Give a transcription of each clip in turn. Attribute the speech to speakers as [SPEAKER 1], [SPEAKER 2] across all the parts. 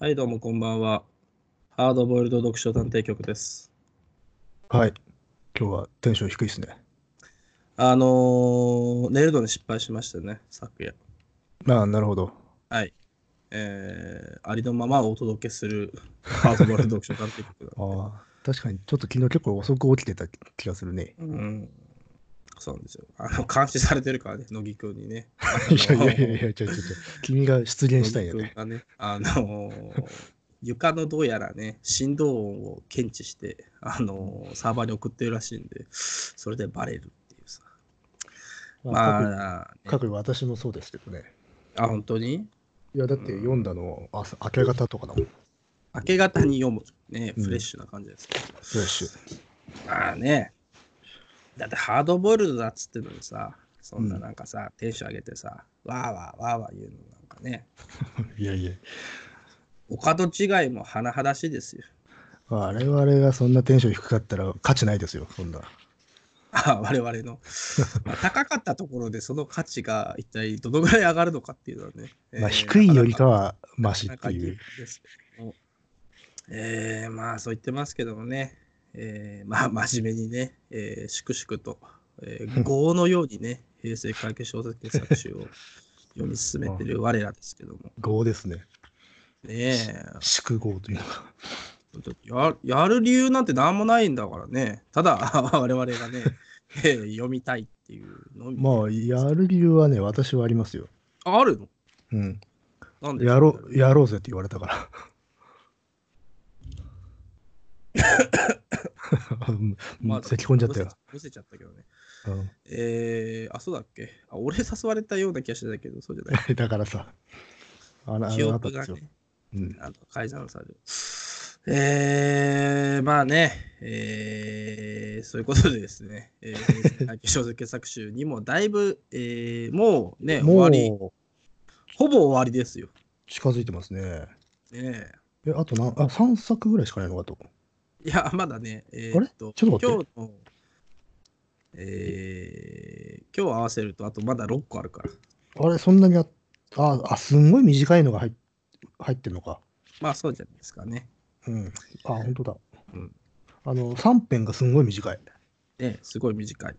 [SPEAKER 1] はい、どうもこんばんは。ハードボイルド読書探偵局です。
[SPEAKER 2] はい。今日はテンション低いですね。
[SPEAKER 1] あのー、寝るのに失敗しましたね、昨夜。
[SPEAKER 2] ああ、なるほど。
[SPEAKER 1] はい。えー、ありのままお届けするハードボイルド読書探偵局だ、
[SPEAKER 2] ああ、確かにちょっと昨日結構遅く起きてた気がするね。
[SPEAKER 1] うん。そうなんですよ。あの、監視されてるからね、乃木くんにね。あの
[SPEAKER 2] い やいやいやいや、ちょいちょいちょい君が出現したんや
[SPEAKER 1] 乃木
[SPEAKER 2] ね。
[SPEAKER 1] くんがね、あのー床のどうやらね、振動音を検知して、あのーサーバーに送ってるらしいんで、それでバレるっていうさ。
[SPEAKER 2] まあ、
[SPEAKER 1] まあ、
[SPEAKER 2] 各各私もそうですけどね。
[SPEAKER 1] あ、本当に
[SPEAKER 2] いや、だって読んだの朝明け方とかだもん。
[SPEAKER 1] 明け方に読む。ね、
[SPEAKER 2] うん
[SPEAKER 1] フレッシュな感じです。
[SPEAKER 2] フレッシュ。
[SPEAKER 1] まあね。だってハードボイルドだっつってんのにさ、そんななんかさ、テンション上げてさ、わーわーわーわー言うのなんかね、
[SPEAKER 2] いやいや。
[SPEAKER 1] お門違いも甚だしいですよ。
[SPEAKER 2] 我々がそんなテンション低かったら価値ないですよ、そんな。
[SPEAKER 1] あ我々 の、まあ、高かったところでその価値が一体どのぐらい上がるのかっていうのはね。
[SPEAKER 2] まあ、
[SPEAKER 1] えー
[SPEAKER 2] 低いよりかはマシ
[SPEAKER 1] な
[SPEAKER 2] っ
[SPEAKER 1] か
[SPEAKER 2] て
[SPEAKER 1] なか
[SPEAKER 2] いう。
[SPEAKER 1] ですけどもえー、まあそう言ってますけどもね、えー、まあ真面目にね、えー、粛々と、え ー、業のようにね、平成会計小説作集を読み進めてる我らですけども、
[SPEAKER 2] 合ですね。
[SPEAKER 1] ねえ、
[SPEAKER 2] 祝合というのが。
[SPEAKER 1] ややる理由なんて何もないんだからね、ただ 我々がね、えー読みたいっていうのみ
[SPEAKER 2] まあ、やる理由はね、私はありますよ。
[SPEAKER 1] あ、あるの
[SPEAKER 2] うん。
[SPEAKER 1] なんで
[SPEAKER 2] やろう、やろうぜって言われたから。うん
[SPEAKER 1] まあ
[SPEAKER 2] 咳込んじゃったよ。
[SPEAKER 1] むせちゃったけどね。
[SPEAKER 2] うん
[SPEAKER 1] えー、あ、そうだっけあ俺誘われたような気がしてたけど、そうじゃない。
[SPEAKER 2] だからさ、あの、あ
[SPEAKER 1] 記
[SPEAKER 2] の
[SPEAKER 1] 憶
[SPEAKER 2] 後で
[SPEAKER 1] が
[SPEAKER 2] すよ
[SPEAKER 1] ね、。
[SPEAKER 2] うん
[SPEAKER 1] あの改ざんされる。えー、まあね、えー、そういうことでですね、え ー、小説傑作集にもだいぶ、えー、もうね、終わり、
[SPEAKER 2] も
[SPEAKER 1] ほぼ終わりですよ。
[SPEAKER 2] う近づいてますね。
[SPEAKER 1] ね
[SPEAKER 2] え、あとな、あ、3作ぐらいしかないのかと。
[SPEAKER 1] えいや、まだね、えー、っと、
[SPEAKER 2] ちょっと待
[SPEAKER 1] 今日の、えー、今日合わせると、あとまだ6個あるから。
[SPEAKER 2] あれ、そんなにあ、あ、あすんごい短いのが入っ入ってるのか。
[SPEAKER 1] まあそうじゃないですかね。
[SPEAKER 2] うん。あ、本当だ。
[SPEAKER 1] うん
[SPEAKER 2] あの、3編がすんごい短い。
[SPEAKER 1] ねすごい短い。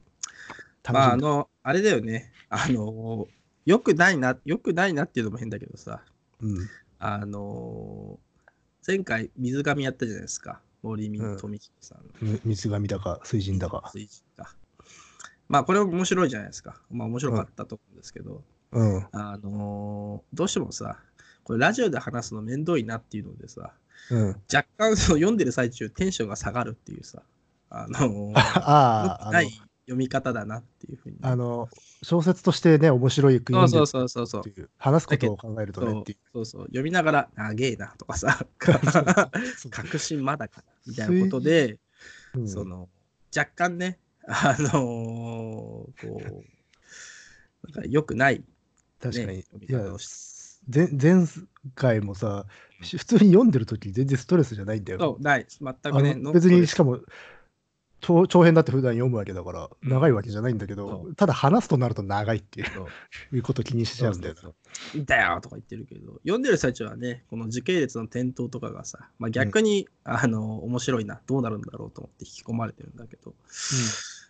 [SPEAKER 1] まああ
[SPEAKER 2] 楽しみ。
[SPEAKER 1] の、あれだよね、あの、よくないな、よくないなっていうのも変だけどさ、
[SPEAKER 2] うん。
[SPEAKER 1] あのー前回水上やったじゃないですか。森見
[SPEAKER 2] うん
[SPEAKER 1] 富彦さんの
[SPEAKER 2] み水神だか、水神だか。
[SPEAKER 1] 水準が。まあこれ面白いじゃないですか。まあ面白かったと思うんですけど、
[SPEAKER 2] うん。
[SPEAKER 1] あのーどうしてもさ、これラジオで話すの面倒いなっていうのでさ、
[SPEAKER 2] うん。
[SPEAKER 1] 若干その読んでる最中テンションが下がるっていうさ、あのー良
[SPEAKER 2] ああ、
[SPEAKER 1] く
[SPEAKER 2] あ
[SPEAKER 1] な
[SPEAKER 2] の
[SPEAKER 1] い、読み方だなっていうふうに。
[SPEAKER 2] あの小説としてね、面白い句
[SPEAKER 1] そ
[SPEAKER 2] 読
[SPEAKER 1] うん
[SPEAKER 2] で
[SPEAKER 1] そう
[SPEAKER 2] る
[SPEAKER 1] そうそうそう
[SPEAKER 2] って。いう、話すことを考えるとねってい
[SPEAKER 1] そうそう、読みながら、長えなとか さ、
[SPEAKER 2] そう
[SPEAKER 1] 確信まだかなみたいなことで、
[SPEAKER 2] う。うん
[SPEAKER 1] その若干ね、 あのーこう、なんか良くない、ね、
[SPEAKER 2] 確かに。
[SPEAKER 1] 読み
[SPEAKER 2] いや
[SPEAKER 1] 方をし
[SPEAKER 2] 前前回もさ、し普通に読んでるとき全然ストレスじゃないんだよ。
[SPEAKER 1] そう、ない、全
[SPEAKER 2] あ
[SPEAKER 1] くね、
[SPEAKER 2] の
[SPEAKER 1] ノン
[SPEAKER 2] 別
[SPEAKER 1] ストレ
[SPEAKER 2] に
[SPEAKER 1] ス
[SPEAKER 2] しかも長長編だって普段読むわけだから、
[SPEAKER 1] うん
[SPEAKER 2] 長いわけじゃないんだけど、
[SPEAKER 1] そ
[SPEAKER 2] ただ話すとなると長いっていう
[SPEAKER 1] そう
[SPEAKER 2] いうこと気にしちゃうんだよな。
[SPEAKER 1] そうそうそうだよとか言ってるけど、読んでる最中はね、この時系列の転倒とかがさ、まあ、逆に、あの面白いな、どうなるんだろうと思って引き込まれてるんだけど、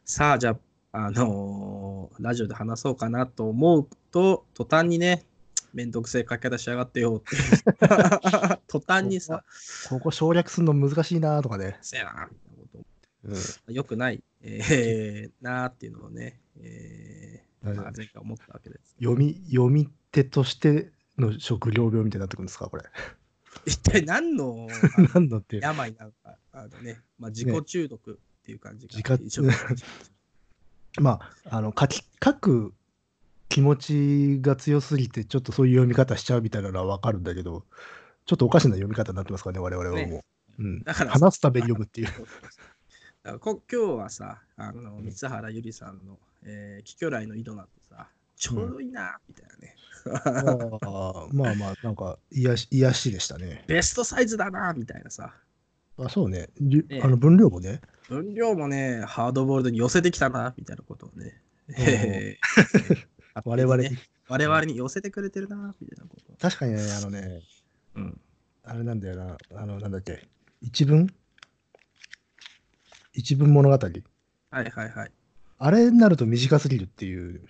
[SPEAKER 1] さあ、じゃあ、あのーラジオで話そうかなと思うと、途端にね、めんどくせえ書き方しやがってよっていう。 途端にさ、
[SPEAKER 2] ここ省略するの難しいなとかね。
[SPEAKER 1] せやな、みたいなこと
[SPEAKER 2] うん
[SPEAKER 1] よくない、えー、 なーっていうのをね、えーまあ
[SPEAKER 2] はい
[SPEAKER 1] 前回思ったわけです。
[SPEAKER 2] 読み読み手としての職業病みたいになってくるんですか、これ。
[SPEAKER 1] 一体何 のあの
[SPEAKER 2] なんだって。
[SPEAKER 1] 病なのか、あのね、まあ、自己中毒っていう感じが、
[SPEAKER 2] 自己
[SPEAKER 1] 一緒に
[SPEAKER 2] まあ、あの書き書く気持ちが強すぎて、ちょっとそういう読み方しちゃうみたいなのはわかるんだけど、ちょっとおかしな読み方になってますからね、我々はもう。
[SPEAKER 1] ね
[SPEAKER 2] うん、
[SPEAKER 1] だから
[SPEAKER 2] 話すために読むっ ていう。
[SPEAKER 1] そうそうそうだからこ今日はさ、あの三原ゆりさんの「えー、桔梗来の井戸」なんてさ、ちょうどいいな、みたいなね、
[SPEAKER 2] あーまあまあ、なんか癒し、癒しでしたね。
[SPEAKER 1] ベストサイズだな、みたいなさ、
[SPEAKER 2] あそうね。じゅ
[SPEAKER 1] ね
[SPEAKER 2] あの分量もね。
[SPEAKER 1] 分量もね、ハードボールドに寄せてきたな、みたいなことをね、
[SPEAKER 2] ん
[SPEAKER 1] えー
[SPEAKER 2] 我々、
[SPEAKER 1] ね我々に寄せてくれてるな、みたいなこと。
[SPEAKER 2] 確かにね、あのね、
[SPEAKER 1] うん、
[SPEAKER 2] あれなんだよな、あの、なんだっけ、一文一文物語。
[SPEAKER 1] はいはいはい。
[SPEAKER 2] あれになると短すぎるっていう、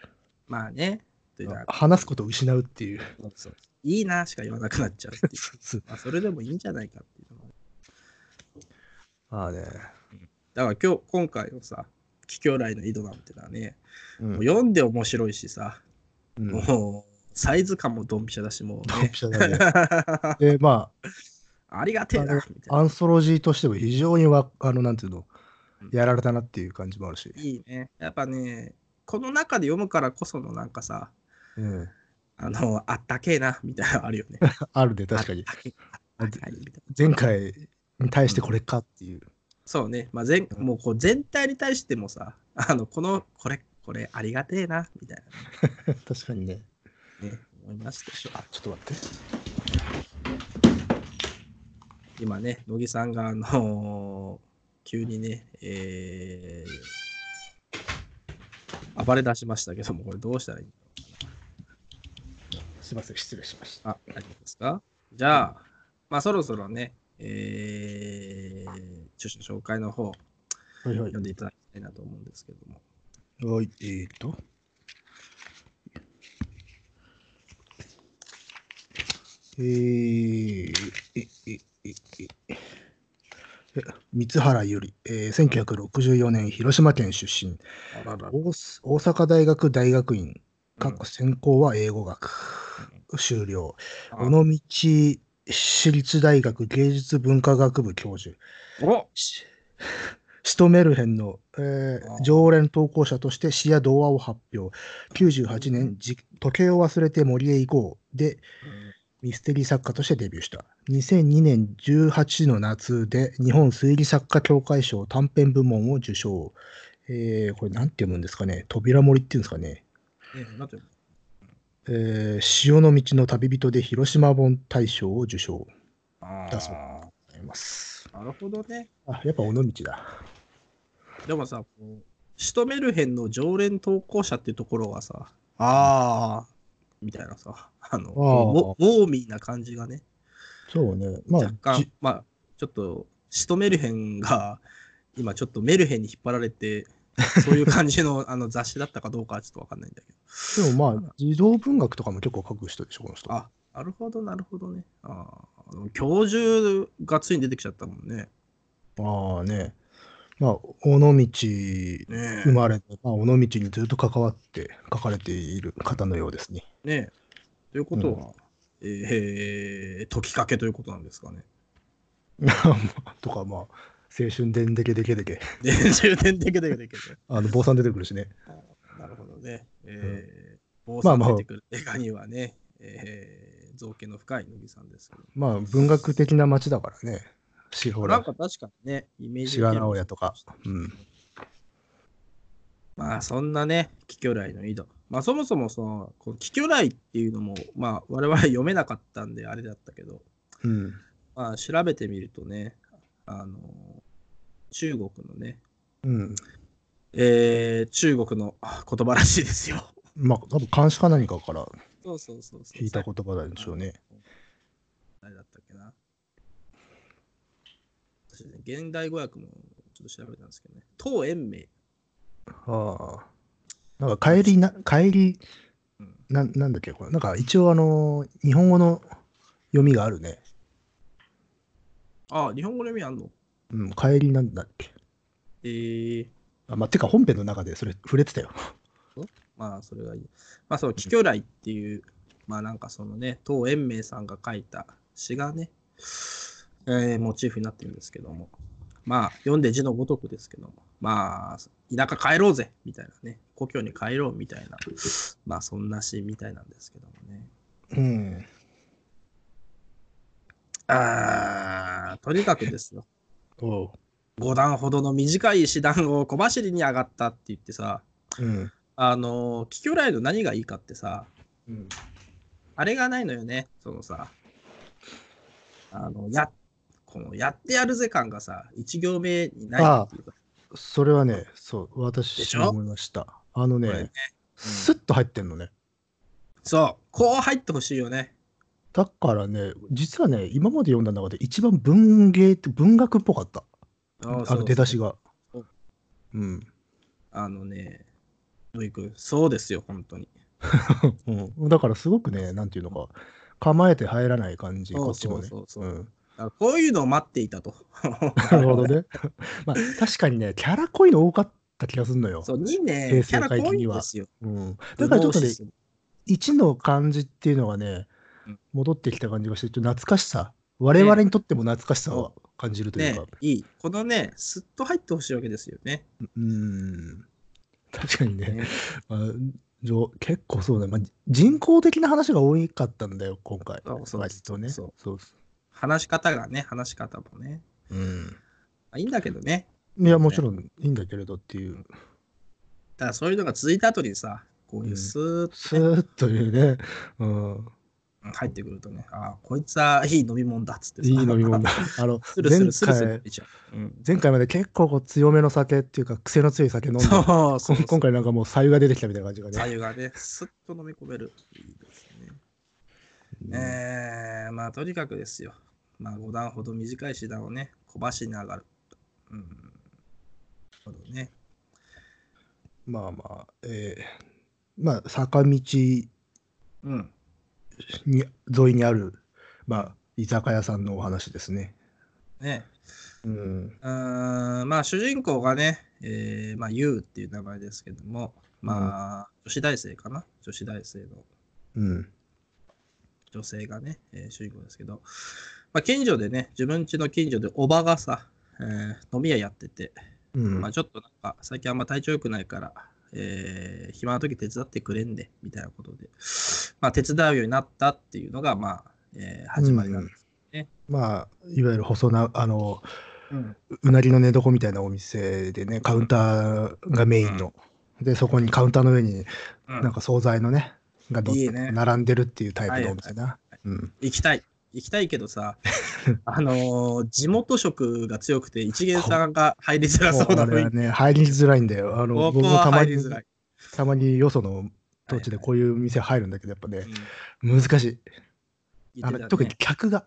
[SPEAKER 1] まあね。というか
[SPEAKER 2] 話すことを失うっ ていう。
[SPEAKER 1] いいなしか言わなくなっちゃうっていう
[SPEAKER 2] そう
[SPEAKER 1] まあ、それでもいいんじゃないかっていうのが
[SPEAKER 2] まあね。
[SPEAKER 1] だから今日、今回のさ、桔梗来の井戸なんてのはね、
[SPEAKER 2] うん
[SPEAKER 1] もう読んで面白いしさ、
[SPEAKER 2] うん
[SPEAKER 1] もうサイズ感もドンピシャだし、もう、
[SPEAKER 2] ドン
[SPEAKER 1] ね
[SPEAKER 2] ピ、シャだね で、ま
[SPEAKER 1] ありがてえな、みたい
[SPEAKER 2] あ、ア
[SPEAKER 1] な。
[SPEAKER 2] ンソロジーとしても非常にわ、あの、なんていうの
[SPEAKER 1] うん、
[SPEAKER 2] やられたなっていう感じもあるし。
[SPEAKER 1] いいね。やっぱね、この中で読むからこそのなんかさ、
[SPEAKER 2] うん、
[SPEAKER 1] あの、あったけえな、みたいなのあるよね。
[SPEAKER 2] あるね、 確かに
[SPEAKER 1] あ。ったけえあったかいみたいな
[SPEAKER 2] 前回に対してこれかっていう。
[SPEAKER 1] そうね、まあ、全
[SPEAKER 2] うん
[SPEAKER 1] もうこう全体に対してもさ、あのこのこれ、これありがてえな、みたい
[SPEAKER 2] 確かにね。
[SPEAKER 1] な、ね、思いますでしょ。
[SPEAKER 2] あ、ちょっと待って。
[SPEAKER 1] 今ね、乃木さんが、あのー急にね、えー暴れ出しましたけども、これどうしたらいい
[SPEAKER 2] すいません、失礼しました。
[SPEAKER 1] あ、大丈夫ですかじゃあ、まあそろそろね、えー、著書の紹介の方、
[SPEAKER 2] はいはい
[SPEAKER 1] 読。んでいただきたいなと思うんですけども。
[SPEAKER 2] はい、えー、と。えー、え、え、え、え、え三原由里、えー、1964年広島県出身、
[SPEAKER 1] あらら
[SPEAKER 2] 大阪大阪大学大学院、
[SPEAKER 1] う
[SPEAKER 2] か
[SPEAKER 1] ん
[SPEAKER 2] っこ専攻は英語学、修了、
[SPEAKER 1] あ
[SPEAKER 2] 尾道市立大学芸術文化学部教授、
[SPEAKER 1] お
[SPEAKER 2] しシトメルヘンの、えー
[SPEAKER 1] あー
[SPEAKER 2] 常連投稿者として詩や童話を発表。98年、じ時計を忘れて森へ行こうでミステリー作家としてデビューした。2002年18の夏で日本推理作家協会賞短編部門を受賞。えーこれなんて読むんですかね扉森っていうんですかね、
[SPEAKER 1] えーなんていうの
[SPEAKER 2] えー潮の道の旅人で広島本大賞を受賞
[SPEAKER 1] あ
[SPEAKER 2] だそう
[SPEAKER 1] ー
[SPEAKER 2] あります。
[SPEAKER 1] なるほどね。
[SPEAKER 2] あ、やっぱ尾道だ。
[SPEAKER 1] でもさ、こうシュトメルヘンの常連投稿者っていうところはさ、ああ、みたいなさ、あの、もウォーミーな感じがね、
[SPEAKER 2] そうね。まあ
[SPEAKER 1] 若、干、
[SPEAKER 2] じ
[SPEAKER 1] まあ、ちょっと、シュトメルヘンが、今ちょっとメルヘンに引っ張られて、そういう感じの あの雑誌だったかどうかはちょっとわかんないんだけど。
[SPEAKER 2] でもまあ、児童文学とかも結構書く人でしょ、この人。
[SPEAKER 1] あ、なるほど、なるほどね。ああ、でも教授がついに出てきちゃったもんね。
[SPEAKER 2] ああね。まあ、尾道生
[SPEAKER 1] ねえ
[SPEAKER 2] まれて、まあ、尾道にずっと関わって書かれている方のようですね。
[SPEAKER 1] ねえ。ということは、えー、時かけということなんですかね。
[SPEAKER 2] とか、まあ、青春でんでけでけでけ。
[SPEAKER 1] で、充電でけでけでけで。
[SPEAKER 2] あの、坊さん出てくるしね。
[SPEAKER 1] なるほどね。えー、坊
[SPEAKER 2] ま
[SPEAKER 1] さ
[SPEAKER 2] あ
[SPEAKER 1] ん
[SPEAKER 2] まあ
[SPEAKER 1] 出てくる映画にはね、えー、造形の深い乃木さんですけど。
[SPEAKER 2] まあ、文学的な街だからね。しほ
[SPEAKER 1] なん
[SPEAKER 2] ら、
[SPEAKER 1] か確かにね、イメージ
[SPEAKER 2] 志賀直哉とか。うん。
[SPEAKER 1] まあそんなね、桔梗来の井戸。まあそもそもその、この桔梗来っていうのも、まあ我々読めなかったんであれだったけど、
[SPEAKER 2] うん。
[SPEAKER 1] まあ調べてみるとね、あの、中国のね、
[SPEAKER 2] うん。
[SPEAKER 1] えー、中国のあ言葉らしいです よ。
[SPEAKER 2] まあ、多分監視か何かから
[SPEAKER 1] そうそうそうそう。
[SPEAKER 2] 聞いた言葉なんでしょうね。
[SPEAKER 1] 誰だったっけな。私ね、現代語訳もちょっと調べたんですけどね。唐延明。
[SPEAKER 2] ああ。なんか帰りな、帰り
[SPEAKER 1] うん、
[SPEAKER 2] ななんだっけ、これ。なんか一応、あの、日本語の読みがあるね。
[SPEAKER 1] あ、日本語の意味あんの
[SPEAKER 2] うん、帰りなんだっけ。
[SPEAKER 1] えー、
[SPEAKER 2] あ、まあ、てか本編の中でそれ触れてたよ。
[SPEAKER 1] まあそれがいい。まあその、桔梗来っていう、まあなんかそのね、唐延明さんが書いた詩がね、えーモチーフになってるんですけども。まあ読んで字のごとくですけども。まあ、田舎帰ろうぜみたいなね。故郷に帰ろうみたいな。まあそんな詩みたいなんですけどもね。
[SPEAKER 2] うん。
[SPEAKER 1] あーとにかくですよ。
[SPEAKER 2] おう。
[SPEAKER 1] 5段ほどの短い石段を小走りに上がったって言ってさ、
[SPEAKER 2] うん。
[SPEAKER 1] あの、キキョライの何がいいかってさ、
[SPEAKER 2] うん、
[SPEAKER 1] あれがないのよね、そのさ、あの、や、このやってやるぜ感がさ、1行目にないっていうか、
[SPEAKER 2] それはね、そう、
[SPEAKER 1] でし
[SPEAKER 2] 私
[SPEAKER 1] ょ
[SPEAKER 2] も思いました。あの
[SPEAKER 1] これ
[SPEAKER 2] ね
[SPEAKER 1] ね、
[SPEAKER 2] スッと入ってんのね。
[SPEAKER 1] そう、こう入ってほしいよね。
[SPEAKER 2] だからね、実はね、今まで読んだ中で一番文芸って文学っぽかった。
[SPEAKER 1] あ
[SPEAKER 2] あの出だし
[SPEAKER 1] が。
[SPEAKER 2] が
[SPEAKER 1] そう。
[SPEAKER 2] うん。
[SPEAKER 1] あのね、土井くん、そうですよ、本当 に。うん
[SPEAKER 2] だからすごくね、なんていうのか、構えて入らない感じ、
[SPEAKER 1] そう
[SPEAKER 2] こっちもね。
[SPEAKER 1] そうそうそう
[SPEAKER 2] うん
[SPEAKER 1] あこういうのを待っていた と。
[SPEAKER 2] なるほど ね。まあ、確かにね、キャラ濃いの多かった気がするのよ。
[SPEAKER 1] そう、2ね
[SPEAKER 2] 平、
[SPEAKER 1] キャ
[SPEAKER 2] 成
[SPEAKER 1] ラ
[SPEAKER 2] 回帰
[SPEAKER 1] 濃い
[SPEAKER 2] に
[SPEAKER 1] ん
[SPEAKER 2] は
[SPEAKER 1] ですよ。
[SPEAKER 2] うん、だからちょっとね、1の感じっていうのがね
[SPEAKER 1] うん、
[SPEAKER 2] 戻ってきた感じがして、ちょっと懐かしさ、我々にとっても懐かしさを感じるという
[SPEAKER 1] ね
[SPEAKER 2] か、、
[SPEAKER 1] いい。このね、すっと入ってほしいわけですよね。
[SPEAKER 2] うん、確かにね、
[SPEAKER 1] ね
[SPEAKER 2] まあ、じょ結構そうだ、まあ、人工的な話が多かったんだよ、今回。
[SPEAKER 1] そうそう
[SPEAKER 2] 割とね。
[SPEAKER 1] そう
[SPEAKER 2] そう
[SPEAKER 1] 話し方がね、話し方もね。
[SPEAKER 2] うん
[SPEAKER 1] あいいんだけどね。
[SPEAKER 2] いや、もちろんいいんだけれどっていう、
[SPEAKER 1] ただそういうのが続いた後にさ、こういうスーッ
[SPEAKER 2] スーッというね、うん、
[SPEAKER 1] と入ってくるとね、ああ、こいつはいい飲み物だっつってさ
[SPEAKER 2] いい飲み 物だ。。あの
[SPEAKER 1] ス、ルス
[SPEAKER 2] 前
[SPEAKER 1] ルスルスル
[SPEAKER 2] 回
[SPEAKER 1] い、っちゃう。うん
[SPEAKER 2] 前回まで結構こう強めの酒っていうか、癖の強い酒飲んで、こ
[SPEAKER 1] そうそうそ
[SPEAKER 2] ん
[SPEAKER 1] う。
[SPEAKER 2] 今回なんかもう、さゆが出てきたみたいな感じが
[SPEAKER 1] 左
[SPEAKER 2] ね。
[SPEAKER 1] 右がね、スッと飲み込める。いいですね。
[SPEAKER 2] うん
[SPEAKER 1] えー、まあとにかくですよ。まあ5段ほど短い手段をね、小走りながら。うん。なるほどね。
[SPEAKER 2] まあまあ、えーまあ、坂道に
[SPEAKER 1] うん。
[SPEAKER 2] 沿いにある、まあ、居酒屋さんのお話ですね。
[SPEAKER 1] ね。
[SPEAKER 2] うん。
[SPEAKER 1] うーん、まあ主人公がね、えー、まあ YOU っていう名前ですけども、まあ、女子大生かな女子大生の
[SPEAKER 2] うん。
[SPEAKER 1] 女性がね、えー主人公ですけど、まあ近所でね、自分家の近所でおばがさ、えー飲み屋やってて、
[SPEAKER 2] うん。
[SPEAKER 1] まあちょっとなんか最近あんま体調良くないから、えー暇な時手伝ってくれんで、みたいなことで、まあ手伝うようになったっていうのが、まあ、えー始まりなんです。
[SPEAKER 2] まあ、いわゆる細な、あの、
[SPEAKER 1] うん
[SPEAKER 2] うなぎの寝床みたいなお店でね、カウンターがメインの。で、そこにカウンターの上に、
[SPEAKER 1] うん
[SPEAKER 2] なんか惣菜のね、がどっ
[SPEAKER 1] いいね
[SPEAKER 2] 並んでるっていうタイプのお店な。うん。
[SPEAKER 1] 行きたい。行きたいけど さ、あのー地元色が強くて、一元さんが入りづらそうな
[SPEAKER 2] これ
[SPEAKER 1] 雰囲
[SPEAKER 2] は
[SPEAKER 1] 気。
[SPEAKER 2] ね、入りづらいんだよ。あの、
[SPEAKER 1] こ
[SPEAKER 2] 僕
[SPEAKER 1] こ
[SPEAKER 2] も
[SPEAKER 1] は
[SPEAKER 2] たま
[SPEAKER 1] 入り
[SPEAKER 2] に
[SPEAKER 1] づ、らい。
[SPEAKER 2] たまによその土地でこういう店入るんだけど、やっぱ
[SPEAKER 1] はい
[SPEAKER 2] ね
[SPEAKER 1] は、い
[SPEAKER 2] 難しい。
[SPEAKER 1] うん言
[SPEAKER 2] あ
[SPEAKER 1] ってた
[SPEAKER 2] の
[SPEAKER 1] ね
[SPEAKER 2] 特に客が。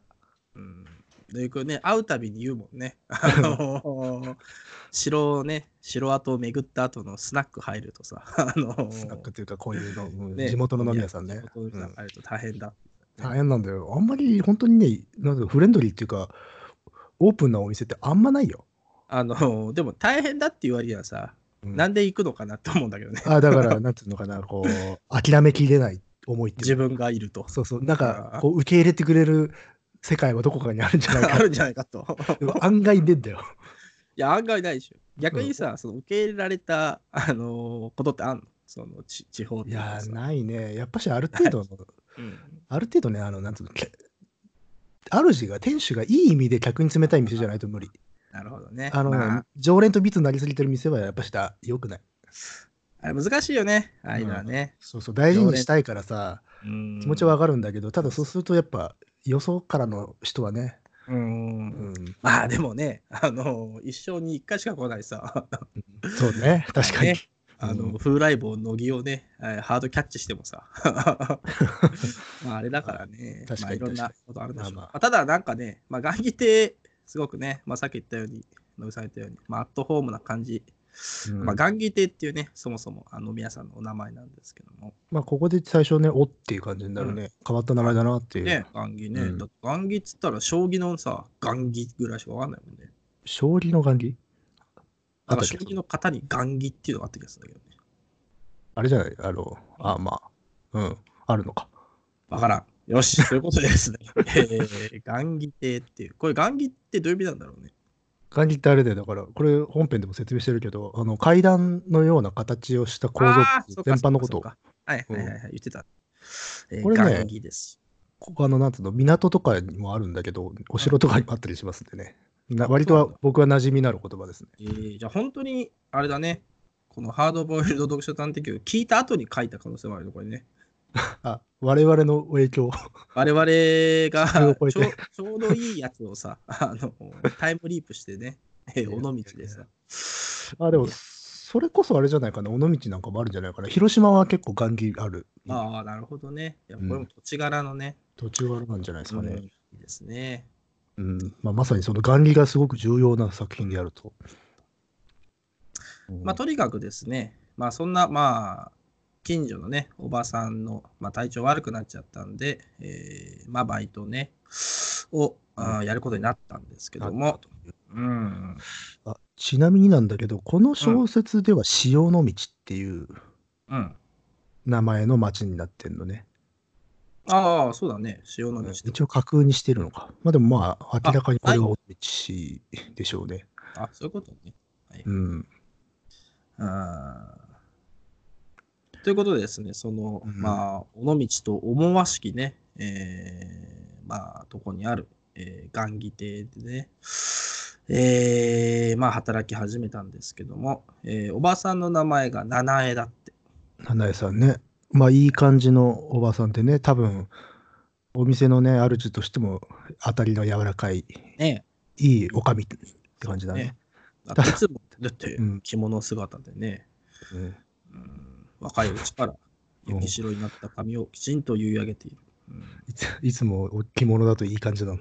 [SPEAKER 1] うんでよくね、会うたびに言うもん ね。あのー城をね、城跡を巡った後のスナック入るとさ、あのー
[SPEAKER 2] スナックというか、こういうの、うん
[SPEAKER 1] ね
[SPEAKER 2] 地元の飲み屋さんね。
[SPEAKER 1] 地元の飲み屋さん入ると大変だ。
[SPEAKER 2] 大変なんだよ。あんまり本当にね、なんかフレンドリーっていうか、オープンなお店ってあんまないよ。
[SPEAKER 1] あのーでも大変だって言われりゃさ、
[SPEAKER 2] うん
[SPEAKER 1] なんで行くのかなって思うんだけどね。
[SPEAKER 2] あだから、 なんていうのかな、こう、諦めきれない思いってい
[SPEAKER 1] 自
[SPEAKER 2] うか
[SPEAKER 1] 分がいると。
[SPEAKER 2] そうそう、な
[SPEAKER 1] あ
[SPEAKER 2] んか
[SPEAKER 1] ー、
[SPEAKER 2] こう、受け入れてくれる世界はどこかにあるんじゃない
[SPEAKER 1] あ
[SPEAKER 2] か。
[SPEAKER 1] るんじゃないかと。
[SPEAKER 2] でも案外出んだよ。
[SPEAKER 1] いや、案外ないでしょ。逆にさ、その受け入れられた、あのーことってあんのそのち地方って
[SPEAKER 2] い
[SPEAKER 1] いうか
[SPEAKER 2] や
[SPEAKER 1] さ
[SPEAKER 2] ー、ないね。やっぱし、ある程度の、
[SPEAKER 1] うん
[SPEAKER 2] ある程度ね、あの、なんていうの、け主が、店主がいい意味で客に冷たい店じゃないと無理。
[SPEAKER 1] なるほどね。
[SPEAKER 2] あの、
[SPEAKER 1] まあ、
[SPEAKER 2] 常連とビツになりすぎてる店はやっぱしだ、良くない。
[SPEAKER 1] あれ難しいよね、ああいうのはね。
[SPEAKER 2] そうそう、大事にしたいからさ、気
[SPEAKER 1] 気
[SPEAKER 2] 持ちはわ
[SPEAKER 1] か
[SPEAKER 2] かるんだけど、ただそうするとやっぱ、よそからの人はね、
[SPEAKER 1] る。うん
[SPEAKER 2] うん、
[SPEAKER 1] まあでもね、あの一生に一回しか来ないさ、
[SPEAKER 2] そう ね、確かに。
[SPEAKER 1] ねあの、
[SPEAKER 2] うん
[SPEAKER 1] 風来坊乃木をね、えーハードキャッチしても さ、まああれだからね、
[SPEAKER 2] 確
[SPEAKER 1] ま
[SPEAKER 2] か
[SPEAKER 1] あ、
[SPEAKER 2] に
[SPEAKER 1] いろん
[SPEAKER 2] 確
[SPEAKER 1] な
[SPEAKER 2] か
[SPEAKER 1] ことあるでしょう。ま
[SPEAKER 2] まあまあ
[SPEAKER 1] あただなんかね、まあ、元気ってすごくね、まあ、さっき言ったように、野口さん言ったように、まあ、アットホームな感じ、
[SPEAKER 2] うん
[SPEAKER 1] まあ、元気亭っていうね、そもそもあの皆さんのお名前なんですけども、
[SPEAKER 2] まあ、ここで最初ね、おっていう感じになるね、変わった名前だなっていう。
[SPEAKER 1] ね、元気ね、
[SPEAKER 2] うん
[SPEAKER 1] だって元気っつったら将棋のさ、元気ぐらいしかわかんないもんね。
[SPEAKER 2] 将棋の元気あ
[SPEAKER 1] なん
[SPEAKER 2] っ
[SPEAKER 1] か
[SPEAKER 2] たっけ
[SPEAKER 1] 将棋の型に元気っていうのがあった気がするんだけどね。
[SPEAKER 2] あれじゃないあの、あ、まあ、うん、あるのか。
[SPEAKER 1] わからん。よし、ということで ですね。えー、雁木亭っていう。これ雁木ってどういう意味なんだろうね。
[SPEAKER 2] 元気ってあれだよ、だから、これ本編でも説明してるけど、あの階段のような形をした構造
[SPEAKER 1] あー
[SPEAKER 2] 物全般のこと
[SPEAKER 1] そうかそうかそうかはいはいはいはい、言ってた。えー、
[SPEAKER 2] これね
[SPEAKER 1] 雁木です。
[SPEAKER 2] ここあの、なんつうの、港とかにもあるんだけど、お城とかにもあったりしますんでね。な割と
[SPEAKER 1] そうなん
[SPEAKER 2] は
[SPEAKER 1] だ
[SPEAKER 2] 僕は馴染みのある言葉ですね。
[SPEAKER 1] えー、じゃあ本当に、あれだね。このハードボイルド読書探偵局聞いた後に書いた可能性もあるのこれね。
[SPEAKER 2] あ、我々の 影響。
[SPEAKER 1] 我々
[SPEAKER 2] れを
[SPEAKER 1] が
[SPEAKER 2] 超え
[SPEAKER 1] ちょ
[SPEAKER 2] て
[SPEAKER 1] ちょうどいいやつをさ、 あのタイムリープしてね、えー尾道でさ。
[SPEAKER 2] あ、でも、それこそあれじゃないかな、尾道なんかもあるんじゃないかな。広島は結構雁木ある。
[SPEAKER 1] ああ、なるほどね。いやこれも土地柄のね、
[SPEAKER 2] 途中からなんじゃないですか
[SPEAKER 1] うん
[SPEAKER 2] ね
[SPEAKER 1] い。いですね。
[SPEAKER 2] うんまあ、まさにその眼利がすごく重要な作品であると。
[SPEAKER 1] まあ、とにかくですね、まあ、そんな、まあ、近所のね、おばさんの、まあ、体調悪くなっちゃったんで、えーまあ、バイトね、を、あーやることになったんですけども、うん、
[SPEAKER 2] あちなみになんだけど、この小説では潮の道っていう
[SPEAKER 1] うん。
[SPEAKER 2] 名前の町になってんのね。
[SPEAKER 1] ああ、そうだね、潮の道と
[SPEAKER 2] 一応架空にしてるのか。まあでもまあ明らかにこれは尾道でしょうね。
[SPEAKER 1] あ、そういうことね。
[SPEAKER 2] うん。
[SPEAKER 1] あーということでですね、その、
[SPEAKER 2] うん
[SPEAKER 1] まあ、尾道と思わしきね、えーまあ、とこにある、えー、雁木亭でね、えーまあ、働き始めたんですけども、えーおばさんの名前が七重だって。
[SPEAKER 2] 花江さんね。まあいい感じのおばさんでね、多分お店のね、主としても当たりの柔らかい、
[SPEAKER 1] ね
[SPEAKER 2] いいおかみって感じだね。
[SPEAKER 1] だっていつも、だって
[SPEAKER 2] うん、
[SPEAKER 1] 着物姿でね、
[SPEAKER 2] うん
[SPEAKER 1] うん若いうちから雪白になった髪をきちんと結い上げている。うん
[SPEAKER 2] いつ いつもお着物だといい感じなの。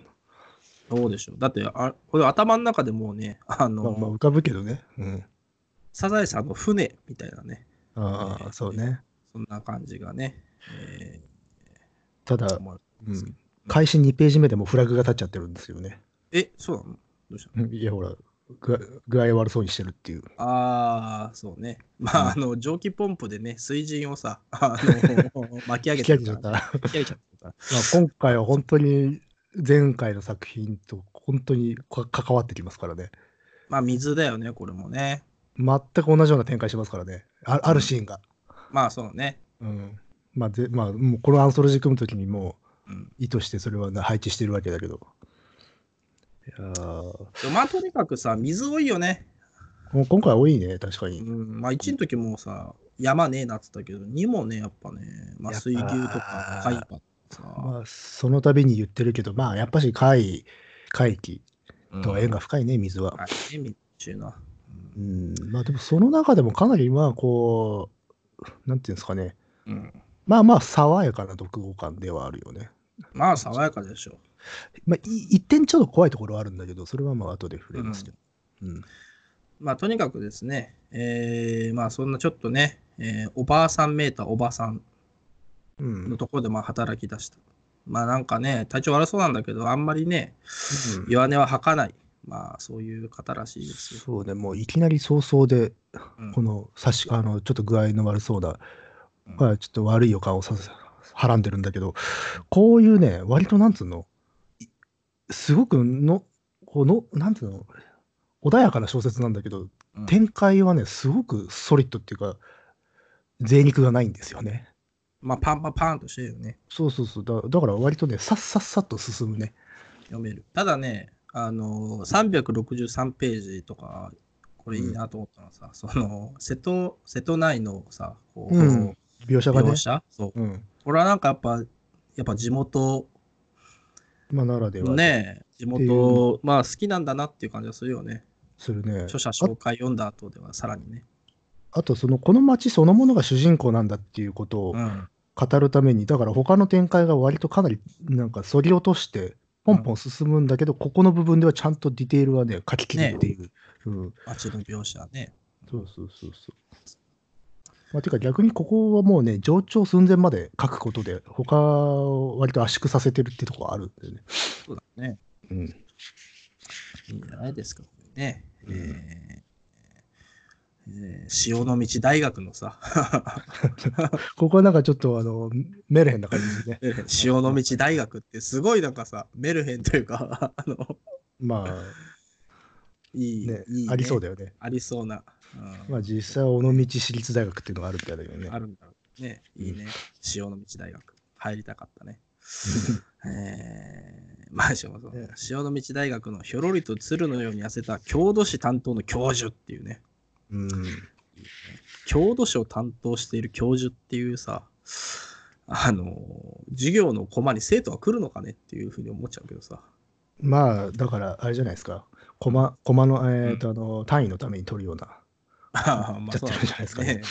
[SPEAKER 1] どうでしょうだってあ、これ頭の中でもうね、あの、
[SPEAKER 2] まあ、まあ浮かぶけどね。うん。
[SPEAKER 1] サザエさんの船みたいなね、
[SPEAKER 2] ああ、そうね。
[SPEAKER 1] そんな感じがね、え
[SPEAKER 2] ただ
[SPEAKER 1] ー、思う
[SPEAKER 2] うん、開始2ページ目でもうフラグが立っちゃってるんですよね。
[SPEAKER 1] え、そうなのどうしたの
[SPEAKER 2] いや、ほら、具具合悪そうにしてるっていう。
[SPEAKER 1] あー、そうね。まあ、あの、蒸気ポンプでね、水塵をさ、あ の巻き上げ
[SPEAKER 2] 引
[SPEAKER 1] てる
[SPEAKER 2] き上げちゃっ
[SPEAKER 1] か
[SPEAKER 2] た。
[SPEAKER 1] ら
[SPEAKER 2] ま
[SPEAKER 1] 引き上げちゃったから。
[SPEAKER 2] あ今回は本当に前回の作品と本当にか関わってきますからね。
[SPEAKER 1] まあ、水だよね、これもね。
[SPEAKER 2] 全く同じような展開しますからね。ああるシーンが。
[SPEAKER 1] まあ、そうね。
[SPEAKER 2] うん。まあ、ぜまあ、もうこのアンソロジー組むときにも
[SPEAKER 1] うん、
[SPEAKER 2] う意図してそれはな配置してるわけだけど。いやー
[SPEAKER 1] でもまあ、とにかくさ、水多いよね。
[SPEAKER 2] もう今回多いね、確か
[SPEAKER 1] う
[SPEAKER 2] に。
[SPEAKER 1] ん、まあ、1の時もさ、山ねえなって言ったけど、2もね、やっぱね、まあ、
[SPEAKER 2] やっぱ
[SPEAKER 1] 水牛とか海馬とかさ、
[SPEAKER 2] まあ、その度に言ってるけど、まあ、やっぱし怪、怪奇とは縁が深いね、水は。
[SPEAKER 1] はい、ね、水っていうのは。うん
[SPEAKER 2] うん、まあでもその中でもかなりまあこう、なんていうんですかね、
[SPEAKER 1] うん
[SPEAKER 2] まあまあ爽やかな読語感ではあるよね。
[SPEAKER 1] まあ爽やかでしょ
[SPEAKER 2] まあい一点ちょっと怖いところはあるんだけど、それはまあ後で触れますけど。うん
[SPEAKER 1] まあとにかくですね、えーまあそんなちょっとね、えーおばあさんめいたおばさん
[SPEAKER 2] うん
[SPEAKER 1] のところでまあ働き出した。まあなんかね、体調悪そうなんだけど、あんまりね、
[SPEAKER 2] うん
[SPEAKER 1] 弱音は吐かない。まあそういう方らしいですよ。
[SPEAKER 2] そうね、もういきなり早々で、
[SPEAKER 1] うん
[SPEAKER 2] この差しあのちょっと具合の悪そうな、
[SPEAKER 1] うん
[SPEAKER 2] まあ、ちょっと悪い予感をさせはらんでるんだけど、こういうね、割となんつうの、いすごくの、このなんつうの、穏やかな小説なんだけど、
[SPEAKER 1] うん
[SPEAKER 2] 展開はね、すごくソリッドっていうか、贅肉がないんですよね。
[SPEAKER 1] まあパンパンパンとしてるよね。
[SPEAKER 2] そうそうそう、だだから割とね、さっさっさっと進むね。
[SPEAKER 1] 読める。ただね、あのー、363ページとか、これいいなと思ったのはさ、その、瀬戸、瀬戸内のさ、こう、
[SPEAKER 2] うん描写がね
[SPEAKER 1] 描。写そう。
[SPEAKER 2] うん。
[SPEAKER 1] これはなんかやっぱ、やっぱ地元
[SPEAKER 2] まあ、ならでは
[SPEAKER 1] ね、地元、まあ好きなんだなっていう感じがするよね。
[SPEAKER 2] するね。
[SPEAKER 1] 著者紹介読んだ後ではさらにね。
[SPEAKER 2] ああと、その、この街そのものが主人公なんだっていうことを
[SPEAKER 1] うん。
[SPEAKER 2] 語るために、だから他の展開が割とかなり、なんか、そぎ落として、ポンポン進むんだけど、ここの部分ではちゃんとディテールはね、書き切るっていう。うん。
[SPEAKER 1] 街の描写ね。
[SPEAKER 2] そうそうそうそう。まあ、てか逆にここはもうね、上長寸前まで書くことで、他を割と圧縮させてるってとこはあるんだよね。
[SPEAKER 1] そうだね。
[SPEAKER 2] うん。
[SPEAKER 1] いいんじゃないですかね。
[SPEAKER 2] うん
[SPEAKER 1] えーえー潮の道大学の さ、。
[SPEAKER 2] ここはなんかちょっとあの、メルヘンな感じですね
[SPEAKER 1] 潮の道大学ってすごいなんかさ、メルヘンというか、 あの、
[SPEAKER 2] まあ、
[SPEAKER 1] いい、
[SPEAKER 2] ね
[SPEAKER 1] いい、ね
[SPEAKER 2] ありそうだよね。
[SPEAKER 1] ありそうな。うん
[SPEAKER 2] まあ実際、尾道市立大学っていうのがあるみたいだけどね。
[SPEAKER 1] あるんだろうね。いいね。潮の道大学。入りたかっ たね。えー、まあ、しょう
[SPEAKER 2] ええ
[SPEAKER 1] 潮の道大学のひょろりと鶴のように痩せた郷土史担当の教授っていうね、
[SPEAKER 2] うん。
[SPEAKER 1] 郷土史を担当している教授っていうさ、あのー、授業のコマに生徒は来るのかねっていうふうに思っちゃうけどさ。
[SPEAKER 2] まあ、だから、あれじゃないですか。駒、駒の、えっ、と、あの、単位のために取るような。
[SPEAKER 1] ああ ま
[SPEAKER 2] ちょっとあるじゃないですかね
[SPEAKER 1] ね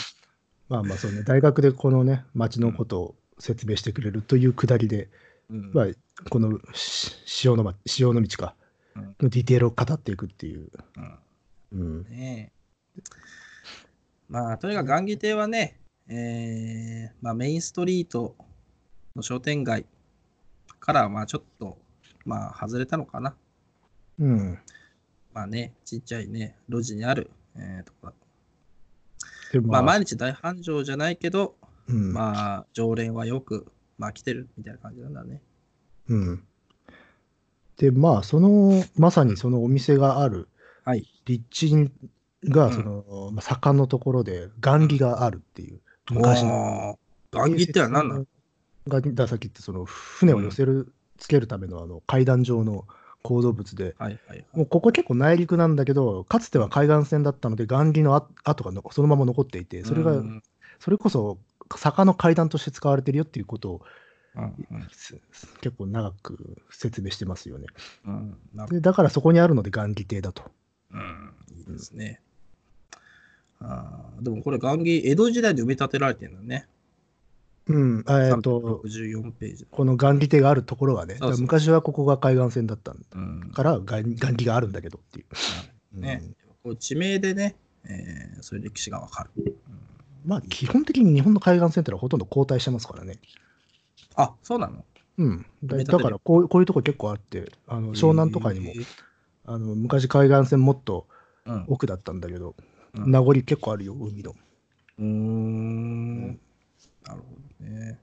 [SPEAKER 2] まあまあ、そうね、大学でこのね、町のことを説明してくれるというくだりで、
[SPEAKER 1] うん
[SPEAKER 2] まあ、このし潮のま潮の道か、
[SPEAKER 1] うん
[SPEAKER 2] のディテールを語っていくっていう。
[SPEAKER 1] うん
[SPEAKER 2] うん、
[SPEAKER 1] ねえまあ、とにかく雁木亭はね、えーまあ、メインストリートの商店街から、まあ、ちょっと、まあ、外れたのかな。
[SPEAKER 2] うん、
[SPEAKER 1] まあね、ちっちゃいね、路地にある、えーとこだ
[SPEAKER 2] でも
[SPEAKER 1] まあ、
[SPEAKER 2] まあ、
[SPEAKER 1] 毎日大繁盛じゃないけど、
[SPEAKER 2] うん
[SPEAKER 1] まあ、常連はよく、まあ、来てるみたいな感じなんだね。
[SPEAKER 2] うん。で、まあ、その、まさにそのお店がある
[SPEAKER 1] はい。
[SPEAKER 2] 立地が、
[SPEAKER 1] うん
[SPEAKER 2] その、まあ、坂のところで、雁木があるっていう、昔の。
[SPEAKER 1] の。雁木ってのは何なの
[SPEAKER 2] がださっき言ってその船を寄せる、つけるためのあの階段状の構造物で、
[SPEAKER 1] はいはいは
[SPEAKER 2] も
[SPEAKER 1] い。
[SPEAKER 2] うここ結構内陸なんだけど、かつては海岸線だったので、雁木のあ跡がのそのまま残っていて、それが、
[SPEAKER 1] うん
[SPEAKER 2] それこそ坂の階段として使われてるよっていうことを
[SPEAKER 1] うんうん
[SPEAKER 2] す結構長く説明してますよね。
[SPEAKER 1] うんなるほど
[SPEAKER 2] でだからそこにあるので雁木亭だと。
[SPEAKER 1] うん、いいですね。あーでもこれ、雁木、江戸時代で埋め立てられてるんだね。
[SPEAKER 2] うん、えーっと、
[SPEAKER 1] 364ページ。
[SPEAKER 2] この雁木亭があるところはね、
[SPEAKER 1] そうそう
[SPEAKER 2] だから昔はここが海岸線だった
[SPEAKER 1] うん
[SPEAKER 2] から雁雁木があるんだけどっていう。
[SPEAKER 1] ね
[SPEAKER 2] うん
[SPEAKER 1] こう地名でね、えーそういう歴史がわかる。
[SPEAKER 2] まあ基本的に日本の海岸線ってのはほとんど後退してますからね。
[SPEAKER 1] あ、そうなの
[SPEAKER 2] うん、だ
[SPEAKER 1] 埋め立て
[SPEAKER 2] だ
[SPEAKER 1] る
[SPEAKER 2] からこうこういうとこ結構あってあの湘南とかにも、
[SPEAKER 1] へー
[SPEAKER 2] あの昔海岸線もっと
[SPEAKER 1] うん
[SPEAKER 2] 奥だったんだけど、
[SPEAKER 1] うん
[SPEAKER 2] 名残結構あるよ海の、
[SPEAKER 1] うーん。なるほどね。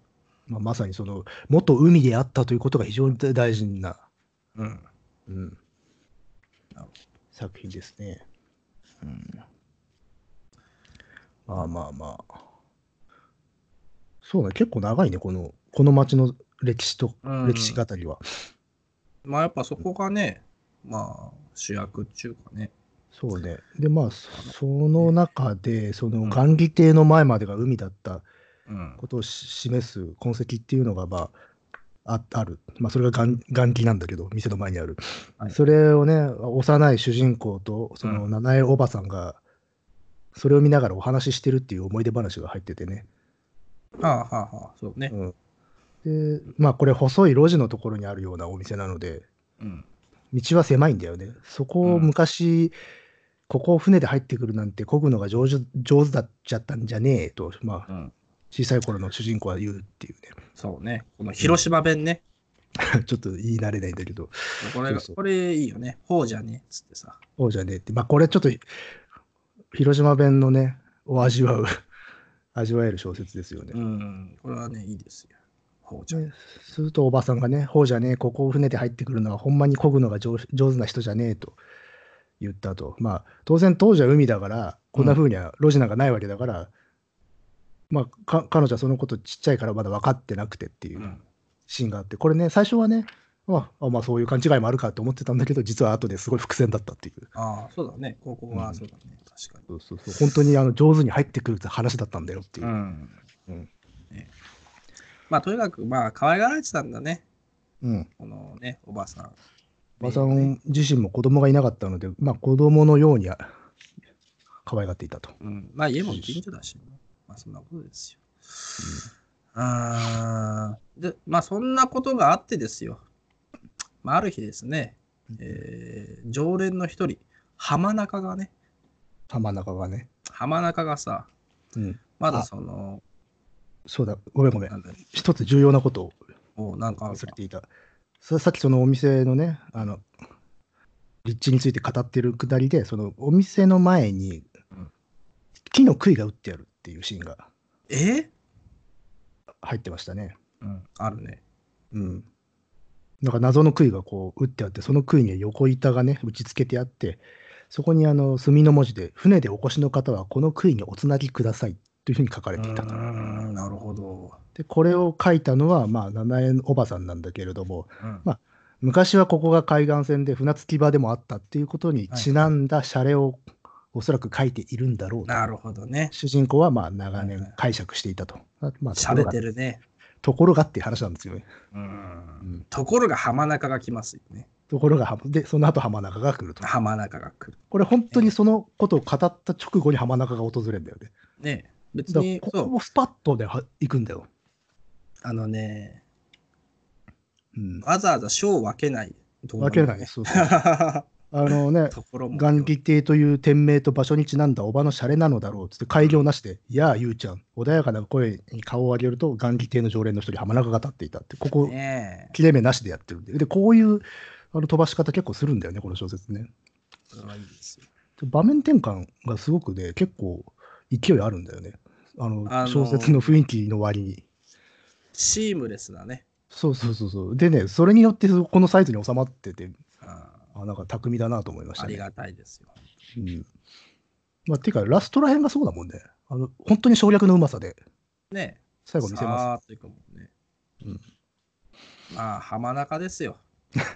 [SPEAKER 2] まあ、まさにその元海であったということが非常に大事な、
[SPEAKER 1] うん。
[SPEAKER 2] うん
[SPEAKER 1] なるほど、
[SPEAKER 2] 作品ですね
[SPEAKER 1] うん
[SPEAKER 2] まあまあまあそうね結構長いねこのこの町の歴史と
[SPEAKER 1] うん
[SPEAKER 2] 歴史語りは、
[SPEAKER 1] まあやっぱそこがね、まあ主役っていうかね。
[SPEAKER 2] そうねでまあそその中でその
[SPEAKER 1] うん
[SPEAKER 2] 雁木亭の前までが海だった
[SPEAKER 1] うん。
[SPEAKER 2] ことをし示す痕跡っていうのが、まあ、あある、まあ、それが眼眼気なんだけど店の前にある、
[SPEAKER 1] はい
[SPEAKER 2] それをね幼い主人公とそうの
[SPEAKER 1] ん
[SPEAKER 2] 七重おばさんがそれを見ながらお話ししてるっていう思い出話が入っててね、
[SPEAKER 1] はあはあはあ、そうね。
[SPEAKER 2] うん、でまあこれ細い路地のところにあるようなお店なので
[SPEAKER 1] うん。
[SPEAKER 2] 道は狭いんだよねそこを昔、ここを船で入ってくるなんて漕ぐのが上手上手だっちゃったんじゃねえと、ま
[SPEAKER 1] う
[SPEAKER 2] あ、
[SPEAKER 1] ん。
[SPEAKER 2] 小さい頃の主人公は言うっていうね
[SPEAKER 1] そうね。この広島弁ね。
[SPEAKER 2] ちょっと言い慣れないんだけど
[SPEAKER 1] これ
[SPEAKER 2] そ
[SPEAKER 1] が
[SPEAKER 2] うそう
[SPEAKER 1] これいいよね。ほうじゃねっつってさ。
[SPEAKER 2] そうじゃねえって、まあ、これちょっと広島弁のね、を味わう、 味わえる小説ですよね。
[SPEAKER 1] うん。これはね、いいですよ。ほうじゃね。。
[SPEAKER 2] ねするとおばさんがね、ほうじゃねえ、ここを船で入ってくるのは、ほんまに漕ぐのが上上手な人じゃねえと言ったと。まあ、当然当時は海だから、こんな風には路地なんかないわけだから、まあ、か彼女はそのことちっちゃいからまだ分かってなくてっていううんシーンがあって、これね、最初はね、まあ、あまあ、そういう勘違いもあるかと思ってたんだけど、実は後ですごい伏線だったっていう。
[SPEAKER 1] ああ、そうだね。ここ
[SPEAKER 2] う
[SPEAKER 1] は
[SPEAKER 2] ん
[SPEAKER 1] そうだね。確かに。
[SPEAKER 2] そうそうそう本当にあの上手に入ってくるって話だったんだよっていう。
[SPEAKER 1] ん。
[SPEAKER 2] うん
[SPEAKER 1] ねまあ、とにかく、まあ、可愛がられてたんだね。
[SPEAKER 2] うん
[SPEAKER 1] このね、おばさん。
[SPEAKER 2] おばさん自身も子供がいなかったので、まあ、子供のようにあ可愛がっていたと。
[SPEAKER 1] うん。まあ、家も近所だしね、まあ、そんなことですよ。ああ。で、まあ、そんなことがあってですよ。まあ、ある日ですね、えー常連の一人、浜中がね、
[SPEAKER 2] 浜中がね、
[SPEAKER 1] 浜中がさ、
[SPEAKER 2] うん。
[SPEAKER 1] まだその、
[SPEAKER 2] そうだ、ごめんごめ。
[SPEAKER 1] なんんだろ
[SPEAKER 2] 一つ重要なことを
[SPEAKER 1] うもうなんか
[SPEAKER 2] 忘れていた。ささっきそのお店のね、あの、立地について語ってるくだりで、そのお店の前に
[SPEAKER 1] うん
[SPEAKER 2] 木の杭が打ってあるっていうシーンが
[SPEAKER 1] え、
[SPEAKER 2] 入ってましたね。
[SPEAKER 1] うん、あるね。
[SPEAKER 2] うん。なんか謎の杭がこう打ってあって、その杭には横板がね、打ち付けてあって、そこにあの墨の文字で、船でお越しの方はこの杭におつなぎくださいというふうに書かれていたと。
[SPEAKER 1] ん、なるほど。
[SPEAKER 2] で、これを書いたのは、まあ、七重のおばさんなんだけれども、
[SPEAKER 1] うん
[SPEAKER 2] ま昔はここが海岸線で船着き場でもあったっていうことにちなんだシャレをおそらく書いているんだろうと。
[SPEAKER 1] なるほどね。
[SPEAKER 2] 主人公はまあ長
[SPEAKER 1] はいは
[SPEAKER 2] 年
[SPEAKER 1] い
[SPEAKER 2] 解釈していたと。まあ、
[SPEAKER 1] しゃれて
[SPEAKER 2] る。
[SPEAKER 1] るね。
[SPEAKER 2] ところがっていう話なんですよね。
[SPEAKER 1] うん
[SPEAKER 2] ん
[SPEAKER 1] ところが浜中が来ますよね。
[SPEAKER 2] ところが、で、その後浜中が来ると。
[SPEAKER 1] 浜中が来る。
[SPEAKER 2] これ本当にそのことを語った直後に浜中が訪れるんだよね。
[SPEAKER 1] ね別
[SPEAKER 2] だから
[SPEAKER 1] に、
[SPEAKER 2] こ
[SPEAKER 1] そ
[SPEAKER 2] こ
[SPEAKER 1] う、
[SPEAKER 2] もスパッとでは行くんだよ。
[SPEAKER 1] あのね、
[SPEAKER 2] うん。
[SPEAKER 1] わざわざ賞を分けない動画
[SPEAKER 2] わ
[SPEAKER 1] の
[SPEAKER 2] け
[SPEAKER 1] ね。
[SPEAKER 2] ない。そうそうあのね、
[SPEAKER 1] ところも。
[SPEAKER 2] 眼力亭という店名と場所にちなんだおばのシャレなのだろうっつって開業なしで、やあ、ゆうちゃん、穏やかな声に顔を上げると、眼力亭の常連の一人、浜中が立っていたって、ここ、
[SPEAKER 1] ねえ
[SPEAKER 2] 切れ目なしでやってるんで、で、こういうあの飛ばし方結構するんだよね、この小説ね。
[SPEAKER 1] それはいいですよ。
[SPEAKER 2] で場面転換がすごくね、結構勢いあるんだよね。あの、
[SPEAKER 1] あの
[SPEAKER 2] 小説の雰囲気の割に。
[SPEAKER 1] シームレスだね。
[SPEAKER 2] そうそうそうそう。でね、それによってこのサイズに収まってて、
[SPEAKER 1] あ
[SPEAKER 2] あなんか巧みだなと思いまし
[SPEAKER 1] あ
[SPEAKER 2] た
[SPEAKER 1] り
[SPEAKER 2] ね。
[SPEAKER 1] がたいですよ。
[SPEAKER 2] うん。まあ、てか、ラストらへんがそうだもんね。あの、本当に省略のうまさで、
[SPEAKER 1] ねえ。
[SPEAKER 2] 最後見せます。
[SPEAKER 1] さーっというかもうね。
[SPEAKER 2] うん
[SPEAKER 1] まあ、浜中ですよ。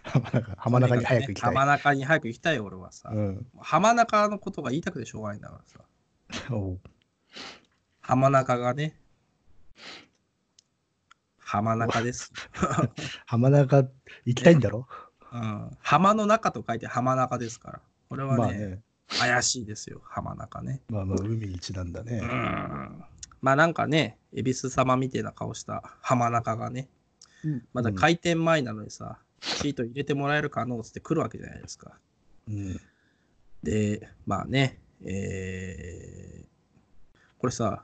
[SPEAKER 2] 浜中、 浜中に早く行きたい。
[SPEAKER 1] 浜中に早く行きたい、俺はさ。
[SPEAKER 2] うん。
[SPEAKER 1] 浜中のことが言いたくてしょうがないんだからさ。
[SPEAKER 2] おう
[SPEAKER 1] 浜中がね。浜中です。
[SPEAKER 2] 浜中行きたいんだろ
[SPEAKER 1] うん、浜の中と書いて浜中ですから。これはね,、
[SPEAKER 2] まあね。
[SPEAKER 1] 怪しいですよ、浜中ね。
[SPEAKER 2] まあまあ、海にちなんだね
[SPEAKER 1] う。ん。まあなんかね、恵比寿様みたいな顔した浜中がね、まだ開店前なのにさ、シート入れてもらえるかのうつって来るわけじゃないですか。
[SPEAKER 2] うん。
[SPEAKER 1] で、まあね、えーこれさ、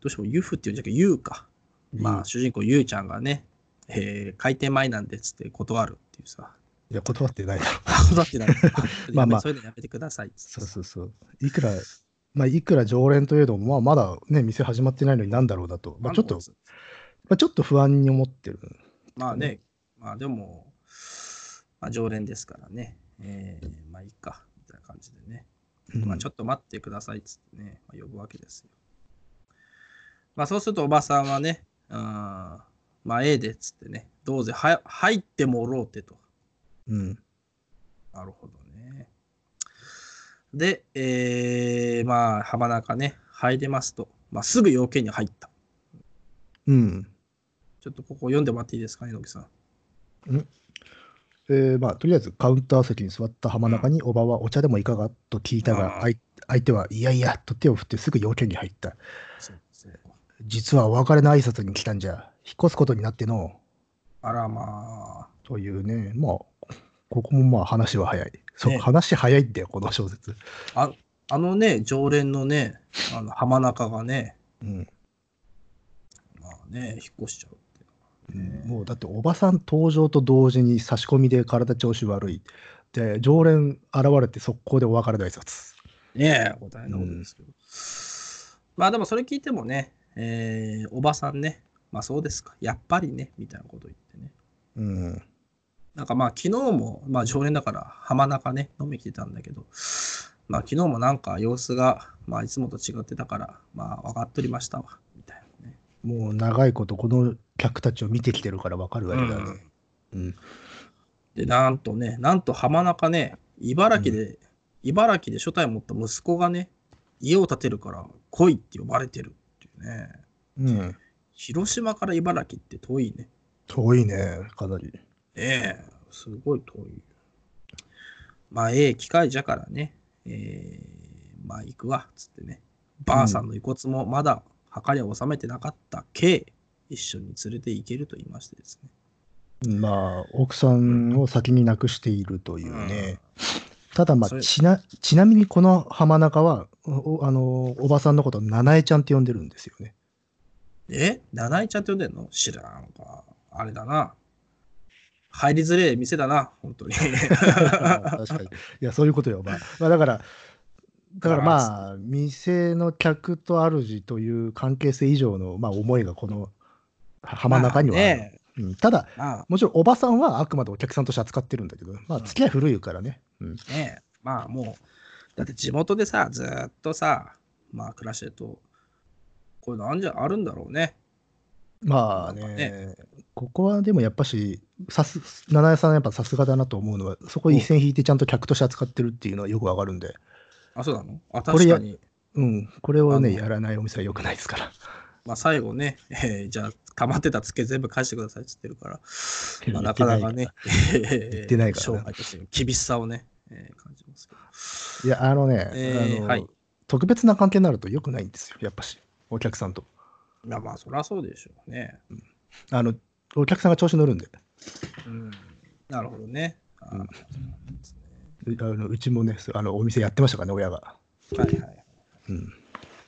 [SPEAKER 1] どうしてもユフっていうんじゃなくてユウか。まあ主人公ユウちゃんがね、えー開店前なんでっつって断るっていうさ。
[SPEAKER 2] いや、断ってないだろ。
[SPEAKER 1] 断って ない。
[SPEAKER 2] まあまあ
[SPEAKER 1] そういうのやめてくださいっつって
[SPEAKER 2] そうそうそう。いくら、まあ、いくら常連といえども、まあ、まだね、店始まってないのになんだろうだと、まあ、ちょっと、まあ、ちょっと不安に思ってる。
[SPEAKER 1] まあね、まあでも、まあ、常連ですからね、えーまあいいか、みたいな感じでね、
[SPEAKER 2] うん
[SPEAKER 1] まあちょっと待ってくださいっつってね、まあ、呼ぶわけですよ。まあそうするとおばさんはね、あーまあええでっつってね、どうぜは入ってもろうてと。
[SPEAKER 2] うん。
[SPEAKER 1] なるほどね。で、えー、まあ浜中ね、入れますと、まあすぐ要件に入った。
[SPEAKER 2] うん。
[SPEAKER 1] ちょっとここ読んでもらっていいですかね、野木さん。
[SPEAKER 2] えーまあ、とりあえずカウンター席に座った浜中に、おばはお茶でもいかがと聞いたが、
[SPEAKER 1] うん
[SPEAKER 2] あい相手はいやいやと手を振ってすぐ要件に入った。
[SPEAKER 1] そうそう
[SPEAKER 2] 実はお別れの挨拶に来たんじゃ、引っ越すことになっての
[SPEAKER 1] あらまあ。
[SPEAKER 2] うというね、まあ、ここもまあ話は早い。そう、
[SPEAKER 1] ね
[SPEAKER 2] 話早いんだよ、この小説。
[SPEAKER 1] ああのね、常連のね、あの浜中がね、
[SPEAKER 2] うん。
[SPEAKER 1] まあね、引っ越しちゃうって
[SPEAKER 2] もうだっておばさん登場と同時に差し込みで体調子悪い。で、常連現れて速攻でお別れの挨拶。
[SPEAKER 1] ねえ、答えのことですけど。まあでもそれ聞いてもね、えーおばさんね、まあそうですか、やっぱりね、みたいなこと言ってね。
[SPEAKER 2] うん。
[SPEAKER 1] なんかまあ昨日も、まあ常連だから浜中ね、飲み来てたんだけど、まあ昨日もなんか様子が、まあいつもと違ってたから、まあ分かっとりましたわ、みたいなね。
[SPEAKER 2] もう長いことこの客たちを見てきてるからわかるわけだね。うん。
[SPEAKER 1] で、なんとね、なんと浜中ね、茨城で、茨城で初代を持った息子がね、家を建てるから来いって呼ばれてるっていうね。
[SPEAKER 2] うん。
[SPEAKER 1] 広島から茨城って遠いね。
[SPEAKER 2] 遠いね、かなり。
[SPEAKER 1] ねえ、すごい遠い。まあ、ええ機会じゃからね、えーまあ行くわ、つってね。ばあさんの遺骨もまだ墓には納めてなかったけ、一緒に連れて行けると言いましてですね。
[SPEAKER 2] まあ、奥さんを先に亡くしているというね。ただ、ま
[SPEAKER 1] そ
[SPEAKER 2] あ
[SPEAKER 1] れ
[SPEAKER 2] ちな、ちなみにこの浜中は、おおあのおばさんのことを七重ちゃんって呼んでるんですよ ね。
[SPEAKER 1] え七井ちゃんって呼んでんの知らんか。あれだな。入りづれえ店だな、本 当に。
[SPEAKER 2] 確かに。いや、そういうことよ。まあ、まあ、だから、だからまあ、店の客と主という関係性以上の、まあ、思いがこの浜中にはある、
[SPEAKER 1] まあね
[SPEAKER 2] うんただ、
[SPEAKER 1] ま
[SPEAKER 2] もちろんおばさんはあくまでお客さんとして扱ってるんだけど、まあ、
[SPEAKER 1] うん
[SPEAKER 2] 付き合い古いからね。うん。
[SPEAKER 1] あね、まあもう、だって地元でさ、ずーっとさ、まあ暮らしてると、これなんじゃあるんだろうね。
[SPEAKER 2] まあ
[SPEAKER 1] なんか
[SPEAKER 2] ね、ここはでもやっぱし、さす、七重さんはやっぱさすがだなと思うのは、そこ一線引いてちゃんと客として扱ってるっていうのはよくわかるんで、
[SPEAKER 1] あ、そうなのあ、
[SPEAKER 2] こ
[SPEAKER 1] 確
[SPEAKER 2] れや
[SPEAKER 1] かに。
[SPEAKER 2] うん、これをね、
[SPEAKER 1] あの
[SPEAKER 2] やらないお店はよくないですから。
[SPEAKER 1] まあ最後ね、えーじゃあ、溜まってたツケ全部返してくださいって言ってるから、
[SPEAKER 2] 言
[SPEAKER 1] まあ、
[SPEAKER 2] っ
[SPEAKER 1] な
[SPEAKER 2] て
[SPEAKER 1] か
[SPEAKER 2] な
[SPEAKER 1] ないかね、
[SPEAKER 2] 言ってないからな
[SPEAKER 1] 商売としての厳しさをね、えー感じますけど。
[SPEAKER 2] いや、あのね、
[SPEAKER 1] えー
[SPEAKER 2] あの
[SPEAKER 1] はい
[SPEAKER 2] 特別な関係になるとよくないんですよ、やっぱし、お客さんと。
[SPEAKER 1] まあまあ、そりゃそうでしょうね。
[SPEAKER 2] あのお客さんが調子乗るんで。
[SPEAKER 1] うんなるほどね。あー
[SPEAKER 2] うんうあのうちもね、そうあのお店やってましたからね、親が。
[SPEAKER 1] はいはい。
[SPEAKER 2] うん、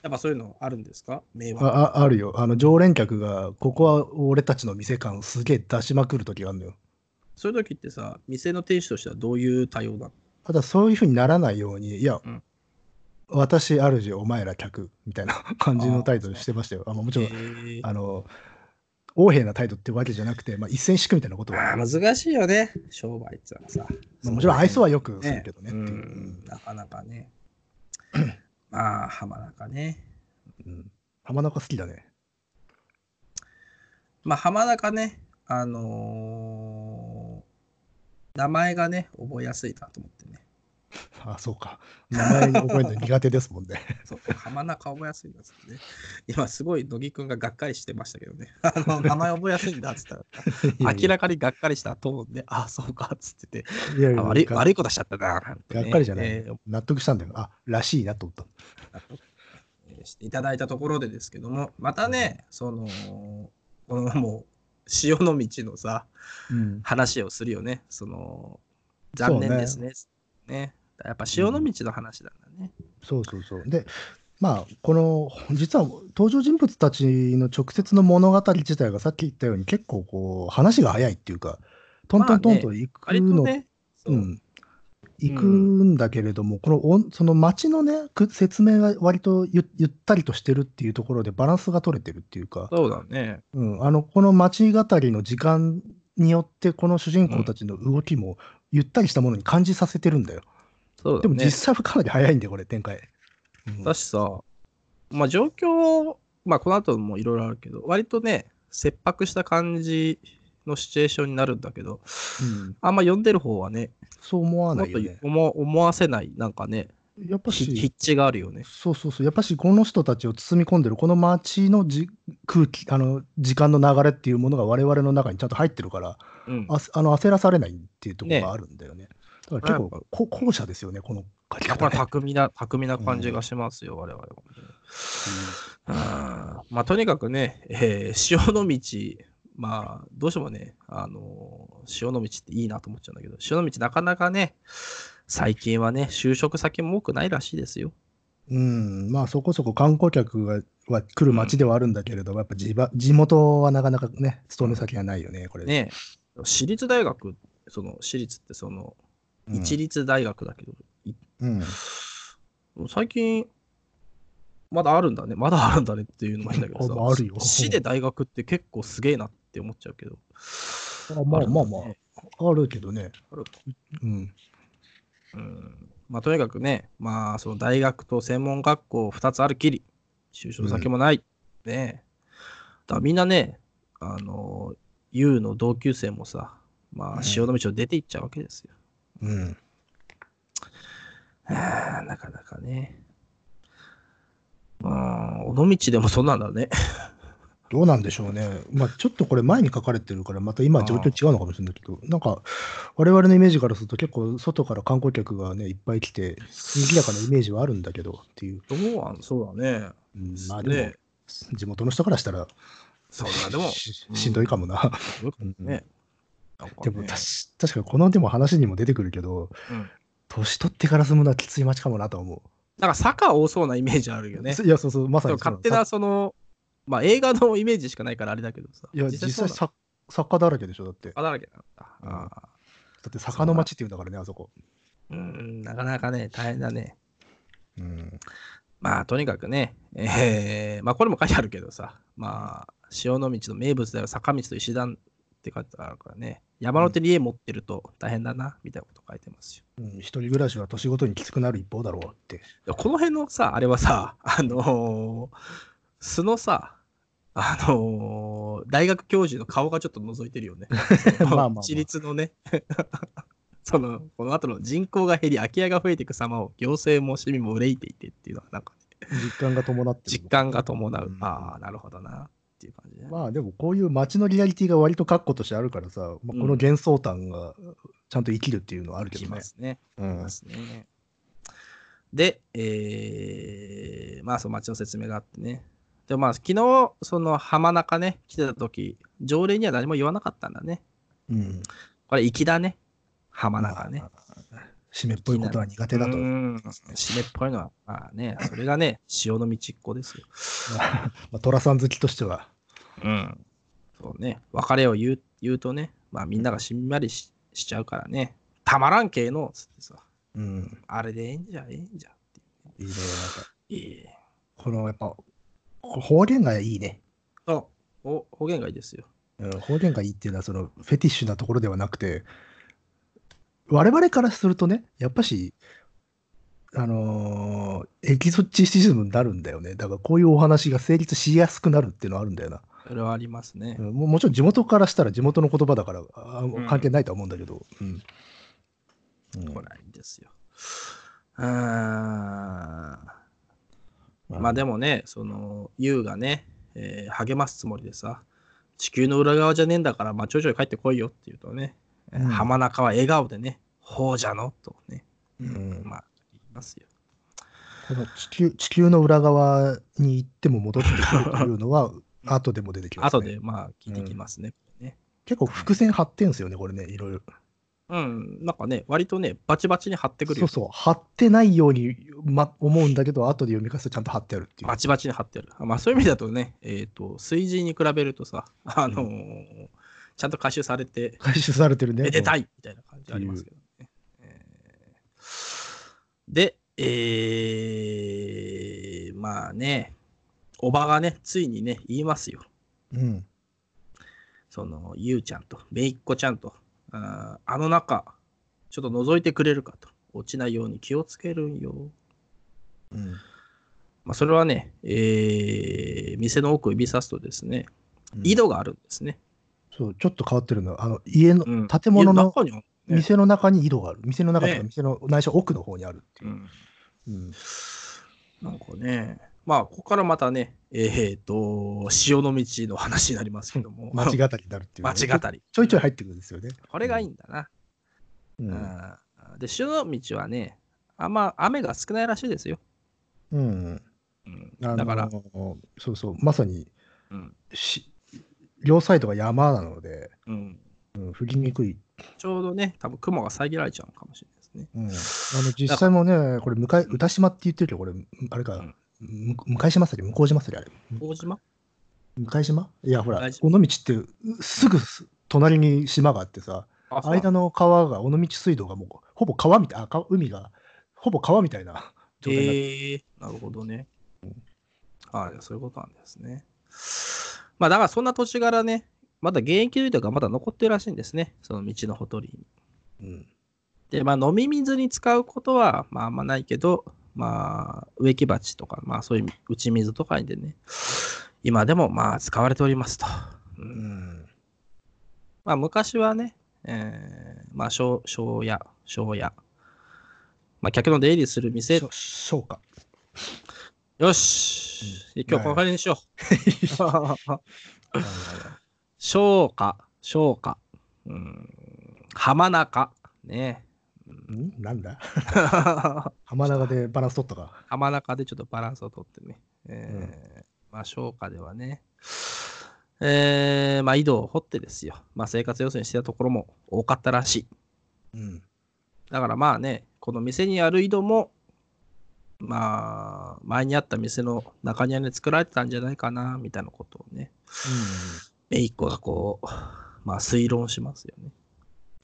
[SPEAKER 1] やっぱそういうのあるんですか迷
[SPEAKER 2] あ
[SPEAKER 1] 惑。
[SPEAKER 2] ああるよあの、常連客が、ここは俺たちの店感すげえ出しまくる時があるのよ。
[SPEAKER 1] そういう時ってさ、店の店主としてはどういう対応だ
[SPEAKER 2] ただ、そういうふうにならないように、いや、
[SPEAKER 1] うん
[SPEAKER 2] 私、主、お前ら客みたいな 感じの態度してましたよ。あのもちろん、
[SPEAKER 1] え
[SPEAKER 2] あの、横柄な態度ってわけじゃなくて、まあ、一線敷くみたいなことは、
[SPEAKER 1] あー難しいよね、商売ってのはさ。
[SPEAKER 2] まあもちろん愛想はよくする
[SPEAKER 1] ね
[SPEAKER 2] けどね。
[SPEAKER 1] う、
[SPEAKER 2] っていうん
[SPEAKER 1] なかなかね。 まあ、浜中ね。
[SPEAKER 2] うんうん浜中好きだね。
[SPEAKER 1] まあ、浜中ね、あのー名前がね、覚えやすいなと思ってね。
[SPEAKER 2] あ、そうか。名前覚えるの苦手です もんね。
[SPEAKER 1] そう、浜中覚えやすいんですよね。今、すごい乃木くんががっかりしてましたけどね。 あの、名前覚えやすいんだって 言ったら。
[SPEAKER 2] いやい
[SPEAKER 1] 明らかにがっかりしたトーンで、ああ、そうかっつってて、
[SPEAKER 2] いやい
[SPEAKER 1] あ
[SPEAKER 2] や
[SPEAKER 1] 悪い
[SPEAKER 2] が
[SPEAKER 1] 悪いことしちゃったな、なんてね
[SPEAKER 2] がっかりじゃない
[SPEAKER 1] えー
[SPEAKER 2] 納得したんだよ。あ、らしいなと思った。
[SPEAKER 1] えーしていただいたところでですけども、またね、その、このもう、潮の道のさ、
[SPEAKER 2] うん。
[SPEAKER 1] 話をするよね、その、残念ですね。ねやっぱ潮の道の話なんだね。
[SPEAKER 2] そうそうそう。で、まあ、この、実は登場人物たちの直接の物語自体がさっき言ったように結構こう、話が早いっていうか、トントントンと行く
[SPEAKER 1] 割と
[SPEAKER 2] の、
[SPEAKER 1] ね、そうう。
[SPEAKER 2] ん。行くんだけれども、このおんその街のね、く説明が割とゆゆったりとしてるっていうところでバランスが取れてるっていうか、
[SPEAKER 1] そうだね。
[SPEAKER 2] うん、あのこの街語りの時間によってこの主人公たちの動きもゆったりしたものに感じさせてるんだよ。
[SPEAKER 1] そうだ
[SPEAKER 2] でも
[SPEAKER 1] ね。
[SPEAKER 2] 実際はかなり早いんでこれ展開。うん
[SPEAKER 1] だしさ、まあ状況、まあこの後もいろいろあるけど、割とね、切迫した感じのシチュエーションになるんだけど、
[SPEAKER 2] うん
[SPEAKER 1] あんま読んでる方はね、
[SPEAKER 2] そう思わ
[SPEAKER 1] も
[SPEAKER 2] な
[SPEAKER 1] っ
[SPEAKER 2] いよ
[SPEAKER 1] と
[SPEAKER 2] ね。
[SPEAKER 1] 思思わせない、なんかね、
[SPEAKER 2] やっぱ
[SPEAKER 1] ひ
[SPEAKER 2] し
[SPEAKER 1] 筆致があるよね。
[SPEAKER 2] そうそうそうやっぱしこの人たちを包み込んでるこの街のじ空気あの時間の流れっていうものが我々の中にちゃんと入ってるから
[SPEAKER 1] うん、
[SPEAKER 2] ああの焦らされないっていうところ
[SPEAKER 1] ね
[SPEAKER 2] があるんだよね。だから結
[SPEAKER 1] やっ
[SPEAKER 2] 構こ後者ですよねこの書き
[SPEAKER 1] やっぱ
[SPEAKER 2] 方、
[SPEAKER 1] り
[SPEAKER 2] ね。
[SPEAKER 1] 巧みな、巧みな感じがしますよ、我々は、あーまあ、とにかくね、えー潮の道、まあ、どうしてもね、あのー潮の道っていいなと思っちゃうんだけど、潮の道なかなかね、最近はね、就職先も多くないらしいですよ。
[SPEAKER 2] うん、まあそこそこ観光客がは来る街ではあるんだけれども、やっぱ地場地元はなかなかね、勤め先がないよね、これ。
[SPEAKER 1] ね、私立大学、その私立ってその、
[SPEAKER 2] うん、
[SPEAKER 1] 一律大学だけど、
[SPEAKER 2] うん。
[SPEAKER 1] 最近、まだあるんだね、まだあるんだねっていうのもいいんだけど
[SPEAKER 2] あ
[SPEAKER 1] さ、
[SPEAKER 2] あるよ
[SPEAKER 1] 市で大学って結構すげえなって思っちゃうけど。
[SPEAKER 2] あまあ
[SPEAKER 1] るん
[SPEAKER 2] まあ
[SPEAKER 1] だ
[SPEAKER 2] ま
[SPEAKER 1] ね
[SPEAKER 2] あ、あるけどね。
[SPEAKER 1] ある
[SPEAKER 2] うん。
[SPEAKER 1] うんまあ、とにかくね、まあ、その大学と専門学校2つあるきり、就職先もない。ねだからみんなね、あの、U の同級生もさ、ま
[SPEAKER 2] う
[SPEAKER 1] あ、
[SPEAKER 2] ん
[SPEAKER 1] 潮の道を出ていっちゃうわけですよ。
[SPEAKER 2] うん。
[SPEAKER 1] ああなかなかね。うん、尾道でもそんなんだね。
[SPEAKER 2] どうなんでしょうね。まあちょっとこれ前に書かれてるから、また今状況違うのかもしれないけど、なんか、我々のイメージからすると結構外から観光客がね、いっぱい来て、賑やかなイメージはあるんだけどっていう。
[SPEAKER 1] どうなんそうだね。
[SPEAKER 2] うん、まあでも、
[SPEAKER 1] ね
[SPEAKER 2] 地元の人からしたら、
[SPEAKER 1] そうだ、でも、
[SPEAKER 2] ししんどいかもな。
[SPEAKER 1] どういうことね。なんか
[SPEAKER 2] で
[SPEAKER 1] ね
[SPEAKER 2] もたし確かにこのでも話にも出てくるけど、
[SPEAKER 1] うん
[SPEAKER 2] 年取ってから住むのはきつい街かもなとは思
[SPEAKER 1] なんか坂多そうなイメージある
[SPEAKER 2] う。
[SPEAKER 1] よね。
[SPEAKER 2] いや、そうそう、まさ
[SPEAKER 1] でも
[SPEAKER 2] に
[SPEAKER 1] 勝
[SPEAKER 2] そう
[SPEAKER 1] 手なその、まあ映画のイメージしかないからあれだけどさ。
[SPEAKER 2] いや、実
[SPEAKER 1] そう
[SPEAKER 2] 際
[SPEAKER 1] なの
[SPEAKER 2] さ、作家だらけでしょ、だって。だ
[SPEAKER 1] あだらけなんだ。
[SPEAKER 2] うん
[SPEAKER 1] ああ
[SPEAKER 2] って坂の街っていうんだからね、あそこ。
[SPEAKER 1] うん、なかなかね、大変だね。
[SPEAKER 2] うん。
[SPEAKER 1] まあとにかくね、えーまあこれも書いてあるけどさ、まあ潮の道の名物だよ、坂道と石段って書いてあるからね、山手に家持ってると大変だな、みたいなこと書いてますよ。
[SPEAKER 2] うん一人暮らしは年ごとにきつくなる一方だろうって。
[SPEAKER 1] いやこの辺のさ、あれはさ、 あのー素のさ、あのー大学教授の顔がちょっと覗いてるよね。
[SPEAKER 2] まあまあまあ
[SPEAKER 1] 一律のね、 その、この後の人口が減り、空き家が増えていく様を行政も市民も憂いていてっていうのは、なんか、ね、
[SPEAKER 2] 実感が伴ってる
[SPEAKER 1] 実感が伴う。
[SPEAKER 2] うん
[SPEAKER 1] ああ、なるほどな、っていう感じね。
[SPEAKER 2] まあでもこういう街のリアリティが割と確固としてあるからさ、まあ、この幻想感がちゃんと生きるっていうのはあるけ
[SPEAKER 1] き
[SPEAKER 2] どね
[SPEAKER 1] ま。すね。
[SPEAKER 2] う
[SPEAKER 1] い
[SPEAKER 2] ん
[SPEAKER 1] ますね。で、えー、まあ、その町の説明があってね。で、まあ、昨日、その浜中ね、来てた時、条例には何も言わなかったんだね。
[SPEAKER 2] うん。
[SPEAKER 1] これ、粋だね。浜中ね。
[SPEAKER 2] まあ。締めっぽいことは苦手だと
[SPEAKER 1] う。ん湿っぽいのは、まあね、それがね、潮の道っ子ですよ。
[SPEAKER 2] まあ、寅さん好きとしては。
[SPEAKER 1] うん。そうね、別れを言う言うとね、まあみんながしんまりししちゃうからね、たまらんけえの、つってさ、
[SPEAKER 2] うん。
[SPEAKER 1] あれでええんじゃ、ええんじゃって
[SPEAKER 2] いいね。なんか、
[SPEAKER 1] いう。いい。
[SPEAKER 2] このやっぱ、こ方言がいいね。
[SPEAKER 1] そうお方言がいいですよ。
[SPEAKER 2] うん、方言がいいっていうのは、その、フェティッシュなところではなくて、我々からするとね、やっぱし、あのーエキゾチシズムになるんだよね。だからこういうお話が成立しやすくなるっていうのはあるんだよな。
[SPEAKER 1] それはありますね
[SPEAKER 2] う。ん、もうもちろん地元からしたら地元の言葉だからあ
[SPEAKER 1] うん
[SPEAKER 2] 関係ないとは思うんだけど。うんうん
[SPEAKER 1] これはいいですよ。うーん。まあでもね、その、優がね、えー励ますつもりでさ、地球の裏側じゃねえんだから、まあちょいちょい帰ってこいよっていうとね、えー
[SPEAKER 2] うん
[SPEAKER 1] 浜中は笑顔でね、ほうじゃのとね、
[SPEAKER 2] うん
[SPEAKER 1] まあ、言いますよ。
[SPEAKER 2] この地球地球の裏側に行っても戻ってくるというのは、後でも出てきます、ね。
[SPEAKER 1] 後で、まあ、聞いてきますね。ね
[SPEAKER 2] 結構伏線張ってんすよね、これね、いろいろ。
[SPEAKER 1] うん、なんかね、割とね、バチバチに貼ってくる
[SPEAKER 2] そ
[SPEAKER 1] よ
[SPEAKER 2] う。そう、張ってないように、ま、思うんだけど、後で読み返すとちゃんと張ってあるっていう
[SPEAKER 1] バ。チバチに貼ってある。まあ、そういう意味だとね、えっ、と、水人に比べるとさ、あのーちゃんと回収されて、
[SPEAKER 2] 回収されてるね。
[SPEAKER 1] めでた
[SPEAKER 2] い。
[SPEAKER 1] いみたいな感じありますけどね。えーで、えー、まあね、おばがね、ついにね、言いますよ。
[SPEAKER 2] うん。
[SPEAKER 1] その、ゆうちゃんと、めいっ子ちゃんと、あーあの中、ちょっと覗いてくれるかと、落ちないように気をつけるんよ。
[SPEAKER 2] うん。
[SPEAKER 1] まあ、それはね、えー店の奥を指さすとですね、井戸があるんですね。
[SPEAKER 2] そう、ちょっと変わってるのは、あの、家の、
[SPEAKER 1] うん
[SPEAKER 2] 建物
[SPEAKER 1] 家
[SPEAKER 2] の
[SPEAKER 1] 中には、ね
[SPEAKER 2] 店の中に井戸がある。店の中とか、
[SPEAKER 1] ね
[SPEAKER 2] 店の内緒奥の方にあるっていうう。
[SPEAKER 1] ん
[SPEAKER 2] うん。
[SPEAKER 1] なんかね、まあ、ここからまたね、えー、と、潮の道の話になりますけど も、
[SPEAKER 2] 町語りになるっていうね、
[SPEAKER 1] 間違ったり。
[SPEAKER 2] ちょいちょい入ってくるんですよね。
[SPEAKER 1] これがいいんだな。
[SPEAKER 2] うん。
[SPEAKER 1] うんで、潮の道はね、あんま雨が少ないらしいですよ。
[SPEAKER 2] うん
[SPEAKER 1] うん
[SPEAKER 2] あの
[SPEAKER 1] だから、
[SPEAKER 2] そうそう、まさに
[SPEAKER 1] うん
[SPEAKER 2] し、両サイドが山なので、
[SPEAKER 1] うん
[SPEAKER 2] うん、降りにくい。
[SPEAKER 1] ちょうどね、多分雲が遮られちゃうのかもしれないですね。
[SPEAKER 2] うん、あの実際もね、これ向かい、
[SPEAKER 1] うん
[SPEAKER 2] 歌島って言ってるけど、これ、あれか、
[SPEAKER 1] うん
[SPEAKER 2] む向島崎、向島崎あれ。
[SPEAKER 1] 大島
[SPEAKER 2] 向島いや、ほら
[SPEAKER 1] 向、島
[SPEAKER 2] 尾道ってうすぐす隣に島があってさ、
[SPEAKER 1] あそう
[SPEAKER 2] 間の川が、尾道水道がもう、ほぼ川みたい、あ、川海が、ほぼ川みたいな状態になっ
[SPEAKER 1] え
[SPEAKER 2] て、
[SPEAKER 1] えなるほどね。ああ、そういうことなんですね。まあ、だからそんな土地柄ね、まだ現役の人がまだ残ってるらしいんですね、その道のほとりに。
[SPEAKER 2] うん
[SPEAKER 1] で、まあ、飲み水に使うことは、まあ、あんまないけど、まあ、植木鉢とか、まあ、そういう打ち水とかでね、今でも、まあ、使われておりますと。う
[SPEAKER 2] うんん。
[SPEAKER 1] まあ、昔はね、えーまあ、庄庄屋、庄屋。まあ、客の出入りする店
[SPEAKER 2] そそうか。
[SPEAKER 1] よし、
[SPEAKER 2] うん
[SPEAKER 1] 今日この辺にしよう。
[SPEAKER 2] あの
[SPEAKER 1] 消化、消化。うん、浜中。 ね。
[SPEAKER 2] んなんだ
[SPEAKER 1] 浜
[SPEAKER 2] 浜中でバランス取ったか。
[SPEAKER 1] 中でちょっとバランスをとってね。えーまあ、消化ではね。えー、まあ、井戸を掘ってですよ。まあ、生活要請にしてたところも多かったらしい。
[SPEAKER 2] うん。
[SPEAKER 1] だからまあね、この店にある井戸も、まあ、前にあった店の中庭で作られてたんじゃないかな、みたいなことをね。めいっ子がこう、まあ推論しますよね。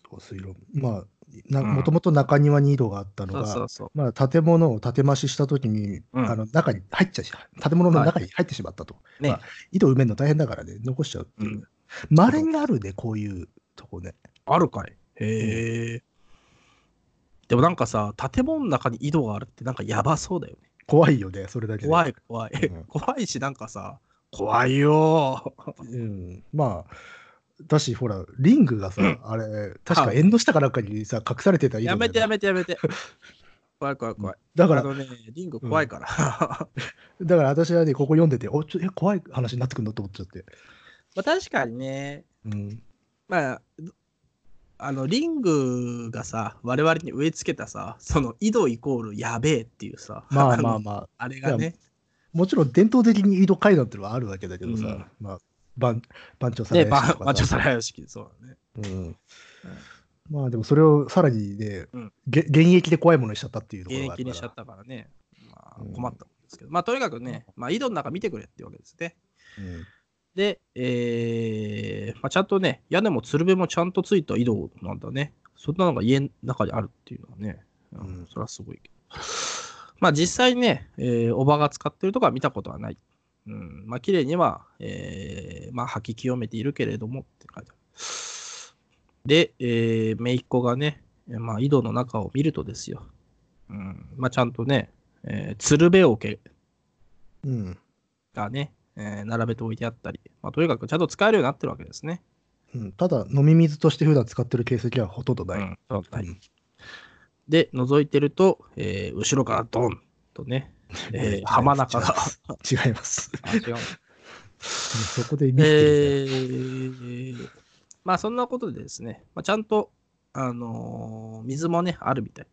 [SPEAKER 2] こう水路。まあ、
[SPEAKER 1] うん
[SPEAKER 2] もともと中庭に井戸があったの
[SPEAKER 1] そ
[SPEAKER 2] が、
[SPEAKER 1] うそうそう。
[SPEAKER 2] まあ、建物を建て増ししたときに、
[SPEAKER 1] うん
[SPEAKER 2] あの中に入っちゃうし、建物の中に入ってしまったと。
[SPEAKER 1] ね、
[SPEAKER 2] まあ井戸埋めるの大変だからね、残しちゃうっていう。まれにあるね、こういうとこね。
[SPEAKER 1] あるかい。へえ、でもなんかさ、建物の中に井戸があるってなんかやばそうだよね。
[SPEAKER 2] 怖いよね、それだけで。
[SPEAKER 1] 怖
[SPEAKER 2] い。
[SPEAKER 1] い怖い。
[SPEAKER 2] う ん
[SPEAKER 1] 怖いし、なんかさ、怖いよー。
[SPEAKER 2] うん、まあ、だし、ほら、リングがさ、あれ、確か
[SPEAKER 1] はい
[SPEAKER 2] 縁の下かなんかにさ、隠されてた井戸
[SPEAKER 1] やめてや
[SPEAKER 2] め
[SPEAKER 1] めてやめ て。怖い怖い怖い。
[SPEAKER 2] だか
[SPEAKER 1] あ
[SPEAKER 2] ら、
[SPEAKER 1] のね、リング怖い から。
[SPEAKER 2] だから私はね、ここ読んでて、おちょえ怖い話になってくるのと思っちゃって。
[SPEAKER 1] まあ確かにね、
[SPEAKER 2] うん。
[SPEAKER 1] まあ、あのリングがさ我々に植え付けたさその井戸イコールやべえっていうさ
[SPEAKER 2] まあ
[SPEAKER 1] の
[SPEAKER 2] まあまあ、
[SPEAKER 1] あれがね
[SPEAKER 2] もちろん伝統的に井戸階段っていうのはあるわけだけどさ、
[SPEAKER 1] うん
[SPEAKER 2] まあ、番番長さん
[SPEAKER 1] ね、
[SPEAKER 2] がや
[SPEAKER 1] バ
[SPEAKER 2] るし
[SPEAKER 1] ン
[SPEAKER 2] とかさ
[SPEAKER 1] マッチョサラヤシキ、そうだね。
[SPEAKER 2] うん。まあでもそれをさらにね、
[SPEAKER 1] うん
[SPEAKER 2] げ現役で怖いものにしちゃったっていうところ
[SPEAKER 1] 現
[SPEAKER 2] がある
[SPEAKER 1] 役
[SPEAKER 2] から。
[SPEAKER 1] にしちゃったからね、まあ
[SPEAKER 2] うん、
[SPEAKER 1] 困ったんですけど、まあとにかくね、まあ、井戸の中見てくれっていうわけですね。
[SPEAKER 2] うん
[SPEAKER 1] で、えーまあ、ちゃんとね、屋根もつるべもちゃんとついた井戸なんだね。そんなのが家の中にあるっていうのはね、う
[SPEAKER 2] うん
[SPEAKER 1] ん、それはすごいけど。まあ実際にね、えーおばが使ってるとかは見たことはない。うん、まあ綺麗には、えーまあ履き清めているけれどもって書いてある。で、えー、姪っ子がね、えーまあ井戸の中を見るとですよ。うん、まあちゃんとね、えー、鶴瓶桶
[SPEAKER 2] うん。
[SPEAKER 1] がね、えー並べて置いてあったり、まあ、とにかくちゃんと使えるようになってるわけですね。
[SPEAKER 2] うん、ただ、飲み水として普段使ってる形跡はほとんどない。
[SPEAKER 1] うんそうはい
[SPEAKER 2] うん
[SPEAKER 1] で、覗いてると、えー後ろからドンとね、 えー浜中が。
[SPEAKER 2] 違います。
[SPEAKER 1] あ違う
[SPEAKER 2] そこで見
[SPEAKER 1] え
[SPEAKER 2] てる、
[SPEAKER 1] ーまあそんなことでですね、まあ、ちゃんと、あのー水もね、あるみたい。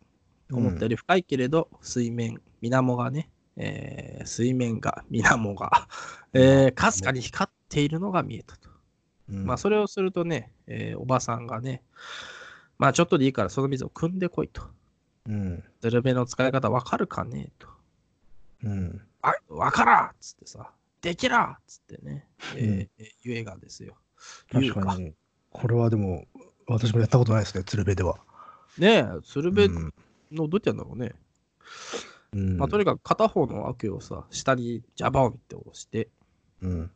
[SPEAKER 1] 思ったより深いけれど、水面、水面がね、えー水面が、水面が、えーかすかに光っているのが見えたと。
[SPEAKER 2] うん
[SPEAKER 1] まあ、それをするとね、えーおばさんがね、まあちょっとでいいからその水を汲んでこいと。
[SPEAKER 2] うん。
[SPEAKER 1] ゼルベの使い方わかるかねと。
[SPEAKER 2] うん。
[SPEAKER 1] あ、わからんっつってさ、できらんっつってね、
[SPEAKER 2] うん
[SPEAKER 1] えーえゆえがですよ。
[SPEAKER 2] 確かに、これはでも、私もやったことないですね、鶴瓶では。
[SPEAKER 1] ねえ、鶴瓶
[SPEAKER 2] うん
[SPEAKER 1] のどうやってやるんだろうね。
[SPEAKER 2] うん
[SPEAKER 1] まあとにかく片方の悪をさ、下にジャボンって押して、
[SPEAKER 2] うん。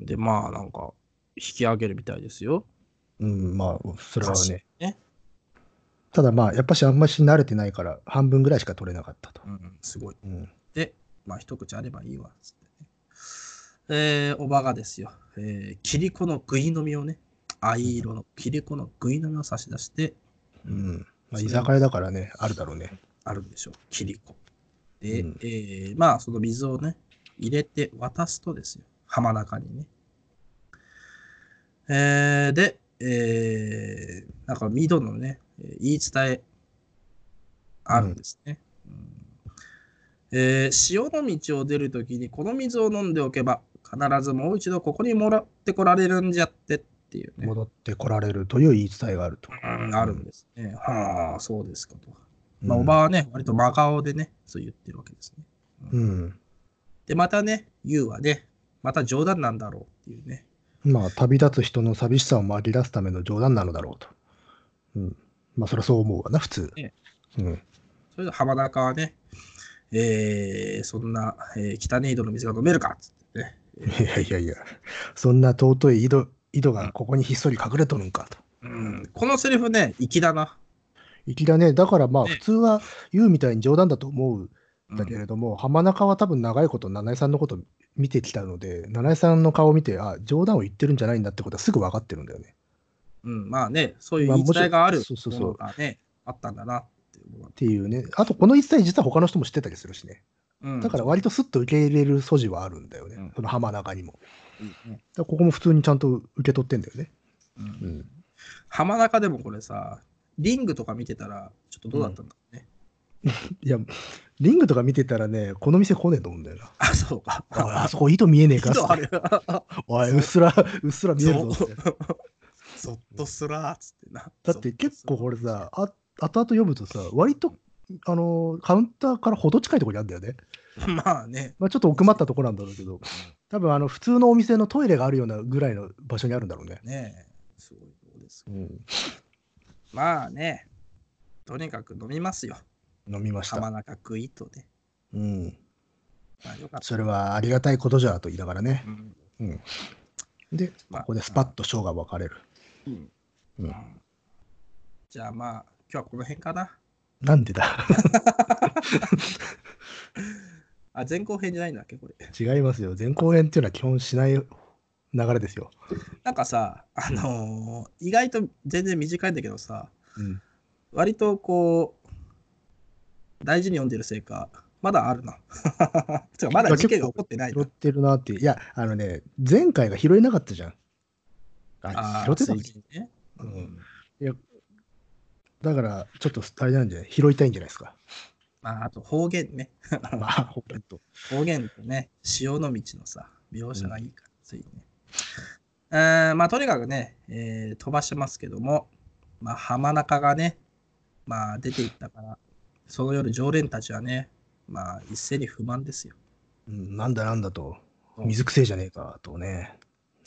[SPEAKER 1] で、まあなんか、引き上げるみたいですよ。
[SPEAKER 2] うん、まあ、それはね。
[SPEAKER 1] ね
[SPEAKER 2] ただまあ、やっぱしあんまし慣れてないから、半分ぐらいしか取れなかったと。
[SPEAKER 1] うん、すごい。
[SPEAKER 2] うん。
[SPEAKER 1] で、まあ一口あればいいわっつってね。えー、おばがですよ、えー、キリコのぐい飲みをね、藍色のキリコのぐい飲みを差し出して、う
[SPEAKER 2] う
[SPEAKER 1] ん
[SPEAKER 2] ん。まあ、
[SPEAKER 1] それ
[SPEAKER 2] 居酒屋だからね、あるだろうね。
[SPEAKER 1] あるんでしょう、キリコ。で、
[SPEAKER 2] うん
[SPEAKER 1] えーまあその水をね、入れて渡すとですよ、浜中にね。えー、で、えー、なんかミドのね、えー言い伝えあるんですね。うんえー潮の道を出るときにこの水を飲んでおけば、必ずもう一度ここにもらってこられるんじゃってっていうね。
[SPEAKER 2] 戻ってこられるという言い伝えがあると。
[SPEAKER 1] うんあるんですね。はあ、そうですかと。
[SPEAKER 2] うん
[SPEAKER 1] まあ、おばはね、割と真顔でね、そう言ってるわけですね。
[SPEAKER 2] うん。
[SPEAKER 1] で、またね、ユウはね、また冗談なんだろうっていうね。
[SPEAKER 2] まあ、旅立つ人の寂しさを紛らすための冗談なのだろうと。うん。まあ、そりゃそう思うわな、普通。
[SPEAKER 1] え
[SPEAKER 2] うん。
[SPEAKER 1] それで浜中はね、えー、そんな、えー汚い井戸の水が飲めるかっつってね。
[SPEAKER 2] いやいやいや、そんな尊い井戸井戸がここにひっそり隠れとるんかと。
[SPEAKER 1] うん、このセリフね、粋だな。
[SPEAKER 2] 粋だね。だからまあ、
[SPEAKER 1] ええ
[SPEAKER 2] 普通は言うみたいに冗談だと思うん
[SPEAKER 1] うん
[SPEAKER 2] だけれども、浜中は多分長いこと七井さんのこと見てきたので、七井さんの顔を見て、あ、冗談を言ってるんじゃないんだってことはすぐ分かってるんだよね。
[SPEAKER 1] うん、まあね、そういう
[SPEAKER 2] まあ
[SPEAKER 1] 言い伝えがある
[SPEAKER 2] もちろんそうそう
[SPEAKER 1] も
[SPEAKER 2] そ
[SPEAKER 1] の
[SPEAKER 2] う
[SPEAKER 1] がね、あったんだなって思
[SPEAKER 2] っていうね。あと、この一切実は他の人も知ってたりするしね。
[SPEAKER 1] う。うん、
[SPEAKER 2] だから割とスッと受け入れる素地はあるんだよね。
[SPEAKER 1] うん
[SPEAKER 2] その浜中にも。
[SPEAKER 1] いいね
[SPEAKER 2] だからここも普通にちゃんと受け取ってんだよね。
[SPEAKER 1] うん
[SPEAKER 2] ん。
[SPEAKER 1] 浜中でもこれさ、リングとか見てたら、ちょっとどうだったんだろうね。
[SPEAKER 2] いや、リングとか見てたらね、この店来ねえと思うんだよな。
[SPEAKER 1] あ、そうか。
[SPEAKER 2] おいあそこ糸見えねえか
[SPEAKER 1] 井戸 ある。
[SPEAKER 2] おい、うっすら、 うっすら見えるぞ
[SPEAKER 1] そう
[SPEAKER 2] って。
[SPEAKER 1] そっとすらーっつってな。
[SPEAKER 2] だって結構これさ、あ後々読むとさ、割と、あのーカウンターからほど近いところにあるんだよね。
[SPEAKER 1] まあね。
[SPEAKER 2] まあ、ちょっと奥まったところなんだろうけど、多分あの普通のお店のトイレがあるようなぐらいの場所にあるんだろうね。
[SPEAKER 1] ねえ。すごいことです。
[SPEAKER 2] うん、
[SPEAKER 1] まあね。とにかく飲みますよ。
[SPEAKER 2] 飲みました。
[SPEAKER 1] 浜中食いとね。
[SPEAKER 2] うん、
[SPEAKER 1] まあよかった。
[SPEAKER 2] それはありがたいことじゃと言いながらね。
[SPEAKER 1] うん
[SPEAKER 2] で、こ
[SPEAKER 1] まあ
[SPEAKER 2] こでスパッとショーが分かれる。
[SPEAKER 1] うん
[SPEAKER 2] うん、
[SPEAKER 1] じゃあまあ、今日はこの辺かな。
[SPEAKER 2] なんで だ
[SPEAKER 1] あ、前後編じゃないんだっけ、これ。
[SPEAKER 2] 違いますよ。前後編っていうのは基本しない流れですよ。
[SPEAKER 1] なんかさ、あのー意外と全然短いんだけどさ、
[SPEAKER 2] うん、
[SPEAKER 1] 割とこう、大事に読んでるせいか、まだあるな。 てかまだ事件が起こってない
[SPEAKER 2] 拾っ
[SPEAKER 1] な。
[SPEAKER 2] てるなっていう。いや、あのね、前回が拾えなかったじゃん。
[SPEAKER 1] あ、
[SPEAKER 2] あ拾
[SPEAKER 1] ー
[SPEAKER 2] ってたっ
[SPEAKER 1] 水
[SPEAKER 2] け
[SPEAKER 1] 準ね。
[SPEAKER 2] う
[SPEAKER 1] うんん。
[SPEAKER 2] だから、ちょっとあれなんじゃない拾いたいんじゃないですか。
[SPEAKER 1] まあ、あと方言ね。
[SPEAKER 2] まあ、ほんと。
[SPEAKER 1] 方言とね、潮の道のさ、描写がいいから、ついね。えーまあ、とにかくね、えー飛ばしますけども、まあ、浜中がね、まあ、出ていったから、その夜常連たちはね、まあ、一斉に不満ですよ。
[SPEAKER 2] うんなんだなんだと、
[SPEAKER 1] うん
[SPEAKER 2] 水くせえじゃねえかとね。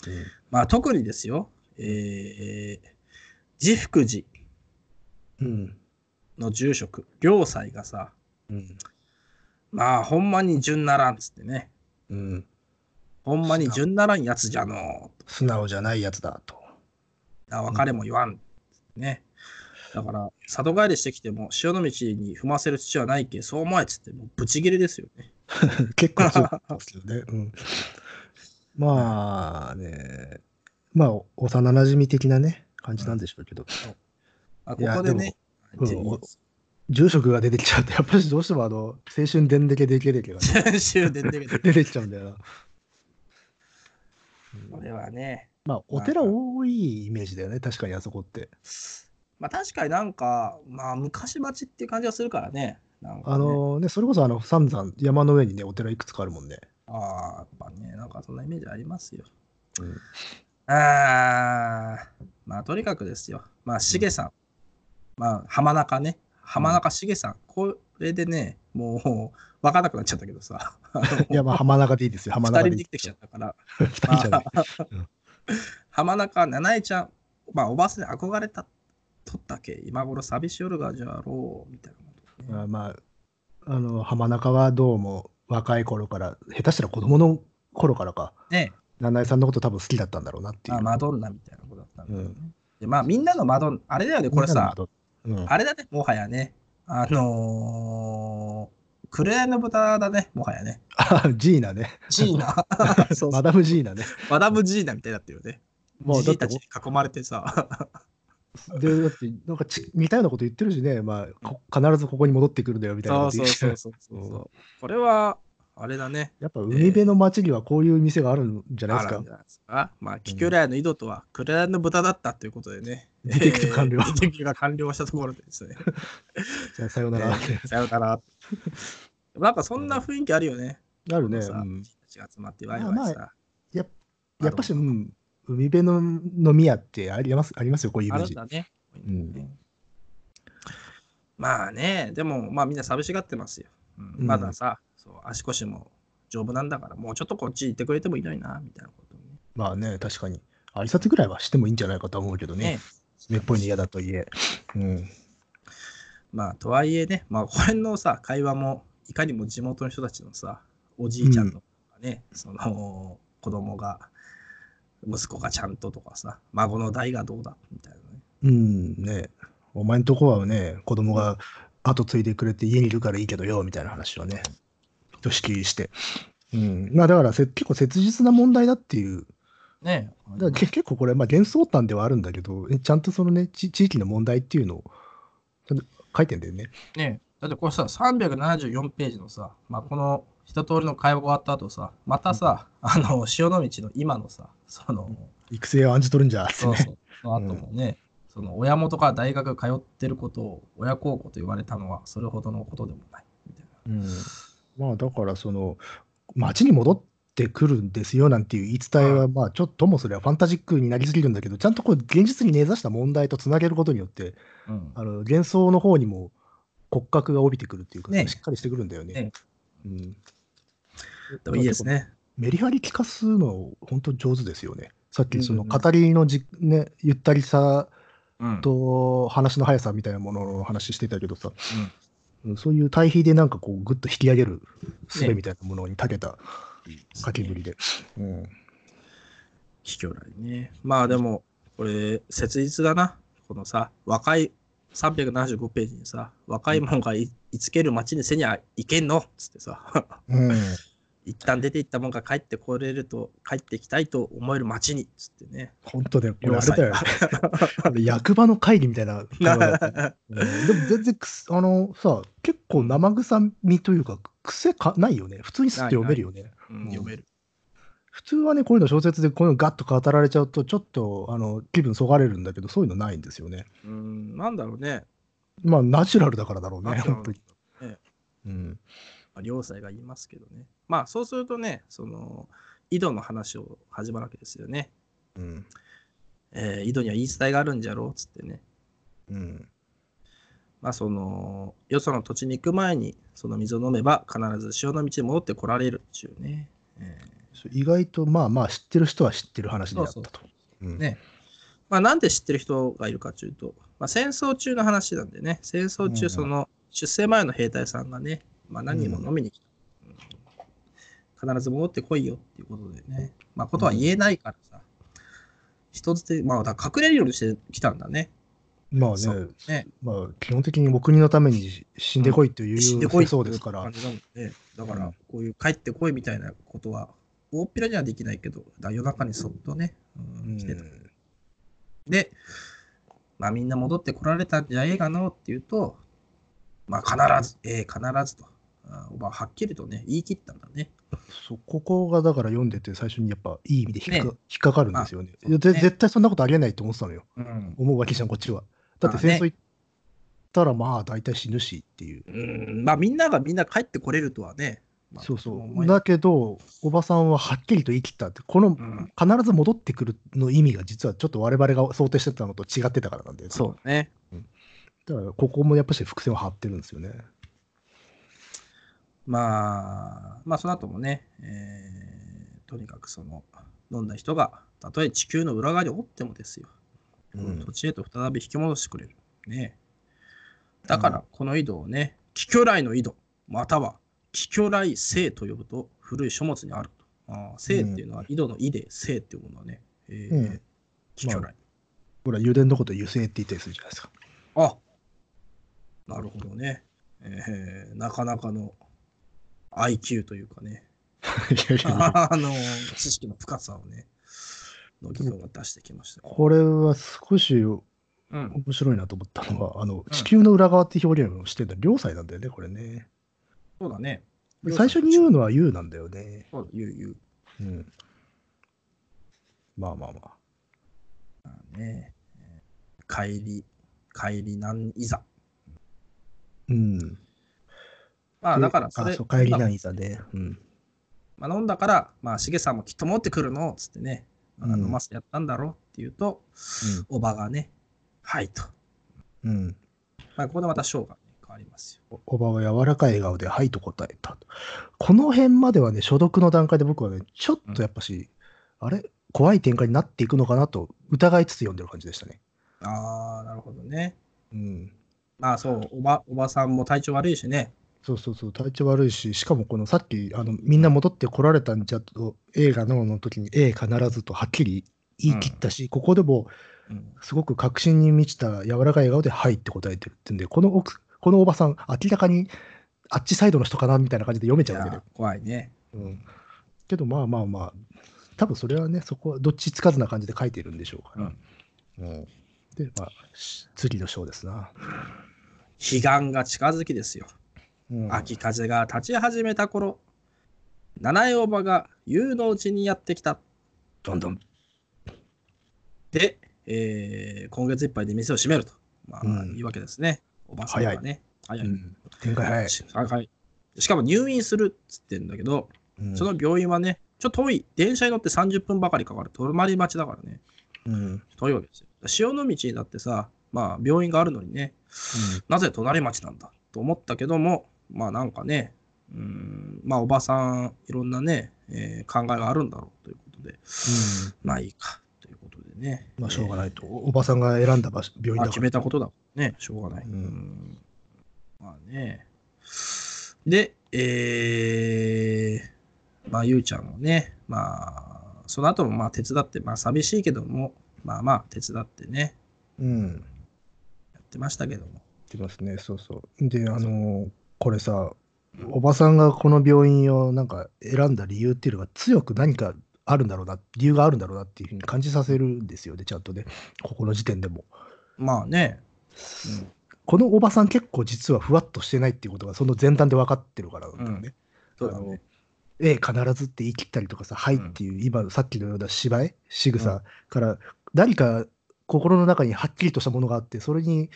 [SPEAKER 2] うん
[SPEAKER 1] まあ、特にですよ、えーえー慈福寺
[SPEAKER 2] うん。
[SPEAKER 1] の住職、良妻がさ、
[SPEAKER 2] うん。
[SPEAKER 1] まあ、ほんまに順ならんっつってね、
[SPEAKER 2] うん。
[SPEAKER 1] ほんまに順ならんやつじゃの
[SPEAKER 2] 素直じゃないやつだと。
[SPEAKER 1] あ別れも言わん。ね。だから、里帰りしてきても、潮の道に踏ませる土はないけ、そう思えっつって、もうブチギレですよね。
[SPEAKER 2] 結構強かったですよね。うん、まあね、まあ、幼馴染み的なね、感じなんでしょうけど、
[SPEAKER 1] あ
[SPEAKER 2] い
[SPEAKER 1] こ
[SPEAKER 2] や
[SPEAKER 1] こでね、
[SPEAKER 2] でもうん住職が出てきちゃうと、やっぱりどうしてもあの、青春でんでけでけでけがね、
[SPEAKER 1] 先週出てきて、
[SPEAKER 2] 出てきちゃうんだよな。
[SPEAKER 1] これはね、
[SPEAKER 2] まあ、お寺多いイメージだよね、確かにあそこって。
[SPEAKER 1] まあ確かになんか、まあ昔町っていう感じがするからね。なんかね
[SPEAKER 2] あのね、それこそあの、三山、山の上にね、お寺いくつかあるもんね。
[SPEAKER 1] あーやっぱね、なんかそんなイメージありますよ。
[SPEAKER 2] うん
[SPEAKER 1] ああ、まあとにかくですよ。まあ、しげさん。まあ、浜中ね。浜中しげさん。これでね、もう、わかんなくなっちゃったけどさ。
[SPEAKER 2] いや、まあ、浜中でいいですよ、浜
[SPEAKER 1] 二
[SPEAKER 2] 中
[SPEAKER 1] 人
[SPEAKER 2] でい
[SPEAKER 1] にで
[SPEAKER 2] い
[SPEAKER 1] きて
[SPEAKER 2] で
[SPEAKER 1] き
[SPEAKER 2] す
[SPEAKER 1] ちゃ
[SPEAKER 2] よ
[SPEAKER 1] っ。たから。
[SPEAKER 2] 二人じゃない。
[SPEAKER 1] 浜中七重ちゃん。まあ、おばせに憧れた。とったけ。今頃寂しよるがじゃろう。みたいなことね、
[SPEAKER 2] あまあ、あの、浜中はどうも若い頃から、下手したら子供の頃からか、
[SPEAKER 1] ね
[SPEAKER 2] 七重さんのこと多分好きだったんだろうなっていう。
[SPEAKER 1] まあ、マドンナみたいなことだったんだよね。
[SPEAKER 2] う
[SPEAKER 1] でまあ、みんなのマドンナ。あれだよね、これさ。
[SPEAKER 2] みんなの窓、うん、
[SPEAKER 1] あれだね、もはやね。あのー、紅の豚だね、もはやね。
[SPEAKER 2] あ、ジーナね。
[SPEAKER 1] ジーナ。 そうそ
[SPEAKER 2] マ
[SPEAKER 1] う
[SPEAKER 2] ダムジーナね。
[SPEAKER 1] マダムジーナみたいだったよね。
[SPEAKER 2] もう
[SPEAKER 1] ジ
[SPEAKER 2] だ
[SPEAKER 1] ー
[SPEAKER 2] っ
[SPEAKER 1] たち
[SPEAKER 2] て
[SPEAKER 1] に、囲まれて さ。
[SPEAKER 2] でだってなんかち似たようなこと言ってるしね、まあ、こ必ずここに戻ってくるんだよみたいな
[SPEAKER 1] そ
[SPEAKER 2] こ
[SPEAKER 1] う
[SPEAKER 2] と
[SPEAKER 1] そ
[SPEAKER 2] 言
[SPEAKER 1] う
[SPEAKER 2] って
[SPEAKER 1] そうそうそうそう。これは、あれだね。
[SPEAKER 2] やっぱ海辺の街にはこういう店があるんじゃない
[SPEAKER 1] あ
[SPEAKER 2] で
[SPEAKER 1] ら
[SPEAKER 2] すか
[SPEAKER 1] んじ。ゃないですか。まあ、キキュラヤの井戸とは、クレの豚だったということでね。
[SPEAKER 2] リテクト完 了
[SPEAKER 1] えーリテクトが完了したところでですね。
[SPEAKER 2] じゃあさ ようなら。
[SPEAKER 1] さよなら。なんかそんな雰囲気あるよね。
[SPEAKER 2] あるね、
[SPEAKER 1] さ
[SPEAKER 2] うん
[SPEAKER 1] たちが集まってワイワイさ。
[SPEAKER 2] ややっぱし、うん、海辺の飲み屋ってありますありますよ、こういうイ
[SPEAKER 1] あ
[SPEAKER 2] メ
[SPEAKER 1] る
[SPEAKER 2] ー
[SPEAKER 1] ん
[SPEAKER 2] ジ。
[SPEAKER 1] だね。
[SPEAKER 2] うん
[SPEAKER 1] まあね、でも、まあみんな寂しがってますよ。うん
[SPEAKER 2] うん
[SPEAKER 1] まださ、そう足腰も丈夫なんだから、もうちょっとこっち行ってくれてもいいのにな、みたいなこと
[SPEAKER 2] まあね、確かに。挨拶ぐらいはしてもいいんじゃないかと思うけど
[SPEAKER 1] ね。
[SPEAKER 2] ね。目っぽいの嫌だと言え。うん。
[SPEAKER 1] まあとはいえね、まあこれのさ、会話も、いかにも地元の人たちのさ、おじいちゃんとかね、その子供が、息子がちゃんととかさ、孫の代がどうだみたいなね。
[SPEAKER 2] うんね。お前んとこはね、子供が後継いでくれて家にいるからいいけどよ、みたいな話をね、ひとしきりして。うん。まあだからせ結構切実な問題だっていう。
[SPEAKER 1] ね
[SPEAKER 2] だからけ結構これ、まあ幻想談ではあるんだけど、えちゃんとそのね、ち地域の問題っていうのをちゃんと書いてんだよね。
[SPEAKER 1] ねだってこれさ、374ページのさ、まあ、この一通りの会話が終わった後さ、またさ、あの、潮の道の今のさ、その、
[SPEAKER 2] 育成を案じ取るんじゃって
[SPEAKER 1] そう
[SPEAKER 2] ね。
[SPEAKER 1] そう、その後もね、その親元から大学通ってることを親孝行と言われたのは、それほどのことでもない。みたいな
[SPEAKER 2] うん、まあだからその町に戻ってくるんですよなんていう言い伝えはまあちょっともそれはファンタジックになりすぎるんだけどちゃんとこう現実に根ざした問題とつなげることによって
[SPEAKER 1] うん
[SPEAKER 2] あの幻想の方にも骨格が帯びてくるっていうか、
[SPEAKER 1] ね
[SPEAKER 2] しっかりしてくるんだよね。
[SPEAKER 1] ね
[SPEAKER 2] うん、
[SPEAKER 1] でもいいですね。
[SPEAKER 2] メリハリ効かすの本当上手ですよね。さっきその
[SPEAKER 1] うんうんうん
[SPEAKER 2] 語りのじ、ね、ゆったりさ
[SPEAKER 1] うん
[SPEAKER 2] と話の速さみたいなものの話してたけどさ、うんそういう対比でなんかこうグッと引き上げる術みたいなものに長けた書きぶりで。うん
[SPEAKER 1] 卑怯ないね。まあでも、これ、切実だな。このさ、若い、375ページにさ、若い者がいいつける町にせにゃいけんのっつってさ。
[SPEAKER 2] うん
[SPEAKER 1] 一旦出て行ったもんが帰ってこれると帰ってきたいと思える街につってね。
[SPEAKER 2] 本当だよ。これ
[SPEAKER 1] 要
[SPEAKER 2] あれだ
[SPEAKER 1] 塞
[SPEAKER 2] よ。あの役場の会議みたいな会話 だったね、うんでも全然くす、あのさ、結構生臭みというか、癖かないよね。普通にすって読めるよね。
[SPEAKER 1] うん読める。
[SPEAKER 2] 普通はね、こういうの小説でこういうのガッと語られちゃうと、ちょっとあの気分そがれるんだけど、そういうのないんですよね。
[SPEAKER 1] うん、なんだろうね。
[SPEAKER 2] まあ、ナチュラルだからだろう
[SPEAKER 1] ナ
[SPEAKER 2] ね、
[SPEAKER 1] チュラル
[SPEAKER 2] 本当に。
[SPEAKER 1] え
[SPEAKER 2] うん、
[SPEAKER 1] まあ両妻が言いますけどね。まあそうするとね、その井戸の話を始まるわけですよね。
[SPEAKER 2] うん。
[SPEAKER 1] えー井戸には言い伝えがあるんじゃろうっつってね。
[SPEAKER 2] うん。
[SPEAKER 1] まあその、よその土地に行く前に、その水を飲めば必ず潮の道に戻ってこられるっていうね。え
[SPEAKER 2] そう意外とまあまあ知ってる人は知ってる話であったと。
[SPEAKER 1] そう
[SPEAKER 2] うん
[SPEAKER 1] ーね。まあなんで知ってる人がいるかというと、まあ戦争中の話なんでね、戦争
[SPEAKER 2] うんう
[SPEAKER 1] 中
[SPEAKER 2] ん
[SPEAKER 1] その出征前の兵隊さんがね、まあ何人も飲みに来た。うん必ず戻ってこいよっていうことでね。まあことは言えないからさ。人捨て、まあだから隠れるようにしてきたんだね。
[SPEAKER 2] まあね
[SPEAKER 1] そうね
[SPEAKER 2] まあ基本的にお国のために死んでこいという
[SPEAKER 1] 死んで
[SPEAKER 2] 戦
[SPEAKER 1] こい
[SPEAKER 2] 争ですから、
[SPEAKER 1] っていう感じなのでだか
[SPEAKER 2] う
[SPEAKER 1] ら
[SPEAKER 2] ん、
[SPEAKER 1] こういう帰ってこいみたいなことは、大っぴらにはできないけど、だから夜中にそっとね、う、
[SPEAKER 2] うんん
[SPEAKER 1] 来てた。で、まあ、みんな戻ってこられたんじゃええがのうっていうと、まあ、必ず、ええ必ずと、あおばあはっきりとね、言い切ったんだね。
[SPEAKER 2] そうここがだから読んでて最初にやっぱいい意味で引っか,、
[SPEAKER 1] ね
[SPEAKER 2] 引っかかるんですよね
[SPEAKER 1] あ
[SPEAKER 2] いやぜ
[SPEAKER 1] ね
[SPEAKER 2] 絶対そんなことありえないと思ってたのよ。
[SPEAKER 1] うん。
[SPEAKER 2] 思うわけじゃん、こっちは。だって戦
[SPEAKER 1] まあ
[SPEAKER 2] 争行ったらまあ大体死ぬしっていう。
[SPEAKER 1] うん、まあ、みんながみんな帰ってこれるとはね。まあ
[SPEAKER 2] そうそ
[SPEAKER 1] 思
[SPEAKER 2] う。
[SPEAKER 1] いま
[SPEAKER 2] だけど、おばさんははっきりと言い切ったって、この
[SPEAKER 1] うん
[SPEAKER 2] 必ず戻ってくるの意味が実はちょっと我々が想定してたのと違ってたからなんで、
[SPEAKER 1] すそうね。
[SPEAKER 2] だからここもやっぱし伏線を張ってるんですよね。
[SPEAKER 1] まあ、まあ、その後もね、えーとにかくその、飲んだ人が、たとえ地球の裏側におってもですよ、
[SPEAKER 2] うん
[SPEAKER 1] 土地へと再び引き戻してくれる。ねえだから、この井戸をね、気巨来の井戸、または気巨来聖と呼ぶと古い書物にあると。ああ聖っていうのは井戸の井で聖っていうものはね、えー
[SPEAKER 2] うん
[SPEAKER 1] 気巨来。
[SPEAKER 2] ほら、油田のことを油性って言ったりするじゃないですか。
[SPEAKER 1] あなるほどね、えーなかなかの IQ というか ね。
[SPEAKER 2] いやいやいや
[SPEAKER 1] あの、知識の深さをね、乃木くんが出してきましたよ。
[SPEAKER 2] これは少し面
[SPEAKER 1] うん。
[SPEAKER 2] 白いなと思ったのは、あの地球の裏側って表現をしてた両妻なんだよね、これね。
[SPEAKER 1] そうだね。
[SPEAKER 2] 最初に言う
[SPEAKER 1] の
[SPEAKER 2] のは U なんだよね。
[SPEAKER 1] そうだ、言う、言う
[SPEAKER 2] うん。まあまあまあ。
[SPEAKER 1] だね。帰り、帰りなんいざ。
[SPEAKER 2] うん。
[SPEAKER 1] まあ、だからそ
[SPEAKER 2] あ、
[SPEAKER 1] れ、
[SPEAKER 2] そう、帰りないざね。うん。
[SPEAKER 1] まあ、飲んだから、まあ、しげさんもきっと持ってくるの、つってね、あ
[SPEAKER 2] うん
[SPEAKER 1] 飲ませてやったんだろうっていうと、おばがね、はいと。
[SPEAKER 2] うん。うん。
[SPEAKER 1] まあ、ここでまたショーがね、変わりますよ。
[SPEAKER 2] おおばは柔らかい笑顔で、はいと答えた。この辺まではね、所読の段階で僕はね、ちょっとやっぱし、あれ怖い展開になっていくのかなと疑いつつ読んでる感じでしたね。
[SPEAKER 1] ああ、なるほどね。
[SPEAKER 2] うん。
[SPEAKER 1] まあ、そう、おば、おばさんも体調悪いしね。
[SPEAKER 2] そうそうそう、体調悪いし、しかもこのさっき、あの、みんな戻ってこられたんじゃと、映画のの時に、A 必ずとはっきり言い切ったし、ここでも、
[SPEAKER 1] うん。
[SPEAKER 2] すごく確信に満ちた柔らかい笑顔で「はい」って答えてるってんでこの奥このおばさん明らかにあっちサイドの人かなみたいな感じで読めち
[SPEAKER 1] い
[SPEAKER 2] ゃうわけで
[SPEAKER 1] や、怖いね。
[SPEAKER 2] うん、けどまあまあまあ多分それはねそこはどっちつかずな感じで書いてるんでしょうから、うんでまあし次の章ですな、
[SPEAKER 1] 彼岸が近づきですよ。
[SPEAKER 2] うん
[SPEAKER 1] 秋風が立ち始めた頃、七重おばが夕のうちにやってきた。
[SPEAKER 2] どんどん
[SPEAKER 1] で、えー今月いっぱいで店を閉めると、まあ
[SPEAKER 2] うん
[SPEAKER 1] いいわけですね。おばさんがね。早
[SPEAKER 2] う
[SPEAKER 1] い。
[SPEAKER 2] ん展開早い、
[SPEAKER 1] しあはいしかも入院するっつってんだけど、
[SPEAKER 2] うん
[SPEAKER 1] その病院はね、ちょっと遠い。電車に乗って30分ばかりかかる。泊まり待ちだからね。
[SPEAKER 2] うんうん
[SPEAKER 1] 遠いわけですよ。潮の道にだってさ、まあ病院があるのにね、なぜ隣町なんだと思ったけども、まあなんかね、うーん、まあおばさん、いろんなね、えー考えがあるんだろうということで、まあいいかということでね。
[SPEAKER 2] まあしょうが
[SPEAKER 1] い。
[SPEAKER 2] ないと、おおばさんが選んだ場所病
[SPEAKER 1] ま
[SPEAKER 2] 院
[SPEAKER 1] あ
[SPEAKER 2] だ
[SPEAKER 1] 決
[SPEAKER 2] から
[SPEAKER 1] めたことだからね、しょうがない。
[SPEAKER 2] う
[SPEAKER 1] うんーんまあね。で、えー、まあゆうちゃんはね、まあ、その後もまあ手伝って、まあ寂しいけども、まあまあ手伝ってね、
[SPEAKER 2] うん
[SPEAKER 1] やってましたけども。
[SPEAKER 2] ってますね、そうそう。で、あのーこれさ、おばさんがこの病院をなんか選んだ理由っていうのが強く何かあるんだろうな、理由があるんだろうなっていうふうに感じさせるんですよね、ちゃんとね、ここの時点でも。
[SPEAKER 1] まあね、
[SPEAKER 2] このおばさん結構実はふわっとしてないっていうことがその前段で分かってるからなんだよね。
[SPEAKER 1] そうだね。
[SPEAKER 2] ええ、必ずって言い切ったりとかさ、はいっていう、今のさっきのような芝居、仕草から、何か心の中にはっきりとしたものがあって、それに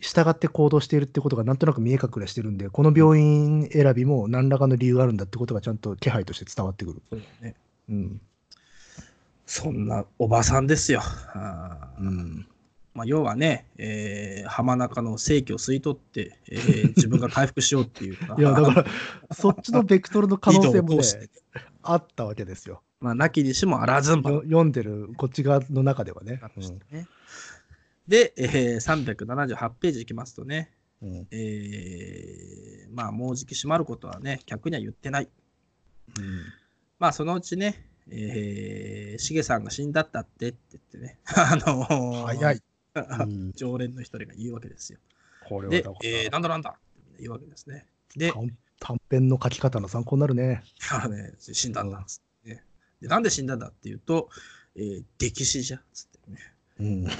[SPEAKER 2] 従って行動しているってことがなんとなく見え隠れしてるんで、この病院選びも何らかの理由があるんだってことがちゃんと気配として伝わってくる。
[SPEAKER 1] そうだね。
[SPEAKER 2] うん。
[SPEAKER 1] そんなおばさんですよ。あー
[SPEAKER 2] うん。
[SPEAKER 1] まあ、要はね、えー浜中の正気を吸い取って、えー自分が回復しようっていうか、
[SPEAKER 2] いや、だから、そっちのベクトルの可能性
[SPEAKER 1] 井戸
[SPEAKER 2] も、
[SPEAKER 1] を
[SPEAKER 2] ね
[SPEAKER 1] 通、して
[SPEAKER 2] あったわけですよ。
[SPEAKER 1] まあ、なきにしもあらずんば
[SPEAKER 2] よ読んでるこっち側の中ではね。
[SPEAKER 1] で、えー、378ページいきますとね、
[SPEAKER 2] うんうん
[SPEAKER 1] えーまあ、もうじき閉まることはね、客には言ってない。まあ、そのうちね、えー、しげさんが死んだったってって言ってね、 あのー
[SPEAKER 2] 早い。うん
[SPEAKER 1] 常連の一人が言うわけですよ。
[SPEAKER 2] これは
[SPEAKER 1] で
[SPEAKER 2] だか、
[SPEAKER 1] えー
[SPEAKER 2] ら
[SPEAKER 1] なんだなんだって言うわけですね。で、
[SPEAKER 2] 短短編の書き方の参考になるね。
[SPEAKER 1] あのね、死んだんだっつって、ねで。なんで死んだんだっていうと、えー、溺死じゃっつってね。
[SPEAKER 2] うん、違うね。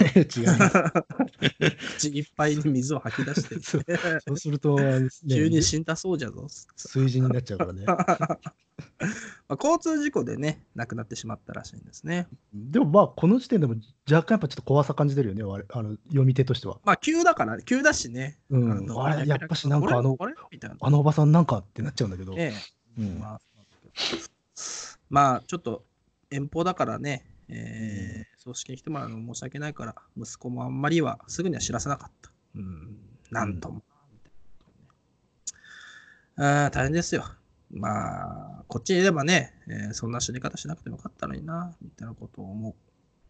[SPEAKER 1] 口いっぱいに水を吐き出して、
[SPEAKER 2] そう そうすると、ね、
[SPEAKER 1] 急に死んだそうじゃぞっつって。
[SPEAKER 2] 水人になっちゃうから ね。
[SPEAKER 1] まあ、交通事故でね、亡くなってしまったらしいんですね。
[SPEAKER 2] でもまあ、この時点でも若干やっぱちょっと怖さ感じてるよね、我々あの読み手としては。
[SPEAKER 1] まあ、急だから、急だしね。
[SPEAKER 2] う
[SPEAKER 1] あ
[SPEAKER 2] ん、
[SPEAKER 1] の
[SPEAKER 2] あれ、やっぱしなんかあの、
[SPEAKER 1] あれあれみたいな。
[SPEAKER 2] あのおばさんなんかってなっちゃうんだけど。
[SPEAKER 1] え
[SPEAKER 2] う
[SPEAKER 1] え
[SPEAKER 2] ん
[SPEAKER 1] まあ、まあ、ちょっと遠方だからね、えー葬式に来てもらうの申し訳ないから、息子もあんまりはすぐには知らせなかった。うん、なんとも。ああ、大変ですよ。まあ、こっちにいればね、えーそんな死に方しなくてもよかったのにな、みたいなことを思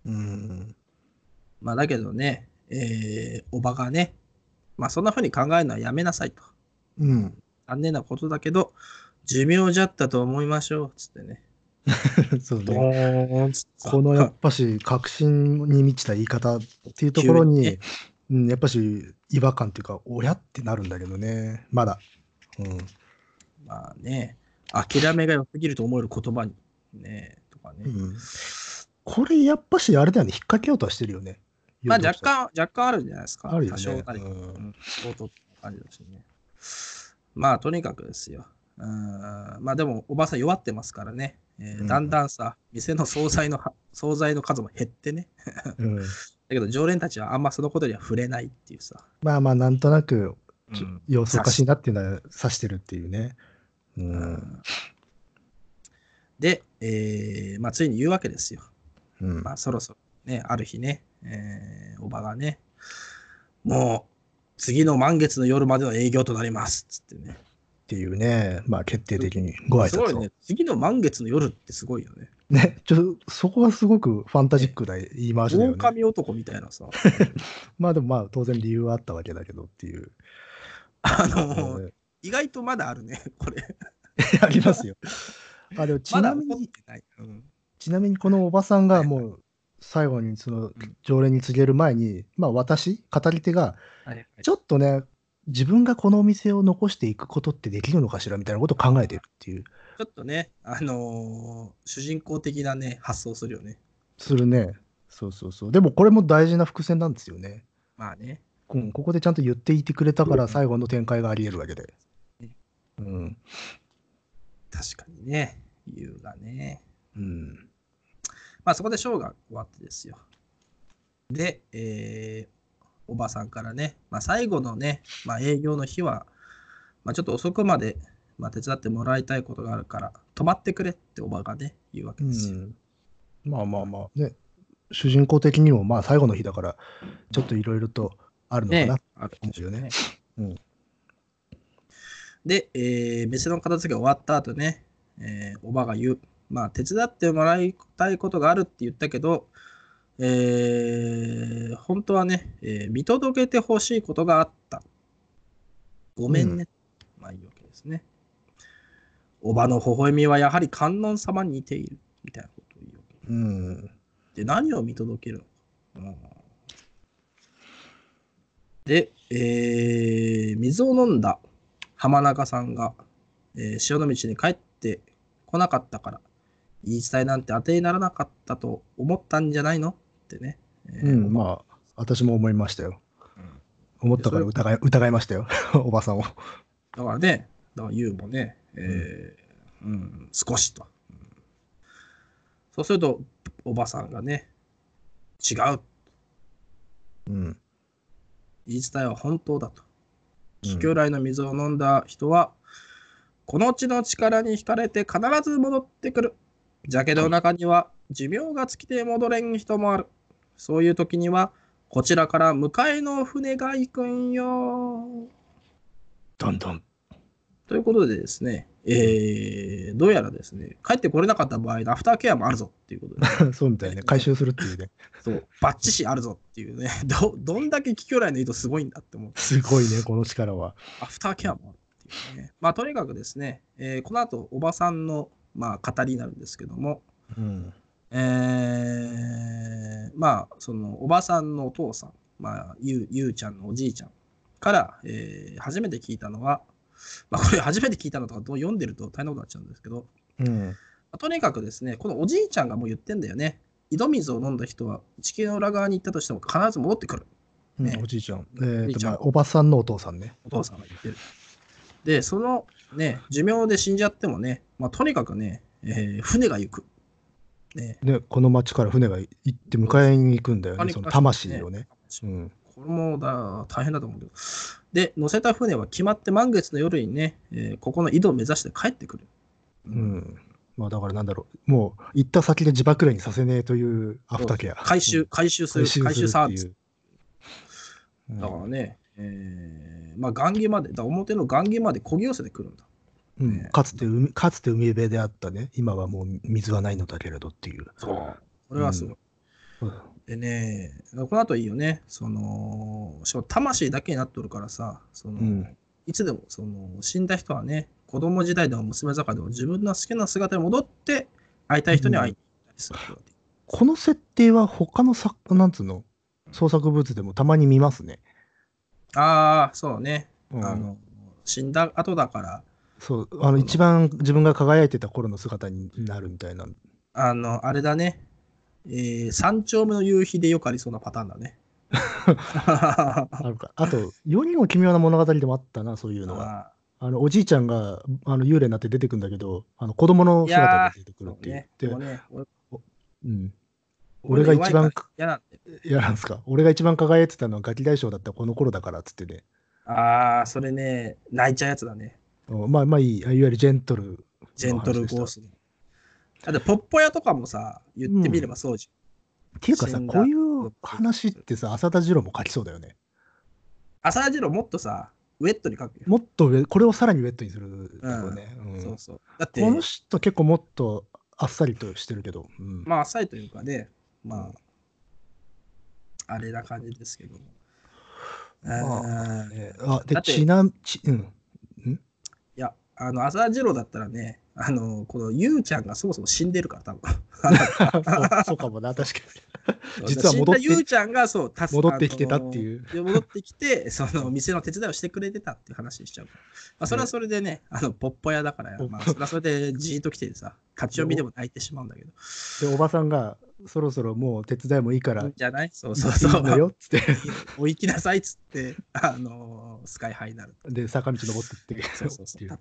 [SPEAKER 1] う。
[SPEAKER 2] うん。
[SPEAKER 1] まあだけどね、えー、おばがね、まあそんな風に考えるのはやめなさいと。
[SPEAKER 2] うん。
[SPEAKER 1] 残念なことだけど、寿命じゃったと思いましょう、つってね。
[SPEAKER 2] そう
[SPEAKER 1] ド
[SPEAKER 2] ね。
[SPEAKER 1] ーンつってさ
[SPEAKER 2] このやっぱし、確信に満ちた言い方っていうところに、
[SPEAKER 1] 急にね
[SPEAKER 2] うん、やっぱし違和感っていうか、親ってなるんだけどね、まだ。うん。
[SPEAKER 1] まあね、諦めが良すぎると思える言葉に、ね、とかね。
[SPEAKER 2] うん、これ、やっぱし、あれだよね、引っ掛けようとはしてるよね。
[SPEAKER 1] まあ
[SPEAKER 2] 言
[SPEAKER 1] 若
[SPEAKER 2] うとしたら
[SPEAKER 1] 干、若干あるんじゃないですか。
[SPEAKER 2] あるよ
[SPEAKER 1] 多
[SPEAKER 2] ね
[SPEAKER 1] 少なりか。
[SPEAKER 2] う
[SPEAKER 1] うんん。相当って感じだしね。まあとにかくですよ。うんまあでも、おばさん弱ってますからね。えー
[SPEAKER 2] うん
[SPEAKER 1] だんだんさ、店の惣菜のは惣菜の数も減ってね。
[SPEAKER 2] うん。
[SPEAKER 1] だけど常連たちはあんまそのことには触れないっていうさ。
[SPEAKER 2] まあまあ、なんとなく、
[SPEAKER 1] ちょ
[SPEAKER 2] 様子おかしいなっていうのは指してるっていうね。うん。
[SPEAKER 1] で、えーまあ、ついに言うわけですよ。
[SPEAKER 2] うん
[SPEAKER 1] まあ、そろそろね、ある日ね、えーおばがね、もう次の満月の夜までの営業となりますっつってね。
[SPEAKER 2] っていうね、まあ決定的にご挨
[SPEAKER 1] すごい
[SPEAKER 2] 拶を。ね
[SPEAKER 1] ね、次の満月の夜ってすごいよね。
[SPEAKER 2] ちょっとそこはすごくファンタジックな言い回しだよね。
[SPEAKER 1] 狼男みたいな さ、
[SPEAKER 2] まあでもまあ当然理由はあったわけだけどっていう。
[SPEAKER 1] あのー意外とまだあるね、これ。
[SPEAKER 2] ありますよ。あでも ち
[SPEAKER 1] まだ
[SPEAKER 2] な
[SPEAKER 1] 起
[SPEAKER 2] み
[SPEAKER 1] こっ
[SPEAKER 2] に、
[SPEAKER 1] てない。うん
[SPEAKER 2] ちなみにこのおばさんがもう最後にその常連に告げる前に、まあ私、語り手が、
[SPEAKER 1] はいはい
[SPEAKER 2] ちょっとね、自分がこのお店を残していくことってできるのかしらみたいなことを考えてるっていう、
[SPEAKER 1] ちょっとね、あのー主人公的なね、発想するよね。
[SPEAKER 2] するね。そうそうそう。でもこれも大事な伏線なんですよね。
[SPEAKER 1] まあね。
[SPEAKER 2] うん、ここでちゃんと言っていてくれたから最後の展開があり得るわけで。うん。
[SPEAKER 1] 確かにね、言うがね。
[SPEAKER 2] うん。
[SPEAKER 1] まあそこでショーが終わってですよ。で、えーおばさんからね、まあ、最後のね、まあ、営業の日は、まあ、ちょっと遅くまで、まあ、手伝ってもらいたいことがあるから、泊まってくれっておばがね、言うわけ
[SPEAKER 2] う
[SPEAKER 1] ですよ。
[SPEAKER 2] ん、まあまあまあ、ね、主人公的にもまあ最後の日だから、ちょっといろいろとあるのかな
[SPEAKER 1] ね
[SPEAKER 2] って
[SPEAKER 1] ある
[SPEAKER 2] 感じよね。うん
[SPEAKER 1] で、えー店の片付け終わった後ね、えーおばが言う、まあ、手伝ってもらいたいことがあるって言ったけど、えー本当はね、えー見届けてほしいことがあった。ごめんね。まあ、いいわけですね。おばの微笑みはやはり観音様に似ている。みたいなことを言うわけ
[SPEAKER 2] うん。
[SPEAKER 1] で、何を見届けるのかな。で、えー水を飲んだ浜中さんが、えー潮の道に帰ってこなかったから、言い伝えなんて当てにならなかったと思ったんじゃないのってね。えー
[SPEAKER 2] うん、まあ、私も思いましたよ。思ったから疑い疑いましたよ、 おばさんを。
[SPEAKER 1] だからね、だからユウもね、えーうん少しと。うんそうすると、おばさんがね、違う、
[SPEAKER 2] うん。
[SPEAKER 1] 言い伝えは本当だと。
[SPEAKER 2] うん
[SPEAKER 1] 秘境来の水を飲んだ人は、この地の力に惹かれて必ず戻ってくる。じゃけど中には寿命が尽きて戻れん人もある。そういう時には、こちらから迎えの船が行くんよ。
[SPEAKER 2] どんどん。
[SPEAKER 1] ということでですね、えー、どうやらですね、帰ってこれなかった場合のアフターケアもあるぞっていうこと で、
[SPEAKER 2] そうみた いね。回収するっていうね。
[SPEAKER 1] そう、バッチシあるぞっていうね、ど、どんだけ気境来の意図すごいんだって思う。
[SPEAKER 2] すごいね、この力は。
[SPEAKER 1] アフターケアもあるっていうね。まあ、とにかくですね、えーこの後、おばさんの、まあ、語りになるんですけども、
[SPEAKER 2] うん。
[SPEAKER 1] えーまあ、その、おばさんのお父さん、まあ、ゆう、ゆうちゃんのおじいちゃんから、えー初めて聞いたのは、まあ、これ初めて聞いたのとか、どう読んでると大変なことになっちゃうんですけど、
[SPEAKER 2] うん。
[SPEAKER 1] とにかくですね、このおじいちゃんがもう言ってんだよね。井戸水を飲んだ人は地球の裏側に行ったとしても必ず戻ってくる。
[SPEAKER 2] うん
[SPEAKER 1] ね
[SPEAKER 2] おじいちゃん。え
[SPEAKER 1] おじ
[SPEAKER 2] ー
[SPEAKER 1] いち
[SPEAKER 2] と、
[SPEAKER 1] ゃん
[SPEAKER 2] まあ、おばさんのお父さんね。
[SPEAKER 1] お父さんが言ってる。で、そのね、寿命で死んじゃってもね、まあ、とにかくね、えー船が行く。ね、
[SPEAKER 2] ね、この町から船が行って迎えに行くんだよ
[SPEAKER 1] あ
[SPEAKER 2] ね、
[SPEAKER 1] れ
[SPEAKER 2] その魂をね。。うん。
[SPEAKER 1] これもだ大変だと思うけど。で、乗せた船は決まって満月の夜にね、えーここの井戸を目指して帰ってくる。
[SPEAKER 2] うん。まあだからなんだろう、もう行った先で自爆霊にさせねえというアフターケア。
[SPEAKER 1] 回収、回収する、回収サービス。
[SPEAKER 2] ス。うん
[SPEAKER 1] だからね、えーまあ、雁木まで、だから表の雁木まで漕ぎ寄せてくるんだ。
[SPEAKER 2] うんかつて海、かつて海辺であったね、今はもう水はないのだけれどっていう。
[SPEAKER 1] そう。これはすごい。
[SPEAKER 2] うん
[SPEAKER 1] でね、この後いいよね。その、しかも魂だけになっとるからさ、その、
[SPEAKER 2] うん
[SPEAKER 1] いつでも、その、死んだ人はね、子供時代でも娘坂でも自分の好きな姿に戻って、会いたい人に会いに行ったりすることができる
[SPEAKER 2] この設定は他の作、なんつうの、創作物でもたまに見ますね。
[SPEAKER 1] ああ、そうね。
[SPEAKER 2] うん
[SPEAKER 1] あの、死んだ後だから、
[SPEAKER 2] そう、あの、一番自分が輝いてた頃の姿になるみたいな。
[SPEAKER 1] あの、あれだね。えー、三丁目の夕日でよくありそうなパターンだね。
[SPEAKER 2] あるか。あと、世にも奇妙な物語でもあったな、そういうのは。
[SPEAKER 1] あ
[SPEAKER 2] あの、おじいちゃんが、あの、幽霊になって出てくるんだけど、あの、子供の姿で出てくるっ
[SPEAKER 1] ー
[SPEAKER 2] ていう。
[SPEAKER 1] ね、
[SPEAKER 2] で
[SPEAKER 1] もうね俺
[SPEAKER 2] うん。俺が一番
[SPEAKER 1] 弱い、から嫌なんだよ
[SPEAKER 2] いやなんですか、俺が一番輝いてたのはガキ大将だったこの頃だからっつってね。
[SPEAKER 1] ああ、それね、泣いちゃうやつだね。
[SPEAKER 2] うんまあまあいい、いわゆるジェントル。
[SPEAKER 1] ジェントルゴースト。だって、ポッポ屋とかもさ、言ってみればそうじ
[SPEAKER 2] っていうかさ、
[SPEAKER 1] 死んだ
[SPEAKER 2] こういう話ってさ、浅田次郎も書きそうだよね。
[SPEAKER 1] ゃん。浅田次郎もっとさ、ウェットに書くよ。
[SPEAKER 2] もっと上、これをさらにウェットにするだろうね。うん
[SPEAKER 1] そうそう。だって、
[SPEAKER 2] この人結構もっとあっさりとしてるけど。うん
[SPEAKER 1] まあ、浅いというかね、まあ、あれな感じですけども。あーい
[SPEAKER 2] ねあで
[SPEAKER 1] だっ、て
[SPEAKER 2] ちなみち、うん。
[SPEAKER 1] や、あの、浅田次郎だったらね、あの、この、ゆうちゃんがそもそも死んでるから、多分。
[SPEAKER 2] そうそう かもな、確かに。実は戻っ
[SPEAKER 1] 死んだゆ
[SPEAKER 2] て
[SPEAKER 1] う、ちゃんが、そう、助
[SPEAKER 2] 戻ってきてたっていう。
[SPEAKER 1] あので戻ってきて、その、店の手伝いをしてくれてたっていう話しちゃうから。まあ、それはそれでね、あの、ポッポ屋だから
[SPEAKER 2] ポッ、ポ
[SPEAKER 1] まあ、それはそれでじーっと来てさ、立ち読みでも泣いてしまうんだけど。
[SPEAKER 2] で、おばさんが、そろそろもう手伝いもいいから、
[SPEAKER 1] いい
[SPEAKER 2] い
[SPEAKER 1] んじゃないそうそうそ
[SPEAKER 2] いの
[SPEAKER 1] う。
[SPEAKER 2] よっつって。
[SPEAKER 1] お行きなさいっつって、あのースカイハイになる。
[SPEAKER 2] で、坂道登ってって。
[SPEAKER 1] そうそうそう
[SPEAKER 2] ってい
[SPEAKER 1] う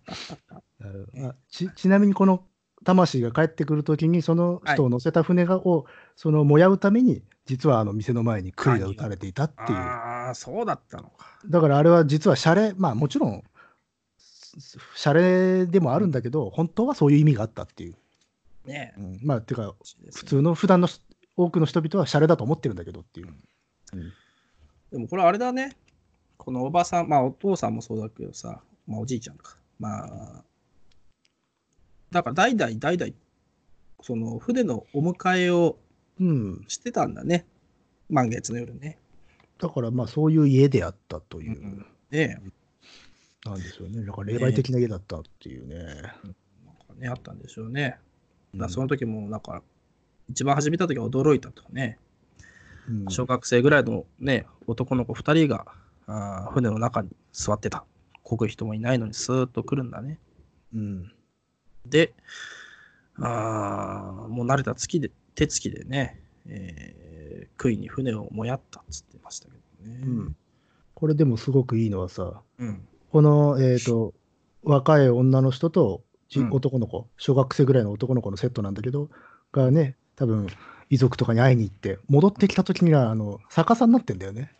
[SPEAKER 1] ん
[SPEAKER 2] あちちなみにこの魂が帰ってくるときにその人を乗せた船がをそのもやうために実はあの店の前に杭が打たれていたっていう
[SPEAKER 1] ああ、そうだったのか。
[SPEAKER 2] だからあれは実はシャレまあもちろんすシャレでもあるんだけど本当はそういう意味があったっていう、
[SPEAKER 1] ねえ。
[SPEAKER 2] まあていうか普
[SPEAKER 1] 普
[SPEAKER 2] 通の普段のし多くの人々はシャレだと思ってるんだけどっていう、
[SPEAKER 1] でもこれあれだね。このおばさん、まあお父さんもそうだけどさ、まあおじいちゃんか。まあ、だから代々代々、その船のお迎えを
[SPEAKER 2] うん、
[SPEAKER 1] してたんだね。満月の夜ね。
[SPEAKER 2] だからまあそういう家であったという、
[SPEAKER 1] うんねえ
[SPEAKER 2] なんですよねだから霊媒的な家だったっていうね
[SPEAKER 1] なんかね、あったんでしょうね。だか
[SPEAKER 2] う
[SPEAKER 1] ら
[SPEAKER 2] ん
[SPEAKER 1] その時も、なんか、一番始めた時は驚いたとね。
[SPEAKER 2] うん
[SPEAKER 1] 小学生ぐらいのね、男の子2人があー船の中に座ってた。こぐ人もいないのにスーッと来るんだね。
[SPEAKER 2] うん
[SPEAKER 1] で、あーもう慣れた月で手つきでね、えー、杭に船をもやったっつってましたけどね。
[SPEAKER 2] うんこれでもすごくいいのはさ
[SPEAKER 1] うん。
[SPEAKER 2] この、えー、と若い女の人とじ
[SPEAKER 1] うん
[SPEAKER 2] 男の子、小学生ぐらいの男の子のセットなんだけどがね多分遺族とかに会いに行って戻ってきた時にはあの逆さになってんだよね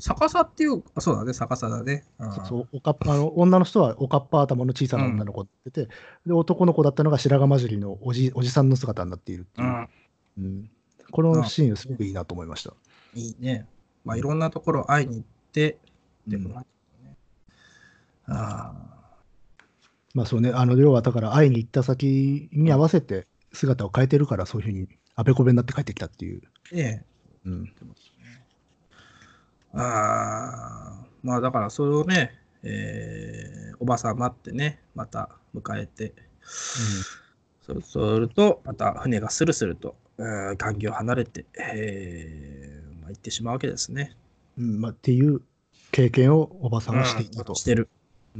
[SPEAKER 1] 逆さっていう、あそうだね、逆さだね。うん
[SPEAKER 2] そうそうおかっぱあの女の人はおかっぱ頭の小さな女の子って言ってて、で男の子だったのが白髪混じりのおじおじさんの姿になっているって
[SPEAKER 1] う
[SPEAKER 2] いう、
[SPEAKER 1] ん、
[SPEAKER 2] うんこのシーンすごくいいなと思いました。
[SPEAKER 1] いいね。まあ、いろんなところ会いに行って、で
[SPEAKER 2] うん
[SPEAKER 1] もなんかねあ
[SPEAKER 2] まあそうね、あの要はだから会いに行った先に合わせて姿を変えてるから、そういうふうにあべこべになって帰ってきたっていう。
[SPEAKER 1] ーね
[SPEAKER 2] うん、
[SPEAKER 1] えあーまあ、だからそれをね、えーおばさん待ってね、また迎えて、そうすると、また船がスルスルと、うん、岸壁を離れて、えーまあ、行ってしまうわけですね。
[SPEAKER 2] うんまあ、っていう経験をおばさんはしていたと
[SPEAKER 1] うん。してる。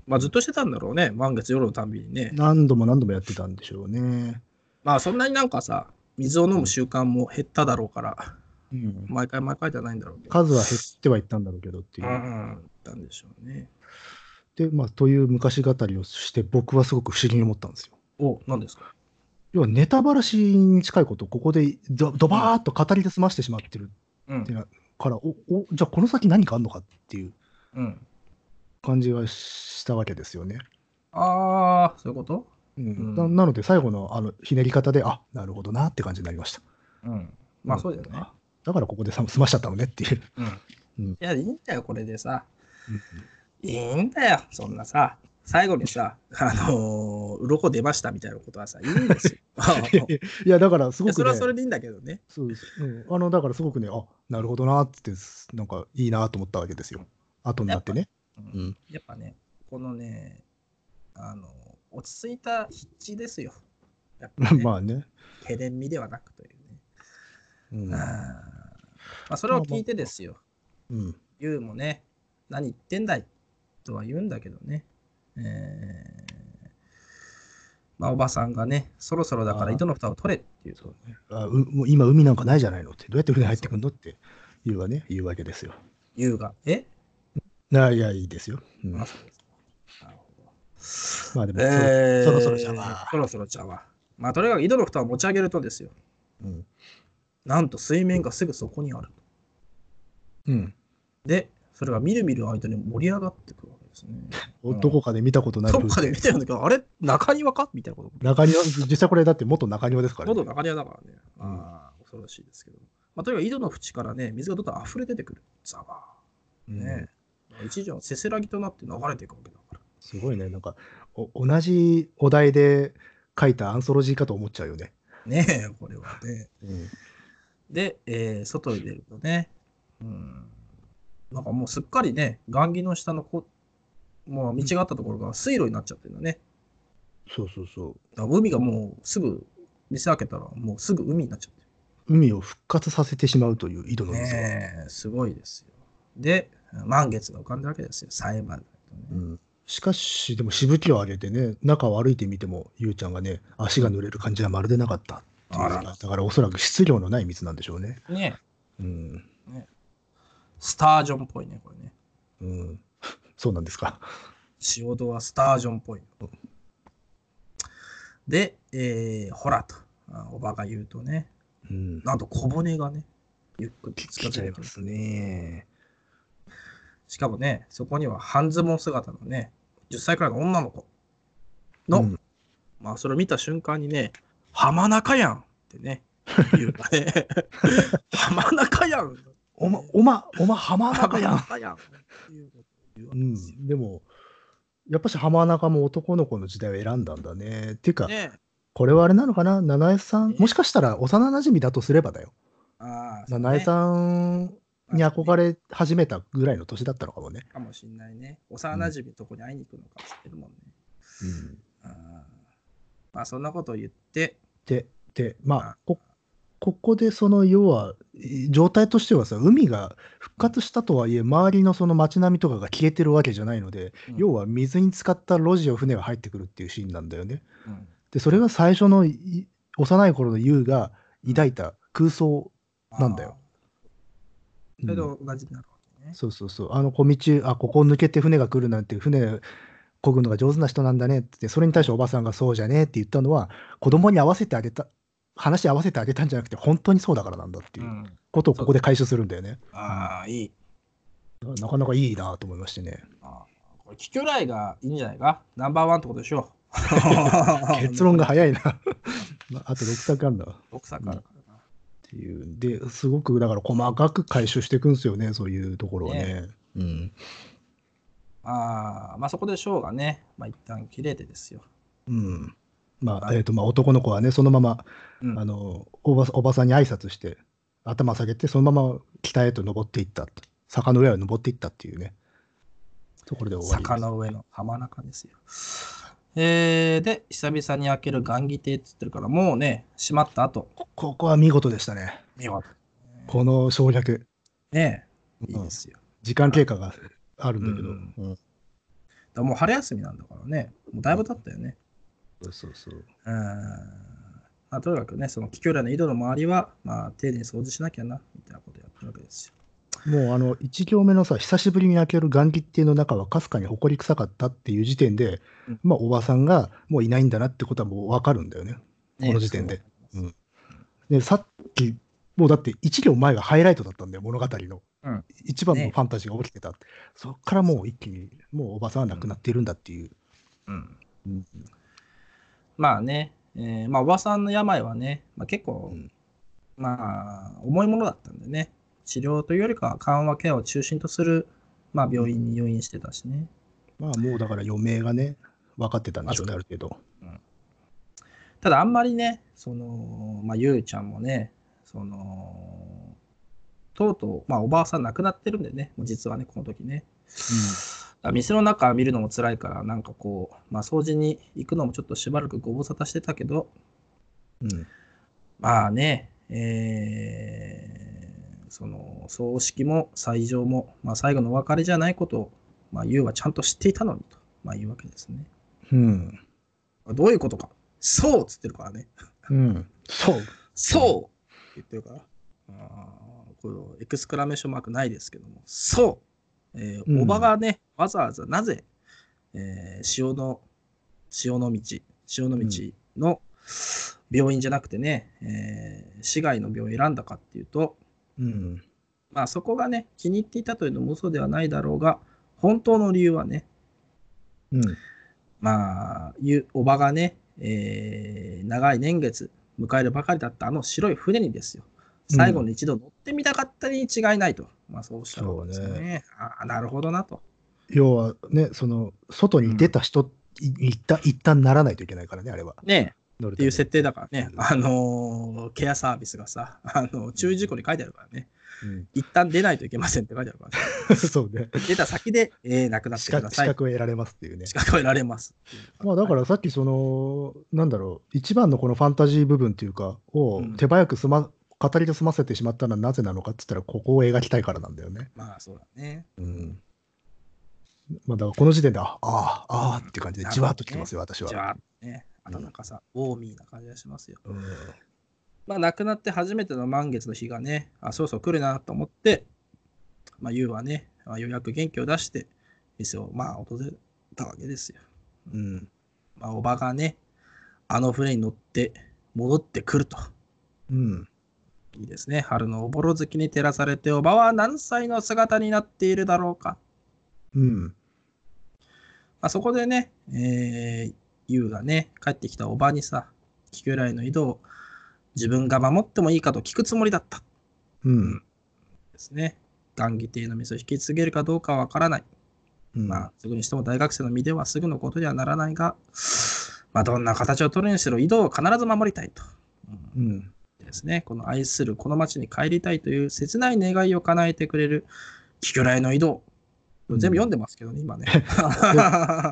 [SPEAKER 1] まあ、ずっとしてたんだろうね、満月夜のたんびにね。
[SPEAKER 2] 何度も何度もやってたんでしょうね。
[SPEAKER 1] まあ、そんなになんかさ、水を飲む習慣も減っただろうから、
[SPEAKER 2] うん、
[SPEAKER 1] 毎回毎回じゃないんだろうけど。
[SPEAKER 2] 数は減ってはいったんだろうけどっていうう。
[SPEAKER 1] ん、なんでしょうね。
[SPEAKER 2] で、まあ、という昔語りをして、僕はすごく不思議に思ったんですよ。
[SPEAKER 1] お、何ですか
[SPEAKER 2] 要はネタばらしに近いことをここでドドバーっと語りで済ましてしまってる
[SPEAKER 1] うん
[SPEAKER 2] て。なから、おおじゃあこの先何かあんのかっていう
[SPEAKER 1] うん、
[SPEAKER 2] 感じはしたわけですよね。
[SPEAKER 1] ああ、そういうこと
[SPEAKER 2] うん
[SPEAKER 1] ん
[SPEAKER 2] ななので最後のあのひねり方で、あなるほどなって感じになりました。
[SPEAKER 1] うん。まあ、そうだよね。
[SPEAKER 2] だからここでさ済ましちゃったのねっていう。
[SPEAKER 1] うん。
[SPEAKER 2] うん
[SPEAKER 1] いや、いいんだよ、これでさ。いいんだよ、そんなさ。最後にさ、あのー、鱗出ましたみたいなことはさ、いいんですよ。い
[SPEAKER 2] いやだからすご
[SPEAKER 1] や
[SPEAKER 2] く
[SPEAKER 1] それ
[SPEAKER 2] ね、
[SPEAKER 1] はそれでいいんだけどね。
[SPEAKER 2] そうです、うん、あのだからすごくね、あなるほどなってって、なんかいいなと思ったわけですよ。後になってね。
[SPEAKER 1] うん
[SPEAKER 2] うん、
[SPEAKER 1] やっぱね、このね、あの落ち着いた筆致ですよ。やっぱね、
[SPEAKER 2] まあね。
[SPEAKER 1] ヘレン味ではなくというね。
[SPEAKER 2] うん
[SPEAKER 1] あーまあ、それを聞いてですよ。
[SPEAKER 2] うん
[SPEAKER 1] ユウもね、何言ってんだいとは言うんだけどね。えーまあ、おばさんがね、そろそろだから糸の蓋を取れっていう。
[SPEAKER 2] そうね、あうもう今海なんかないじゃないのってどうやって船入ってくんのって言うわね言うわけですよ。
[SPEAKER 1] ユウが、え
[SPEAKER 2] あいやいいですよ。うん
[SPEAKER 1] あ
[SPEAKER 2] ま
[SPEAKER 1] そうですかなるほど
[SPEAKER 2] あでも、
[SPEAKER 1] えー
[SPEAKER 2] そろそろじゃわ
[SPEAKER 1] そろそろじゃわ。まあ、とにかく井戸の蓋を持ち上げるとですよ。
[SPEAKER 2] うん
[SPEAKER 1] なんと水面がすぐそこにある。
[SPEAKER 2] うん
[SPEAKER 1] で、それがみるみる間に盛り上がってくるわけですね。
[SPEAKER 2] おどこかで見たことない
[SPEAKER 1] ど
[SPEAKER 2] 風
[SPEAKER 1] っ
[SPEAKER 2] 景
[SPEAKER 1] かで見たようなけど、あれ中庭かみたいなこと。
[SPEAKER 2] 中庭実際これだって元中庭ですから、
[SPEAKER 1] 元
[SPEAKER 2] ね、
[SPEAKER 1] 中庭だからね。
[SPEAKER 2] うん
[SPEAKER 1] ああ、恐ろしいですけど。まあ、とにかく井戸の縁からね、水がどんどん溢れ出てくる。ザバー。ね、一時はせせらぎとなって流れていくわけだから。
[SPEAKER 2] すごいねなんかお同じお題で書いたアンソロジーかと思っちゃうよね。
[SPEAKER 1] ねえ、これはね。
[SPEAKER 2] うん
[SPEAKER 1] で、えー外へ出るとね、うん、なんかもうすっかりね、雁木の下のこ、もう道があったところが水路になっちゃってるんだね。
[SPEAKER 2] そうそうそう
[SPEAKER 1] だから海がもうすぐ、店開けたらもうすぐ海になっちゃってる。
[SPEAKER 2] 海を復活させてしまうという井戸の水が、
[SPEAKER 1] ねえ、すごいですよ。で、満月が浮かんだわけですよ、冴えまで、
[SPEAKER 2] う
[SPEAKER 1] ね
[SPEAKER 2] ん、しかしでもしぶきを上げてね中を歩いてみてもゆうちゃんがね足が濡れる感じはまるでなかったっていう
[SPEAKER 1] あら
[SPEAKER 2] だからおそらく質量のない水なんでしょうね。
[SPEAKER 1] ねえ
[SPEAKER 2] うん
[SPEAKER 1] スタージョンっぽいね、これね。
[SPEAKER 2] うん、 そうなんですか。
[SPEAKER 1] 仕事はスタージョンっぽい。で、えーほらと、あおばが言うとね、
[SPEAKER 2] うん、
[SPEAKER 1] なんと小骨がね、ゆっくり
[SPEAKER 2] 来ちゃいますね。
[SPEAKER 1] しかもね、そこには半ズボン姿のね、10歳くらいの女の子の、
[SPEAKER 2] うん
[SPEAKER 1] まあそれを見た瞬間にね、浜中やんってね、言うか ね、浜中やん
[SPEAKER 2] おま、おま、おま、浜中
[SPEAKER 1] 浜
[SPEAKER 2] やん。
[SPEAKER 1] 中やんっていうことを言うわ
[SPEAKER 2] う
[SPEAKER 1] けですよ
[SPEAKER 2] ん、でも、やっぱし浜中も男の子の時代を選んだんだね。っていうか、
[SPEAKER 1] ね
[SPEAKER 2] これはあれなのかな七重さん
[SPEAKER 1] ね、
[SPEAKER 2] もしかしたら幼馴染だとすればだよ。
[SPEAKER 1] ああそうね
[SPEAKER 2] 七重さんに憧れ始めたぐらいの年だったのかもね。
[SPEAKER 1] かもしんないね。幼馴染のとこに会いに行くのかもしれるもんね。
[SPEAKER 2] うん
[SPEAKER 1] あまあそんなことを言って、
[SPEAKER 2] で、で、ま
[SPEAKER 1] あ
[SPEAKER 2] あ、こここでその要は、い状態としてはさ、海が復活したとはいえ、周りのその街並みとかが消えてるわけじゃないので、
[SPEAKER 1] うん
[SPEAKER 2] 要は水に浸かった路地を船が入ってくるっていうシーンなんだよね。
[SPEAKER 1] うん
[SPEAKER 2] で、それが最初のい幼い頃の優が抱いた空想。なんだよ。
[SPEAKER 1] あーそれ
[SPEAKER 2] う
[SPEAKER 1] と同じになるわけね
[SPEAKER 2] ん。そうそうそう、あの小道、あ、ここを抜けて船が来るなんて、船漕ぐのが上手な人なんだねって、それに対しておばさんがそうじゃねえって言ったのは、子供に合わせてあげた、話し合わせてあげたんじゃなくて、本当にそうだからなんだっていう。
[SPEAKER 1] うん
[SPEAKER 2] ことをここで回収するんだよね。
[SPEAKER 1] ああ、いい。
[SPEAKER 2] からなかなかいいなと思いましてね。
[SPEAKER 1] これ、キキョライがいいんじゃないかナンバーワンってことでしょ
[SPEAKER 2] 結論が早いな。まああと6作あるんだっ
[SPEAKER 1] 奥さんからかな。
[SPEAKER 2] ていう。で、すごくだから細かく回収していくんですよね、そういうところはね。うん。
[SPEAKER 1] ああ、まあそこでショーがね、まあ一旦切れてですよ。
[SPEAKER 2] うん。まあ、えっ、と、まあ男の子はね、そのまま、
[SPEAKER 1] うん
[SPEAKER 2] あのおば、おばさんに挨拶して、頭下げて、そのまま北へと登っていったと。坂の上を登っていったっていうね。ところで終わりです。
[SPEAKER 1] 坂の上の浜中ですよ。えー、で、久々に開ける雁木亭って言ってるから、もうね、閉まった後。
[SPEAKER 2] ここは見事でしたね。
[SPEAKER 1] 見事。
[SPEAKER 2] この省略。
[SPEAKER 1] ねえ、いい
[SPEAKER 2] うん
[SPEAKER 1] ですよ。
[SPEAKER 2] 時間経過があるんだけど。
[SPEAKER 1] う
[SPEAKER 2] うんん
[SPEAKER 1] だからもう春休みなんだからね、もうだいぶ経ったよね。
[SPEAKER 2] そうそうそう。
[SPEAKER 1] うん。まあ、とにかくね、その気境来の井戸の周りは、まあ、丁寧に掃除しなきゃな、みたいなことやってるわけですよ。
[SPEAKER 2] もうあの1行目のさ、久しぶりに開ける眼気っていうの中はかすかに埃臭かったっていう時点で、
[SPEAKER 1] うん
[SPEAKER 2] まあ、おばさんがもういないんだなってことはもう分かるんだよね。
[SPEAKER 1] ね
[SPEAKER 2] この時点で。で、さっき、もうだって1行前がハイライトだったんだよ、物語の。
[SPEAKER 1] うん
[SPEAKER 2] 一番の
[SPEAKER 1] ね
[SPEAKER 2] ファンタジーが起きてた、そっからもう一気に、もうおばさんは亡くなっているんだっていう。
[SPEAKER 1] うん。
[SPEAKER 2] うん
[SPEAKER 1] まあね、えーまあ、おばさんの病はね、まあ、結構、
[SPEAKER 2] うん
[SPEAKER 1] まあ、重いものだったんでね、治療というよりかは緩和ケアを中心とする、まあ、病院に入院してたしね。
[SPEAKER 2] まあもうだから余命がね、分かってたんでしょうね、ある程度。
[SPEAKER 1] ただ、あんまりね、その、まあ、ゆうちゃんもね、その、とうとう、まあ、おばあさん亡くなってるんでね、もう実はね、この時ね。あ店の中見るのも辛いから、なんかこう、まあ、掃除に行くのもちょっとしばらくご無沙汰してたけど、
[SPEAKER 2] うんうん
[SPEAKER 1] まあね、えーその、葬式も斎場も、まあ、最後のお別れじゃないことを、まあ、ゆうはちゃんと知っていたのにと、まあ、いうわけですね。
[SPEAKER 2] うん。
[SPEAKER 1] どういうことか。そうっつってるからね。
[SPEAKER 2] うん。そう。
[SPEAKER 1] そうって言ってるから。あーこのエクスクラメーションマークないですけども、そう、えー
[SPEAKER 2] うん
[SPEAKER 1] おばがね、わざわざなぜ、えー潮の、潮の道、潮の道の病院じゃなくてね、えー市外の病院を選んだかっていうと、
[SPEAKER 2] うん。
[SPEAKER 1] まあそこがね、気に入っていたというのも嘘ではないだろうが、本当の理由はね、
[SPEAKER 2] うん。
[SPEAKER 1] まあ、ゆおばがね、えー長い年月迎えるばかりだったあの白い船にですよ、最後に一度乗ってみたかったに違いないと、まあそうおっしゃるんですよ
[SPEAKER 2] そう
[SPEAKER 1] ね。ああ、なるほどなと。
[SPEAKER 2] 要はね、その、外に出た人、い一旦、一旦ならないといけないからね、あれは。
[SPEAKER 1] ね
[SPEAKER 2] 乗
[SPEAKER 1] え、った
[SPEAKER 2] る
[SPEAKER 1] てい
[SPEAKER 2] めに
[SPEAKER 1] う設定だからね、あのーケアサービスがさ、あの注意事項に書いてあるからね、一旦出ないといけませんって書いてあるから、
[SPEAKER 2] うん そうね。
[SPEAKER 1] 出た先で、えー亡くなっ
[SPEAKER 2] 資
[SPEAKER 1] てくだ
[SPEAKER 2] 格
[SPEAKER 1] さ
[SPEAKER 2] 資
[SPEAKER 1] い。
[SPEAKER 2] 格を得られますっていうね
[SPEAKER 1] 資。格を得られますっていう。
[SPEAKER 2] まあだからさっきその、なんだろう、一番のこのファンタジー部分っていうか、を手早くすま、語りと済ませてしまったのはなぜなのかって言ったら、ここを描きたいからなんだよね。
[SPEAKER 1] まあそうだね。
[SPEAKER 2] うん。まあだからこの時点で、ああ、ああっていう感じで、じわっときてますよ、私
[SPEAKER 1] じゃ
[SPEAKER 2] は。
[SPEAKER 1] あ、ね、温かさ、ウォーミーな感じがしますよ。
[SPEAKER 2] うん
[SPEAKER 1] まあ、亡くなって初めての満月の日がね、あ、そうそう来るなと思って、まあ、ゆうはね、あようやく元気を出して、店をまあ訪れたわけですよ。
[SPEAKER 2] うん。
[SPEAKER 1] まあ、おばがね、あの船に乗って戻ってくると。
[SPEAKER 2] うん。
[SPEAKER 1] いいですね。春のおぼろ月に照らされて、おばは何歳の姿になっているだろうか。
[SPEAKER 2] うん。
[SPEAKER 1] まあ、そこでね、えー、ゆうがね、帰ってきたおばにさ、キキュライの井戸を自分が守ってもいいかと聞くつもりだった。
[SPEAKER 2] うん。
[SPEAKER 1] ですね。雁木亭の店を引き継げるかどうかはわからない。
[SPEAKER 2] うん
[SPEAKER 1] まあ、すぐにしても大学生の身ではすぐのことにはならないが、まあ、どんな形を取るにしろ、井戸を必ず守りたいと。うん
[SPEAKER 2] うん。
[SPEAKER 1] ですね。この愛するこの町に帰りたいという切ない願いを叶えてくれる、キキョライの井戸。全部読んでますけどね、 今ね。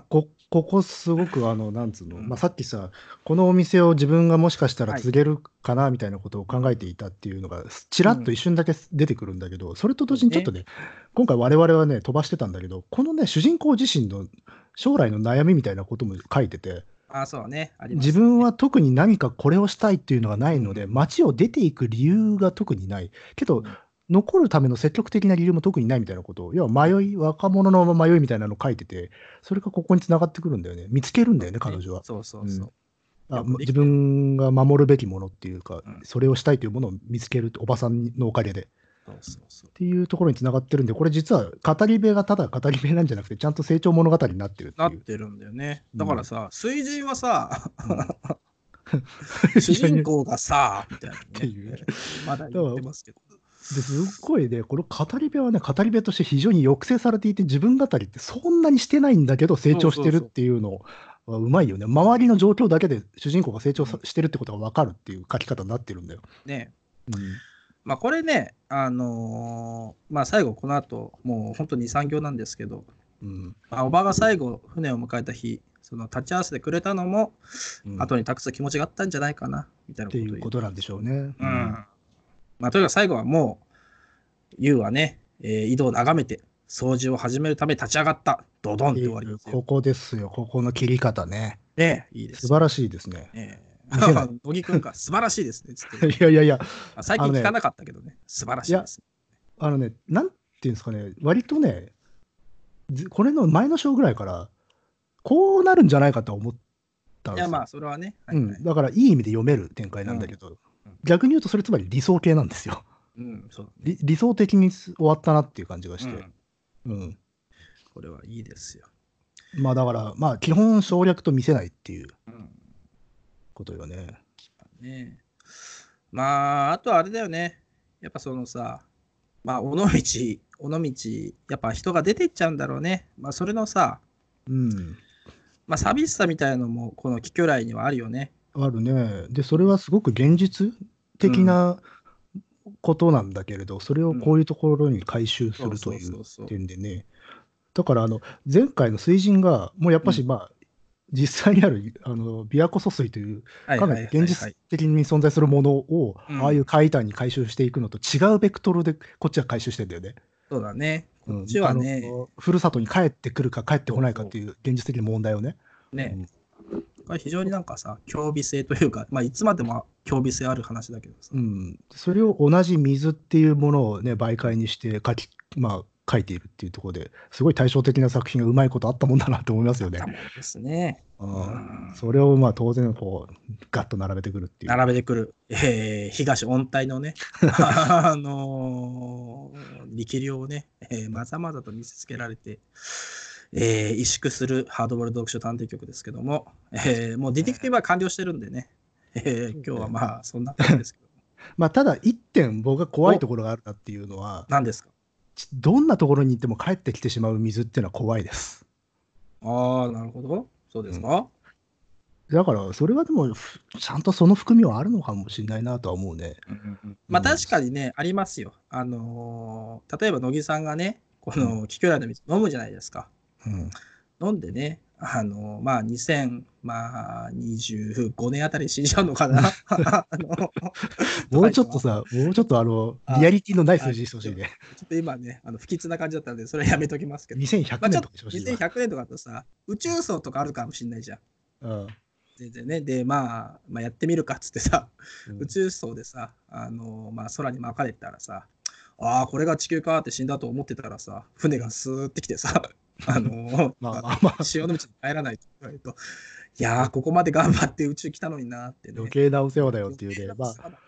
[SPEAKER 2] こここすごくあのなんつうの、まあ、さっきさこのお店を自分がもしかしたら継げるかなみたいなことを考えていたっていうのがちらっと一瞬だけ出てくるんだけど、それと同時にちょっとね今回我々はね飛ばしてたんだけどこのね主人公自身の将来の悩みみたいなことも書いてて
[SPEAKER 1] あ、そうね。あります
[SPEAKER 2] 自分は特に何かこれをしたいっていうのがないので街を出ていく理由が特にないけど残るための積極的な理由も特にないみたいなことを要は迷い若者の迷いみたいなのを書いててそれがここに繋がってくるんだよね見つけるんだよね彼女は、
[SPEAKER 1] そうそうそう。
[SPEAKER 2] あ
[SPEAKER 1] うん
[SPEAKER 2] 自分が守るべきものっていうか、
[SPEAKER 1] うん
[SPEAKER 2] それをしたいというものを見つけるおばさんのおかげで、
[SPEAKER 1] そうそうそう
[SPEAKER 2] ていうところにつながってるんで、これ実は語り部がただ語り部なんじゃなくて、ちゃんと成長物語になってるって
[SPEAKER 1] なっ
[SPEAKER 2] いう。
[SPEAKER 1] てるんだよね。
[SPEAKER 2] うん
[SPEAKER 1] だからさ、水人はさ、
[SPEAKER 2] うん
[SPEAKER 1] 主人公がさ、みたいな、ね。
[SPEAKER 2] っていう
[SPEAKER 1] えーまだ言ってますけど。
[SPEAKER 2] ですっごいね、この語り部はね、語り部として非常に抑制されていて、自分語りってそんなにしてないんだけど、成長してるっていうのはうまいよね。周りの状況だけで主人公が成長さしてるってことが分かるっていう書き方になってるんだよ。
[SPEAKER 1] ね。
[SPEAKER 2] うん
[SPEAKER 1] まあこれね、あのーまあ最後この後、もう本当に2、3行なんですけど、
[SPEAKER 2] うん
[SPEAKER 1] まあ、おばが最後、船を迎えた日、その立ち合わせてくれたのも、
[SPEAKER 2] うん
[SPEAKER 1] 後に託す気持ちがあったんじゃないかな、みたい
[SPEAKER 2] っ
[SPEAKER 1] な
[SPEAKER 2] て
[SPEAKER 1] 言
[SPEAKER 2] いうことなんでしょうね。
[SPEAKER 1] うん。まあとにかく最後はもう、ユウはね、えー井戸を眺めて、掃除を始めるため立ち上がった。ドドンっ
[SPEAKER 2] っててい
[SPEAKER 1] 終わりで
[SPEAKER 2] う
[SPEAKER 1] す
[SPEAKER 2] こ
[SPEAKER 1] よ。
[SPEAKER 2] こですよ、ここの切り方ね。
[SPEAKER 1] ねいいです
[SPEAKER 2] 素。晴らしいですね。
[SPEAKER 1] ええ
[SPEAKER 2] 見せない
[SPEAKER 1] 乃木くんか、素晴らしいですね。つって
[SPEAKER 2] いやいやいや、
[SPEAKER 1] あ最近聞かなかったけどね、素晴らしいです。
[SPEAKER 2] あのね、なんていうんですかね、割とね、ずこれの前の章ぐらいから、こうなるんじゃないかと思ったん
[SPEAKER 1] い
[SPEAKER 2] です
[SPEAKER 1] や、
[SPEAKER 2] よ。
[SPEAKER 1] まあ、それはね、は
[SPEAKER 2] う
[SPEAKER 1] いはい
[SPEAKER 2] ん、だからいい意味で読める展開なんだけど、
[SPEAKER 1] うん
[SPEAKER 2] 逆に言うとそれつまり理想形なんですよ。
[SPEAKER 1] うん、そうだね。
[SPEAKER 2] 理理想的に終わったなっていう感じがし
[SPEAKER 1] う
[SPEAKER 2] て。
[SPEAKER 1] ん
[SPEAKER 2] うん
[SPEAKER 1] これはいいですよ。
[SPEAKER 2] まあだから、まあ基本省略と見せないっていう
[SPEAKER 1] うん
[SPEAKER 2] ことよね。
[SPEAKER 1] ねえまあ、あとはあれだよね、やっぱそのさ、まあ、尾道、尾道、やっぱ人が出てっちゃうんだろうね。まあ、それのさ、
[SPEAKER 2] うん。
[SPEAKER 1] まあ、寂しさみたいなのも、この気去来にはあるよね。
[SPEAKER 2] あるね。で、それはすごく現実的なことなんだけれど、それをこういうところに回収するとい
[SPEAKER 1] そううそうそう
[SPEAKER 2] 点でね。だから、あの、前回の水人が、もうやっぱし、
[SPEAKER 1] う
[SPEAKER 2] まあ、実際にある、あの、琵琶湖疎水という
[SPEAKER 1] はい
[SPEAKER 2] か
[SPEAKER 1] はい
[SPEAKER 2] な
[SPEAKER 1] はい
[SPEAKER 2] り
[SPEAKER 1] はい
[SPEAKER 2] 現実的に存在するものを、
[SPEAKER 1] うん
[SPEAKER 2] ああいう解体に回収していくのと違うベクトルでこっちは回収してんだよね。
[SPEAKER 1] そうだね。
[SPEAKER 2] うん
[SPEAKER 1] こっちはね、
[SPEAKER 2] あのふるさとに帰ってくるか帰ってこないかっていう現実的な問題をね。
[SPEAKER 1] ね、これ非常になんかさ、興味性というか、まあ、いつまでも興味性ある話だけどさ。
[SPEAKER 2] うん、それを同じ水っていうものをね媒介にして書き、まあ、書いているっていうところですごい対照的な作品がうまいことあったもんだなと思いますよね
[SPEAKER 1] だ。もんですね。
[SPEAKER 2] うんそれをまあ当然こうガッと並べてくるっていう。
[SPEAKER 1] 並べてくる、えー東温帯の ね、あのー力量をね、えーまざまざと見せつけられて、えー萎縮するハードボールド読書探偵局ですけども、えーもうディティクティブは完了してるんでね、えー今日はまあそんな感じですけど、
[SPEAKER 2] まあ、ただ一点僕が怖いところがあるなっていうのは
[SPEAKER 1] 何ですか
[SPEAKER 2] ちどんなところに行っても帰ってきてしまう水っていうのは怖いです。
[SPEAKER 1] ああ、なるほど。そうですか、
[SPEAKER 2] だからそれはでもふちゃんとその含みはあるのかもしれないなとは思うね。
[SPEAKER 1] まあ確かにね、ありますよ。あのー例えば乃木さんがね、この気球来の水飲むじゃないですか。
[SPEAKER 2] うん
[SPEAKER 1] 飲んでね、あの、まあ、2025年あたり死んじゃうのかな。 あのち
[SPEAKER 2] もうちょっとさ、もうちょっとあのリアリティのない数字にしてほしいね。
[SPEAKER 1] ょっと今ね、あの不吉な感じだったんで、それはやめときますけど。ま
[SPEAKER 2] 2100
[SPEAKER 1] あ、ちょっ
[SPEAKER 2] 年
[SPEAKER 1] と
[SPEAKER 2] とかにしてほしいわ。
[SPEAKER 1] 2100年とかだとさ、宇宙層とかあるかもしれないじゃん。
[SPEAKER 2] うん
[SPEAKER 1] 全然ね。で、まあ、まあ、やってみるかっつってさ、
[SPEAKER 2] うん
[SPEAKER 1] 宇宙層でさ、あの、まあ、空に巻かれたらさ、ああ、これが地球かーって死んだと思ってたらさ、船がスーってきてさ、 あの、
[SPEAKER 2] まあまあまあ、
[SPEAKER 1] 潮の道に帰らないと言われると、いやー、ここまで頑張って宇宙来たのになーってね。
[SPEAKER 2] 余計なお世話だよっていうね、
[SPEAKER 1] 余計
[SPEAKER 2] ま
[SPEAKER 1] なお世話だ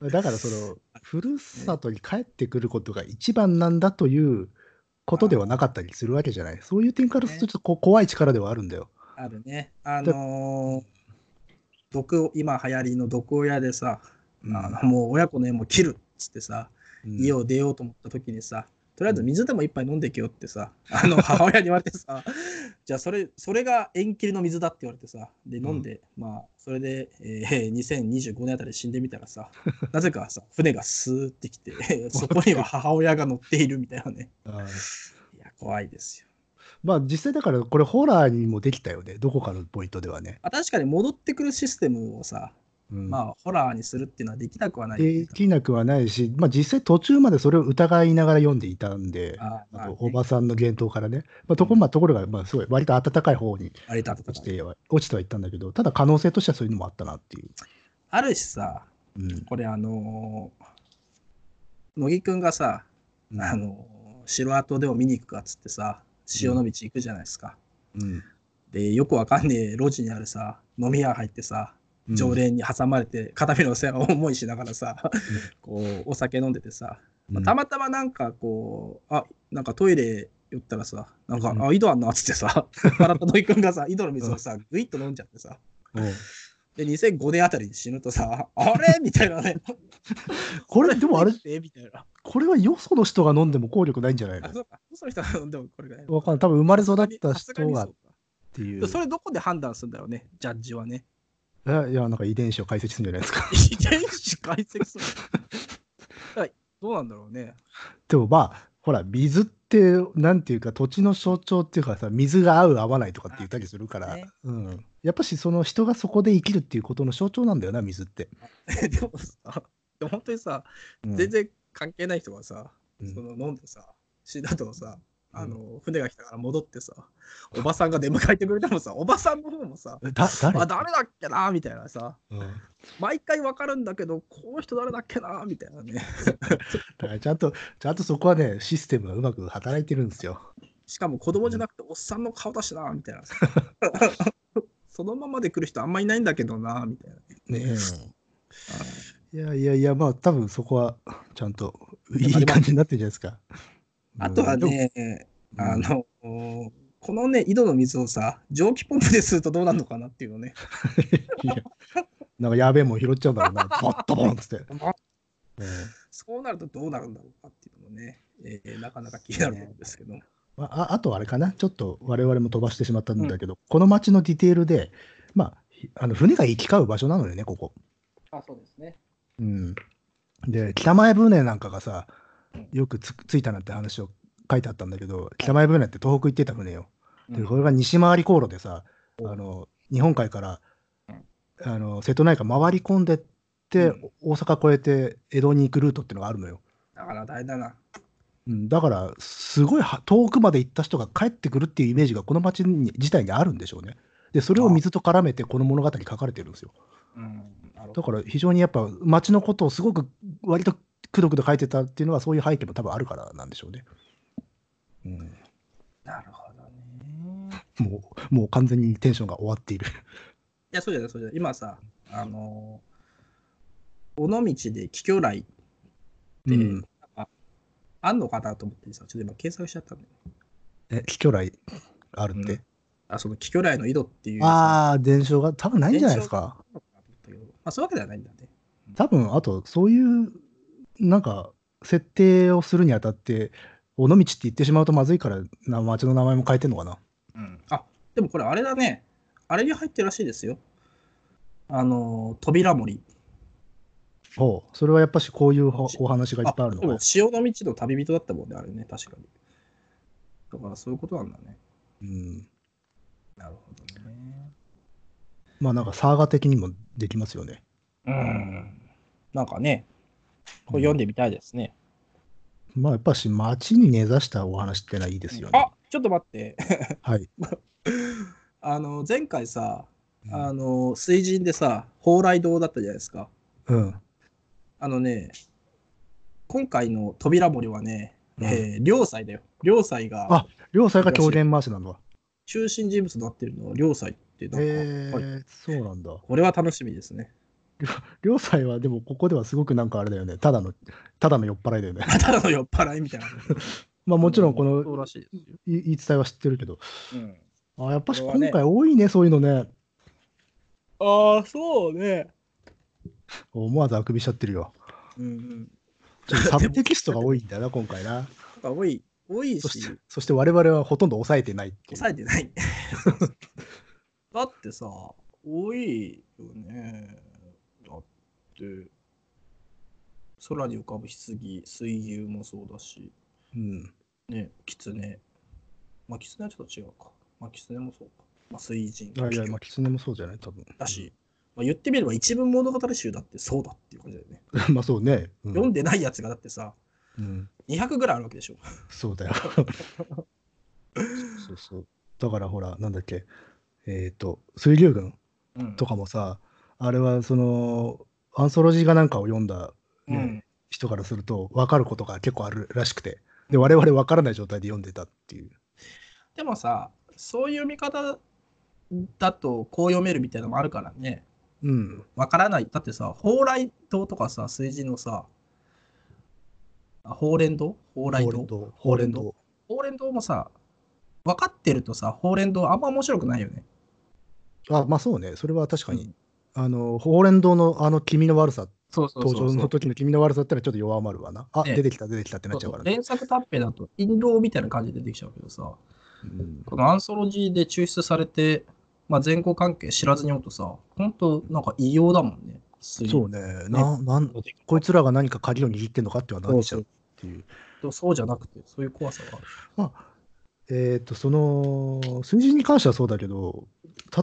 [SPEAKER 2] あ、だからその、ふるさとに帰ってくることが一番なんだということではなかったりするわけじゃない。そういう点からすると、ちょっとこう怖い力ではあるんだよ。
[SPEAKER 1] あるね。あのー毒を、今流行りの毒親でさ、あのもう親子の縁も切るっつってさ、
[SPEAKER 2] うん
[SPEAKER 1] 家を出ようと思った時にさ、とりあえず水でも一杯飲んでけよって さ、あの母親に言われてさ、じゃあそれ、それが縁切りの水だって言われてさ、で、飲んで、まあ、それで、えー2025年あたり死んでみたら さ、なぜかさ、船がスーってきて、そこには母親が乗っているみたいなね。
[SPEAKER 2] ああ
[SPEAKER 1] いや、怖いですよ。
[SPEAKER 2] まあ実際だから、これホラーにもできたよね。どこかのポイントではね。
[SPEAKER 1] あ確かに戻ってくるシステムをさ、
[SPEAKER 2] うん
[SPEAKER 1] まあ、ホラーにするっていうのはできなくはないってい
[SPEAKER 2] で
[SPEAKER 1] うか。
[SPEAKER 2] きなくはないし、まあ実際途中までそれを疑いながら読んでいたんで、
[SPEAKER 1] あ
[SPEAKER 2] あ
[SPEAKER 1] まあ
[SPEAKER 2] と
[SPEAKER 1] ね
[SPEAKER 2] おばさんの言動からね、まあ、とこまあところがまあすごい割と温かい方に
[SPEAKER 1] あれだとか
[SPEAKER 2] 落ちては落ちてはいったんだけど、ただ可能性としてはそういうのもあったなっていう。
[SPEAKER 1] あるしさ、
[SPEAKER 2] うん
[SPEAKER 1] これあのー乃木くんがさ、あのー城跡でも見に行くかっつってさ、潮の道行くじゃないですか。
[SPEAKER 2] うん
[SPEAKER 1] で、よくわかんねえ路地にあるさ、飲み屋入ってさ、
[SPEAKER 2] うん
[SPEAKER 1] 常連に挟まれて、片目の線を重いしながらさ、 こう、お酒飲んでてさ、まあたまたまなんかこう、あ、なんかトイレ寄ったらさ、なんか、
[SPEAKER 2] うん
[SPEAKER 1] あ、井戸あんなっつって さ、原田土井くんがさ、井戸の水をさ、ぐいっと飲んじゃってさ、
[SPEAKER 2] うんうん
[SPEAKER 1] で、2005年あたりに死ぬとさ、あれみたいなね。
[SPEAKER 2] これ、でもあれ、
[SPEAKER 1] えみたいな。
[SPEAKER 2] これはよその人が飲んでも効力ないんじゃない
[SPEAKER 1] あ、
[SPEAKER 2] の
[SPEAKER 1] そうか。その人は、でもこれぐらい。
[SPEAKER 2] わかんない。多分生まれ育った
[SPEAKER 1] さすが
[SPEAKER 2] 人
[SPEAKER 1] に
[SPEAKER 2] が
[SPEAKER 1] そ
[SPEAKER 2] っ
[SPEAKER 1] うか
[SPEAKER 2] てい
[SPEAKER 1] で
[SPEAKER 2] う。
[SPEAKER 1] それどこで判断するんだろうね、ジャッジはね。
[SPEAKER 2] えいや、なんか遺伝子を解析するんじゃないですか。
[SPEAKER 1] 遺伝子解析するのはいどうなんだろうね。
[SPEAKER 2] でもまあ、ほら、水って、なんていうか、土地の象徴っていうかさ、水が合う合わないとかって言ったりするから、
[SPEAKER 1] あね
[SPEAKER 2] うん。やっぱし、その人がそこで生きるっていうことの象徴なんだよな、水って。
[SPEAKER 1] でもさ、でも本当にさ、
[SPEAKER 2] うん
[SPEAKER 1] 全然関係ない人がさ、
[SPEAKER 2] うん
[SPEAKER 1] その飲んでさ、死んだ後さ、あの船が来たから戻ってさ、おばさんが出迎えてくれてもさ、おばさんの方もさ、
[SPEAKER 2] えだ誰
[SPEAKER 1] あ、誰だっけなみたいなさ、
[SPEAKER 2] うん
[SPEAKER 1] 毎回わかるんだけど、この人誰だっけなみたいなね。
[SPEAKER 2] だからちゃんと、ちゃんとそこはね、システムがうまく働いてるんですよ。
[SPEAKER 1] しかも子供じゃなくておっさんの顔だしなみ たいなさ。そのままで来る人あんまいないんだけどなみたいな。
[SPEAKER 2] ねえいやいやいや、まあ、多分そこは、ちゃんと、い
[SPEAKER 1] あれ
[SPEAKER 2] い感じになってるんじゃないですか。
[SPEAKER 1] あとはね、
[SPEAKER 2] うん、
[SPEAKER 1] あ
[SPEAKER 2] うん
[SPEAKER 1] の、このね、井戸の水をさ、蒸気ポンプでするとどうなるのかなっていうのね。
[SPEAKER 2] いやなんかやべえもん拾っちゃうんだろ うな、ボッとボンっつって。ね
[SPEAKER 1] そうなるとどうなるんだろうかっていうのもね、えーなかなか気になるんですけど。
[SPEAKER 2] まあ、あとあれかな、ちょっと我々も飛ばしてしまったんだけど、この町のディテールで、まあ、ひあの船が行き交う場所なのよね、ここ。
[SPEAKER 1] あ、そうですね。
[SPEAKER 2] うん、で、北前船なんかがさ
[SPEAKER 1] うん、
[SPEAKER 2] よくつ着いたなんて話を書いてあったんだけど、北前船って東北行ってた船よ。で、これが西回り航路でさ、あの日本海から
[SPEAKER 1] うん
[SPEAKER 2] あの瀬戸内海回り込んでって、
[SPEAKER 1] うん
[SPEAKER 2] 大阪越えて江戸に行くルートっていうのがあるのよ。
[SPEAKER 1] だから大変だな。
[SPEAKER 2] うん、だから、すごいは遠くまで行った人が帰ってくるっていうイメージが、この町に自体にあるんでしょうね。で、それを水と絡めて、この物語書かれてるんですよ。
[SPEAKER 1] うん。なるほ
[SPEAKER 2] だ
[SPEAKER 1] ど
[SPEAKER 2] から、非常にやっぱ、町のことをすごく、割とくどくど書いてたっていうのは、そういう背景も多分あるからなんでしょうね。うん、
[SPEAKER 1] なるほどね。
[SPEAKER 2] もう、もう完全にテンションが終わっている。
[SPEAKER 1] いや、そうじゃない、そうじゃない。今さ、あのー尾道で桔梗来って、
[SPEAKER 2] うん、
[SPEAKER 1] ああんのかなと思ってさ、ちょっと今検索しちゃったんだよ。
[SPEAKER 2] え、貴巨来あるって。
[SPEAKER 1] あ、その桔梗来の井戸っていうさ。
[SPEAKER 2] ああ、伝承が多分ないんじゃないですか。
[SPEAKER 1] あんのかなと思ったけどまあ、そういうわけではないんだね。
[SPEAKER 2] 多分あとそういうなんか設定をするにあたって尾道って言ってしまうとまずいからな町の名前も変えてんのかな
[SPEAKER 1] うん、あでもこれあれだね。あれに入ってるらしいですよ。あのー、扉森。
[SPEAKER 2] ほうそれはやっぱしこういうほお話がいっぱいあるのか
[SPEAKER 1] あそう潮の道の旅人だったもんね、あれね、確かに。だからそういうことなんだね。
[SPEAKER 2] うん
[SPEAKER 1] なるほどね。
[SPEAKER 2] まあなんかサーガ的にもできますよね
[SPEAKER 1] うん。なんかね、これ読んでみたいですね。
[SPEAKER 2] まあやっぱし町に根ざしたお話ってのはいいですよね
[SPEAKER 1] あちょっと待って。
[SPEAKER 2] はい、
[SPEAKER 1] あの、前回さ、あの、水神でさ、蓬莱堂だったじゃないですか。
[SPEAKER 2] うん
[SPEAKER 1] あのね、今回の扉森はね、
[SPEAKER 2] うん
[SPEAKER 1] えー両妻だよ。両妻が
[SPEAKER 2] あ両妻が狂言回しなんだ
[SPEAKER 1] 中心人物になってるのは両妻っていうの
[SPEAKER 2] へ
[SPEAKER 1] が
[SPEAKER 2] え
[SPEAKER 1] はい
[SPEAKER 2] そうなんだ
[SPEAKER 1] これは楽しみですね。
[SPEAKER 2] 両妻はでもここではすごくなんかあれだよねただのただの酔っ払いだ よね
[SPEAKER 1] ただの酔っ払いみたいな。
[SPEAKER 2] まあもちろんこ
[SPEAKER 1] そ
[SPEAKER 2] の
[SPEAKER 1] うらしいですよ。
[SPEAKER 2] い言い伝えは知ってるけど
[SPEAKER 1] うん、
[SPEAKER 2] あやっぱし
[SPEAKER 1] これ
[SPEAKER 2] 今
[SPEAKER 1] はね
[SPEAKER 2] 回多いね、そういうのね。
[SPEAKER 1] ああ、そうね。
[SPEAKER 2] 思わずあくびしちゃって るよ。
[SPEAKER 1] うんうん。
[SPEAKER 2] ちょっとサブテキストが多いんだよな、今回な。
[SPEAKER 1] なんか多い、多い
[SPEAKER 2] そ
[SPEAKER 1] し、
[SPEAKER 2] して、そして我々はほとんど抑えてないっていう
[SPEAKER 1] 抑えて ない。だってさ、多いよね。だって、空に浮かぶ棺、水牛もそうだし、
[SPEAKER 2] うん。
[SPEAKER 1] ね、狐。まあ、狐はちょっと違うか。まあ、狐もそうか。まあ、水神。
[SPEAKER 2] いやいや、まあ、狐もそうじゃない、多分。
[SPEAKER 1] だし、まあ、言ってみれば一文物語集だってそうだっていう感じだよね。
[SPEAKER 2] うん。 まあそうね。うん
[SPEAKER 1] 読んでないやつがだってさ、
[SPEAKER 2] うん
[SPEAKER 1] 200ぐらいあるわけでしょ。
[SPEAKER 2] そ うだよ。そうそうそう。だからほら、なんだっけ。えっ、と、水流軍とかもさ、あれはその、アンソロジーがなんかを読んだ
[SPEAKER 1] うん、
[SPEAKER 2] ね人からすると、分かることが結構あるらしくて。で、我々分からない状態で読んでたっていう。
[SPEAKER 1] でもさ、そういう見方だとこう読めるみたいなのもあるからね。
[SPEAKER 2] うん。
[SPEAKER 1] わからない。だってさ、蓬莱堂とかさ、水神のさ、あほうれん堂蓬
[SPEAKER 2] ほ
[SPEAKER 1] 莱
[SPEAKER 2] うれん
[SPEAKER 1] 堂
[SPEAKER 2] 堂。ほうれん堂。
[SPEAKER 1] ほうれん堂もさ、分かってるとさ、ほうれん堂あんま面白くないよね。
[SPEAKER 2] あ、まあそうね。それは確かに。
[SPEAKER 1] うん
[SPEAKER 2] あの、ほうれん堂のあの君の悪さ、
[SPEAKER 1] そうそ
[SPEAKER 2] 登場の時の君の悪さってのはちょっと弱まるわな。あ、
[SPEAKER 1] ね
[SPEAKER 2] 出てきた、出てきたってなっちゃうからね。
[SPEAKER 1] 連作タッペだと、印籠みたいな感じでできちゃうけどさ、
[SPEAKER 2] うん
[SPEAKER 1] このアンソロジーで抽出されて、まあ、前後関係知らずにおるとさ、本当なんか異様だもんね。
[SPEAKER 2] そううね。な、なん、こいつらが何か鍵を握ってんのかってはなっちゃうっていう。
[SPEAKER 1] でもそうじゃなくて、そういう怖さがある。
[SPEAKER 2] えっ、と、その、水準に関してはそうだけど、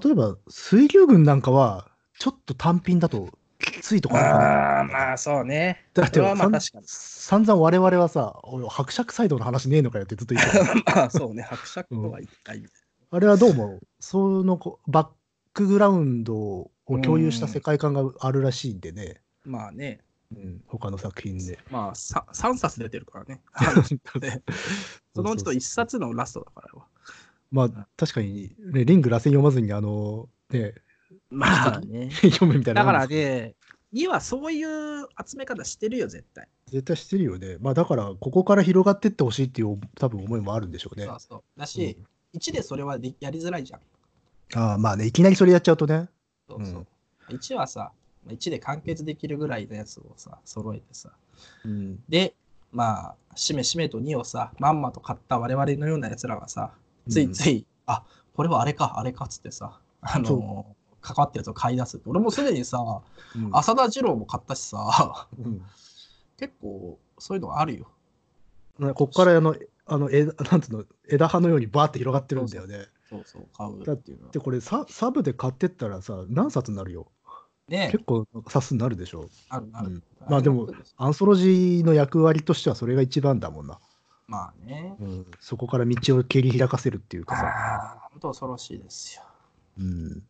[SPEAKER 2] 例えば、水牛群なんかは、ちょっと単品だときついとこあるかな。
[SPEAKER 1] ああ、まあそうね。
[SPEAKER 2] だって
[SPEAKER 1] それはまあ
[SPEAKER 2] さん
[SPEAKER 1] 確かに
[SPEAKER 2] 散々我々はさ、おい伯爵サイドの話ねえのかよってずっと言ってた。
[SPEAKER 1] ま あそうね、伯爵とは一体みたい
[SPEAKER 2] あれはどうも、そのこバックグラウンドを共有した世界観があるらしいんでね、
[SPEAKER 1] な。まあね、
[SPEAKER 2] うん、他の作品で。
[SPEAKER 1] まあさ3冊出てる からね。そのうちと1冊のラストだからよ
[SPEAKER 2] まあ、確かに、ね、リング螺旋読まずに、あの、ね、
[SPEAKER 1] まあね。
[SPEAKER 2] 読むみたいな
[SPEAKER 1] だ
[SPEAKER 2] も
[SPEAKER 1] か
[SPEAKER 2] んで
[SPEAKER 1] ら
[SPEAKER 2] すけど。
[SPEAKER 1] ね、2はそういう集め方してるよ、絶対。
[SPEAKER 2] 絶対してるよね。まあ、だから、ここから広がってってほしいっていう、多分思いもあるんでしょうね。
[SPEAKER 1] そうそうだし、1でそれはでやりづらいじゃん。
[SPEAKER 2] ああ、まあね、いきなりそれやっちゃうとね。
[SPEAKER 1] そうそう1はさ、1で完結できるぐらいのやつをさ、揃えてさ。
[SPEAKER 2] うん。
[SPEAKER 1] で、まあ、しめしめと2をさ、まんまと買った我々のようなやつらがさ、ついつい、あこれはあれか、あれかっつってさ、あの
[SPEAKER 2] そ
[SPEAKER 1] 関わってるやつを買い出すって。俺もすでにさ、
[SPEAKER 2] うん、
[SPEAKER 1] 浅田次郎も買ったしさ、
[SPEAKER 2] うん
[SPEAKER 1] 結構そういうのあるよ。
[SPEAKER 2] ねこっからあの、あの枝 なんつうの枝葉のようにバーって広がってるんだよね。
[SPEAKER 1] そうそう、買うっていうのは
[SPEAKER 2] で、。これサ、サブで買ってったらさ、何冊になるよ。
[SPEAKER 1] ね
[SPEAKER 2] 結構、冊数になるでしょ。
[SPEAKER 1] あるある。
[SPEAKER 2] うんまあでも
[SPEAKER 1] るよ、
[SPEAKER 2] アンソロジーの役割としてはそれが一番だもんな。
[SPEAKER 1] まあね。
[SPEAKER 2] うん、そこから道を切り開かせるっていうかさ。
[SPEAKER 1] ああ、本当恐ろしいですよ。
[SPEAKER 2] うん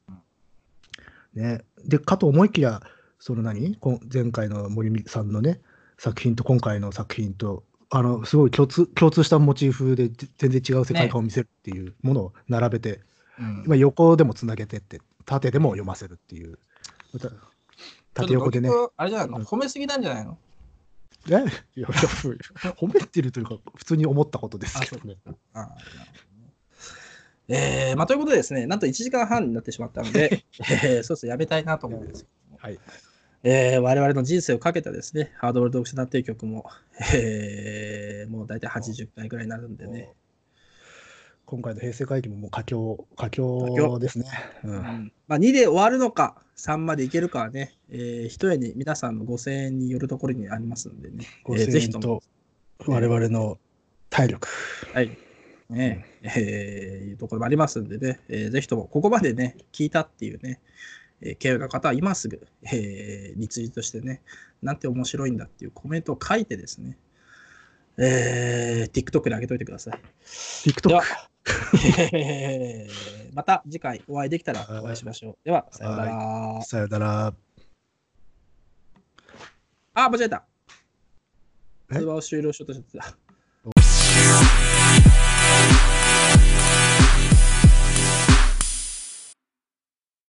[SPEAKER 2] ね、でかと思いきやその何こん前回の森美さんのね作品と今回の作品とあのすごい共通共通したモチーフでぜ全然違う世界観を見せるっていうものを並べて、
[SPEAKER 1] うん
[SPEAKER 2] まあ、横でもつなげてって縦でも読ませるっていうまた縦横でね
[SPEAKER 1] ちょっと僕あれじゃないの
[SPEAKER 2] うん
[SPEAKER 1] 褒めすぎなんじゃないの
[SPEAKER 2] えいやいや褒めてるというか普通に思ったことですけどね。
[SPEAKER 1] ああなるほどねえー、まあということでですね、なんと1時間半になってしまったの で、えー、そうそうやめたいなと思うんですけども、
[SPEAKER 2] はい、
[SPEAKER 1] えー、我々の人生をかけたですね、ハードボール読書なんていう曲も、えー、もう大体80回ぐらいになるんでね、
[SPEAKER 2] 今回の平成会議ももう佳境佳境ですね。う
[SPEAKER 1] うんんまあ、2で終わるのか、3までいけるかはね、えー、一重に皆さんの5000円によるところにありますんでね、えー
[SPEAKER 2] 5000
[SPEAKER 1] ぜひ
[SPEAKER 2] 円
[SPEAKER 1] とも
[SPEAKER 2] と、我々の体力。
[SPEAKER 1] はい。ねえーいうところもありますんでね、えーぜひともここまでね、聞いたっていうね、えー、経由の方は今すぐ、えーリツイートしてね、なんて面白いんだっていうコメントを書いてですね、えー TikTok に上げといてください。で
[SPEAKER 2] TikTok
[SPEAKER 1] は、えー また次回お会いできたらお会いしましょう。では、さようなら。
[SPEAKER 2] さよなら。
[SPEAKER 1] あ、間違えた。
[SPEAKER 2] え
[SPEAKER 1] 通話を終了しようとしてた。